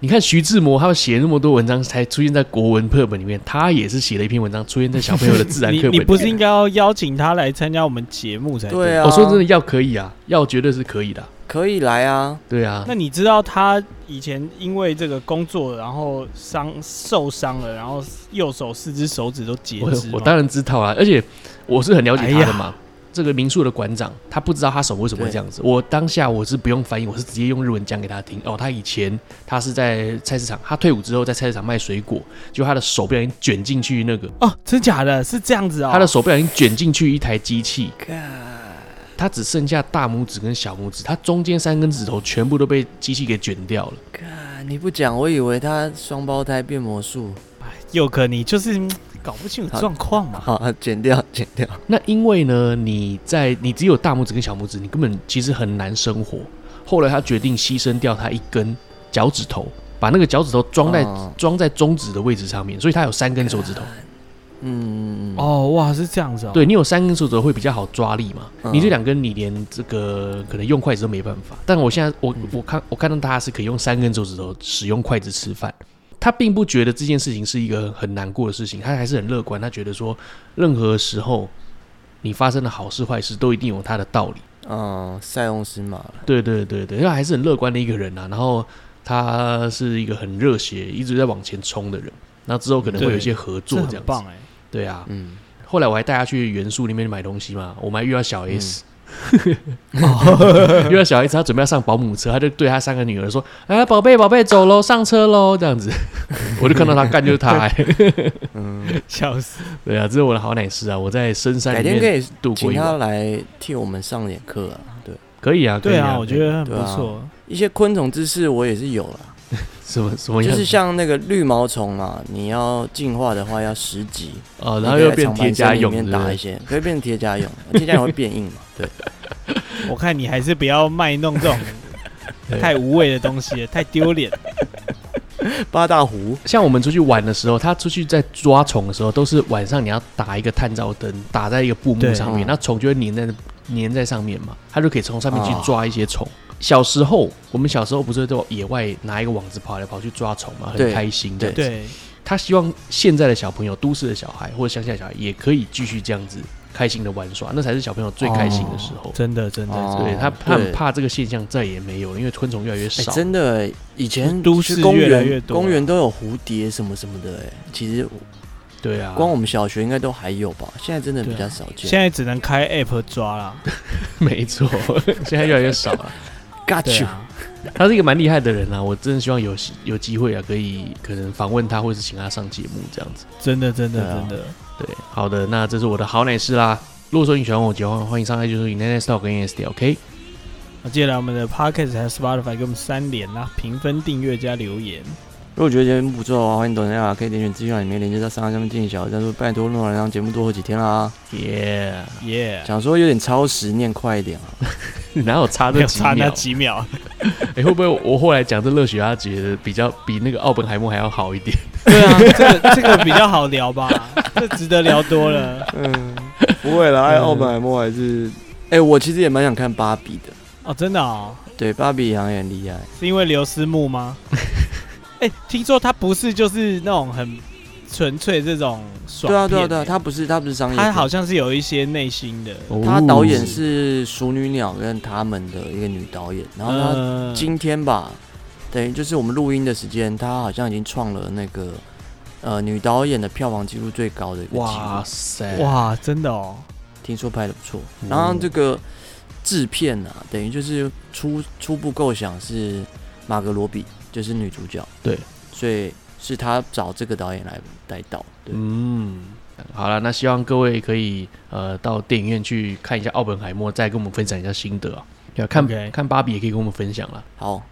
Speaker 1: 你看徐志摩，他们写那么多文章，才出现在国文课本里面。他也是写了一篇文章，出现在小朋友的自然
Speaker 2: 你
Speaker 1: 课本里
Speaker 2: 你
Speaker 1: 面。
Speaker 2: 不是应该要邀请他来参加我们节目才
Speaker 3: 对
Speaker 2: 啊。
Speaker 3: 啊，
Speaker 1: 我说真的，要可以啊，要绝对是可以的啊、
Speaker 3: 可以来啊，
Speaker 1: 对啊
Speaker 2: 那，你知道他以前因为这个工作，然后伤受伤了，然后右手四只手指都截
Speaker 1: 我
Speaker 2: 肢吗
Speaker 1: 我当然知道啊，而且我是很了解他
Speaker 2: 哎
Speaker 1: 的嘛。这个民宿的馆长，他不知道他手为什么会这样子。我当下我是不用翻译，我是直接用日文讲给他听。哦，他以前他是在菜市场，他退伍之后在菜市场卖水果，就他的手不小心卷进去那个，
Speaker 2: 哦，真假的是这样子哦。
Speaker 1: 他的手不小心卷进去一台机器，
Speaker 3: 干
Speaker 1: 他只剩下大拇指跟小拇指，他中间三根指头全部都被机器给卷掉了。
Speaker 3: 干啊你不讲，我以为他双胞胎变魔术。
Speaker 2: 佑哥，你就是嗯搞不清楚
Speaker 3: 好
Speaker 2: 状况嘛。
Speaker 3: 好，剪掉， 剪掉。
Speaker 1: 那因为呢，你在你只有大拇指跟小拇指，你根本其实很难生活。后来他决定牺牲掉他一根脚趾头，把那个脚趾头装在
Speaker 3: 哦
Speaker 1: 装、在中指的位置上面，所以他有三根手指头。
Speaker 3: 嗯，哦，
Speaker 2: 哦，哇，是这样子哦。
Speaker 1: 对你有三根手指头会比较好抓力嘛？
Speaker 3: 嗯
Speaker 1: 你这两根你连这个可能用筷子都没办法。但我现在
Speaker 2: 嗯
Speaker 1: 我我看我看到他是可以用三根手指头使用筷子吃饭，他并不觉得这件事情是一个很难过的事情，他还是很乐观。他觉得说，任何时候你发生的好事坏事都一定有它的道理。
Speaker 3: 嗯，塞翁失马了。
Speaker 1: 对对对对，他还是很乐观的一个人啊。然后他是一个很热血，一直在往前冲的人。那之后可能会有一些合
Speaker 2: 这
Speaker 1: 作这
Speaker 2: 很
Speaker 1: 样
Speaker 2: 棒
Speaker 1: 子，
Speaker 2: 哎。
Speaker 1: 对啊。
Speaker 3: 嗯，
Speaker 1: 后来我还带他去元素那边买东西嘛，我们还遇到小 S，、遇到
Speaker 3: 嗯
Speaker 1: 小 S，他准备要上保姆车，他就对他三个女儿说：“啊，宝贝，宝贝，走喽，上车喽。”这样子， 我就看到他干就是他、欸，
Speaker 2: 笑死！
Speaker 1: 对啊，这是我的好奶师啊！我在深山
Speaker 3: 改
Speaker 1: 里
Speaker 3: 天可
Speaker 1: 面
Speaker 3: 以
Speaker 1: 度过
Speaker 3: 请
Speaker 1: 一
Speaker 3: 他
Speaker 1: 晚，
Speaker 3: 来替我们上点课啊。对，
Speaker 1: 可以啊，可以
Speaker 2: 对啊，我
Speaker 1: 可以
Speaker 2: 觉得很
Speaker 3: 对
Speaker 2: 不
Speaker 3: 啊
Speaker 2: 错。
Speaker 3: 一些昆虫知识我也是有啦，
Speaker 1: 什么什么
Speaker 3: 就
Speaker 1: 样
Speaker 3: 是像那个绿毛虫嘛，你要进化的话要十级，
Speaker 1: 哦，然后又变
Speaker 3: 铁
Speaker 1: 铁甲
Speaker 3: 里
Speaker 1: 蛹，
Speaker 3: 面
Speaker 1: 对不
Speaker 3: 打
Speaker 1: 对
Speaker 3: 一些，可以变铁甲蛹，铁甲蛹会变硬嘛？对，
Speaker 2: 我看你还是不要卖弄这 种
Speaker 1: 对
Speaker 2: 太无谓的东西了，太丢脸。
Speaker 3: 八大湖，
Speaker 1: 像我们出去玩的时候，他出去在抓虫的时候，都是晚上你要打一个探照灯，打在一个布幕
Speaker 2: 对
Speaker 1: 上面，
Speaker 3: 嗯
Speaker 1: 那虫就会粘在粘在上面嘛，它就可以从上面去抓一些虫。
Speaker 3: 哦
Speaker 1: 小时候，我们小时候不是都野外拿一个网子跑来跑去抓虫嘛，很
Speaker 3: 对
Speaker 1: 开心的
Speaker 3: 对。
Speaker 2: 对，
Speaker 1: 他希望现在的小朋友、都市的小孩或者乡下的小孩也可以继续这样子开心的玩耍，那才是小朋友最开心的时候。
Speaker 2: 真的真的，
Speaker 3: 哦
Speaker 2: 真
Speaker 1: 对
Speaker 2: 的
Speaker 1: 他，他很
Speaker 3: 对
Speaker 1: 怕这个现象再也没有了，因为昆虫越来越
Speaker 3: 哎，
Speaker 1: 少。
Speaker 3: 真的欸，以前
Speaker 2: 都
Speaker 3: 去
Speaker 2: 市
Speaker 3: 公
Speaker 2: 越来
Speaker 3: 园
Speaker 2: 越多啊
Speaker 3: 公园都有蝴蝶什么什么的，哎，其实
Speaker 1: 对啊，
Speaker 3: 光我们小学应该都还有吧，现在真的比
Speaker 2: 对啊
Speaker 3: 较少见。
Speaker 2: 现在只能开 app 抓 啦。
Speaker 1: 没错， 现在越来越少了。
Speaker 3: Got
Speaker 2: 对
Speaker 3: you，
Speaker 2: 啊，
Speaker 1: 他是一个蛮厉害的人啊，我真的希望有有机会啊，可以可能访问他，或是请他上节目这样子。
Speaker 2: 真的真的
Speaker 3: 对啊
Speaker 2: 真的，
Speaker 1: 对，好的，那这是我的好奶师啦。如果说你喜欢我节目，欢迎上来就是 n e t Talk 跟 NSD，OK？、
Speaker 2: 那接下来我们的 podcast 还有 Spotify 给我们三连啦，评分、订阅加留言。
Speaker 3: 如果觉得节目不错的话，欢迎抖内啊，可以点选资讯栏里面连接到上岸上面进行小额赞助，拜托诺兰让节目多活几天啦。
Speaker 1: 耶、
Speaker 2: 耶，
Speaker 3: 想说有点超时，念快一点啊。
Speaker 1: 哪有差
Speaker 2: 没
Speaker 1: 这
Speaker 2: 有
Speaker 1: 几
Speaker 2: 差
Speaker 1: 秒？
Speaker 2: 那几秒，
Speaker 1: 哎会不会我后来讲这热血阿觉得比较比那个奥本海默还要好一点？
Speaker 2: 对啊，这个这个比较好聊吧， 这值得聊多了。
Speaker 3: 嗯，不会 啦，爱奥本海默还是……哎、我其实也蛮想看芭比的。
Speaker 2: 哦，真的哦，
Speaker 3: 对，芭比好像也很厉害。
Speaker 2: 是因为刘思慕 吗？哎、听说他不是就是那种很纯粹这种爽
Speaker 3: 对啊，对啊，
Speaker 2: 片
Speaker 3: 对啊，
Speaker 2: 欸
Speaker 3: 他不是他不是哦商业片，
Speaker 2: 他好像是哦有一些内心的，
Speaker 3: 他导演是《熟女鸟》跟他们的一个女导演，然后他
Speaker 1: 嗯
Speaker 2: 呃
Speaker 3: 今天吧，等于就是我们录音的时间，他好像已经创了那个呃女导演的票房记录最高的一个记
Speaker 1: 哇
Speaker 3: 录，
Speaker 1: 塞哇
Speaker 2: 哇，真的哦，
Speaker 3: 听说拍的不错。
Speaker 1: 嗯
Speaker 3: 然后这个制片啊，等于就是初初步构想是马格罗比，就是女主角，
Speaker 1: 对，
Speaker 3: 所以是他找这个导演来来导，对，
Speaker 1: 嗯。好了，那希望各位可以呃到电影院去看一下奥本海默，再跟我们分享一下心得啊。对啊，看
Speaker 2: OK
Speaker 1: 看芭比也可以跟我们分享啦。
Speaker 3: 好，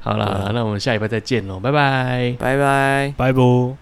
Speaker 1: 好
Speaker 3: 对
Speaker 1: 啦
Speaker 3: 啊，
Speaker 1: 那我们下礼拜再见喽，拜拜。
Speaker 3: 拜拜。
Speaker 2: 拜拜。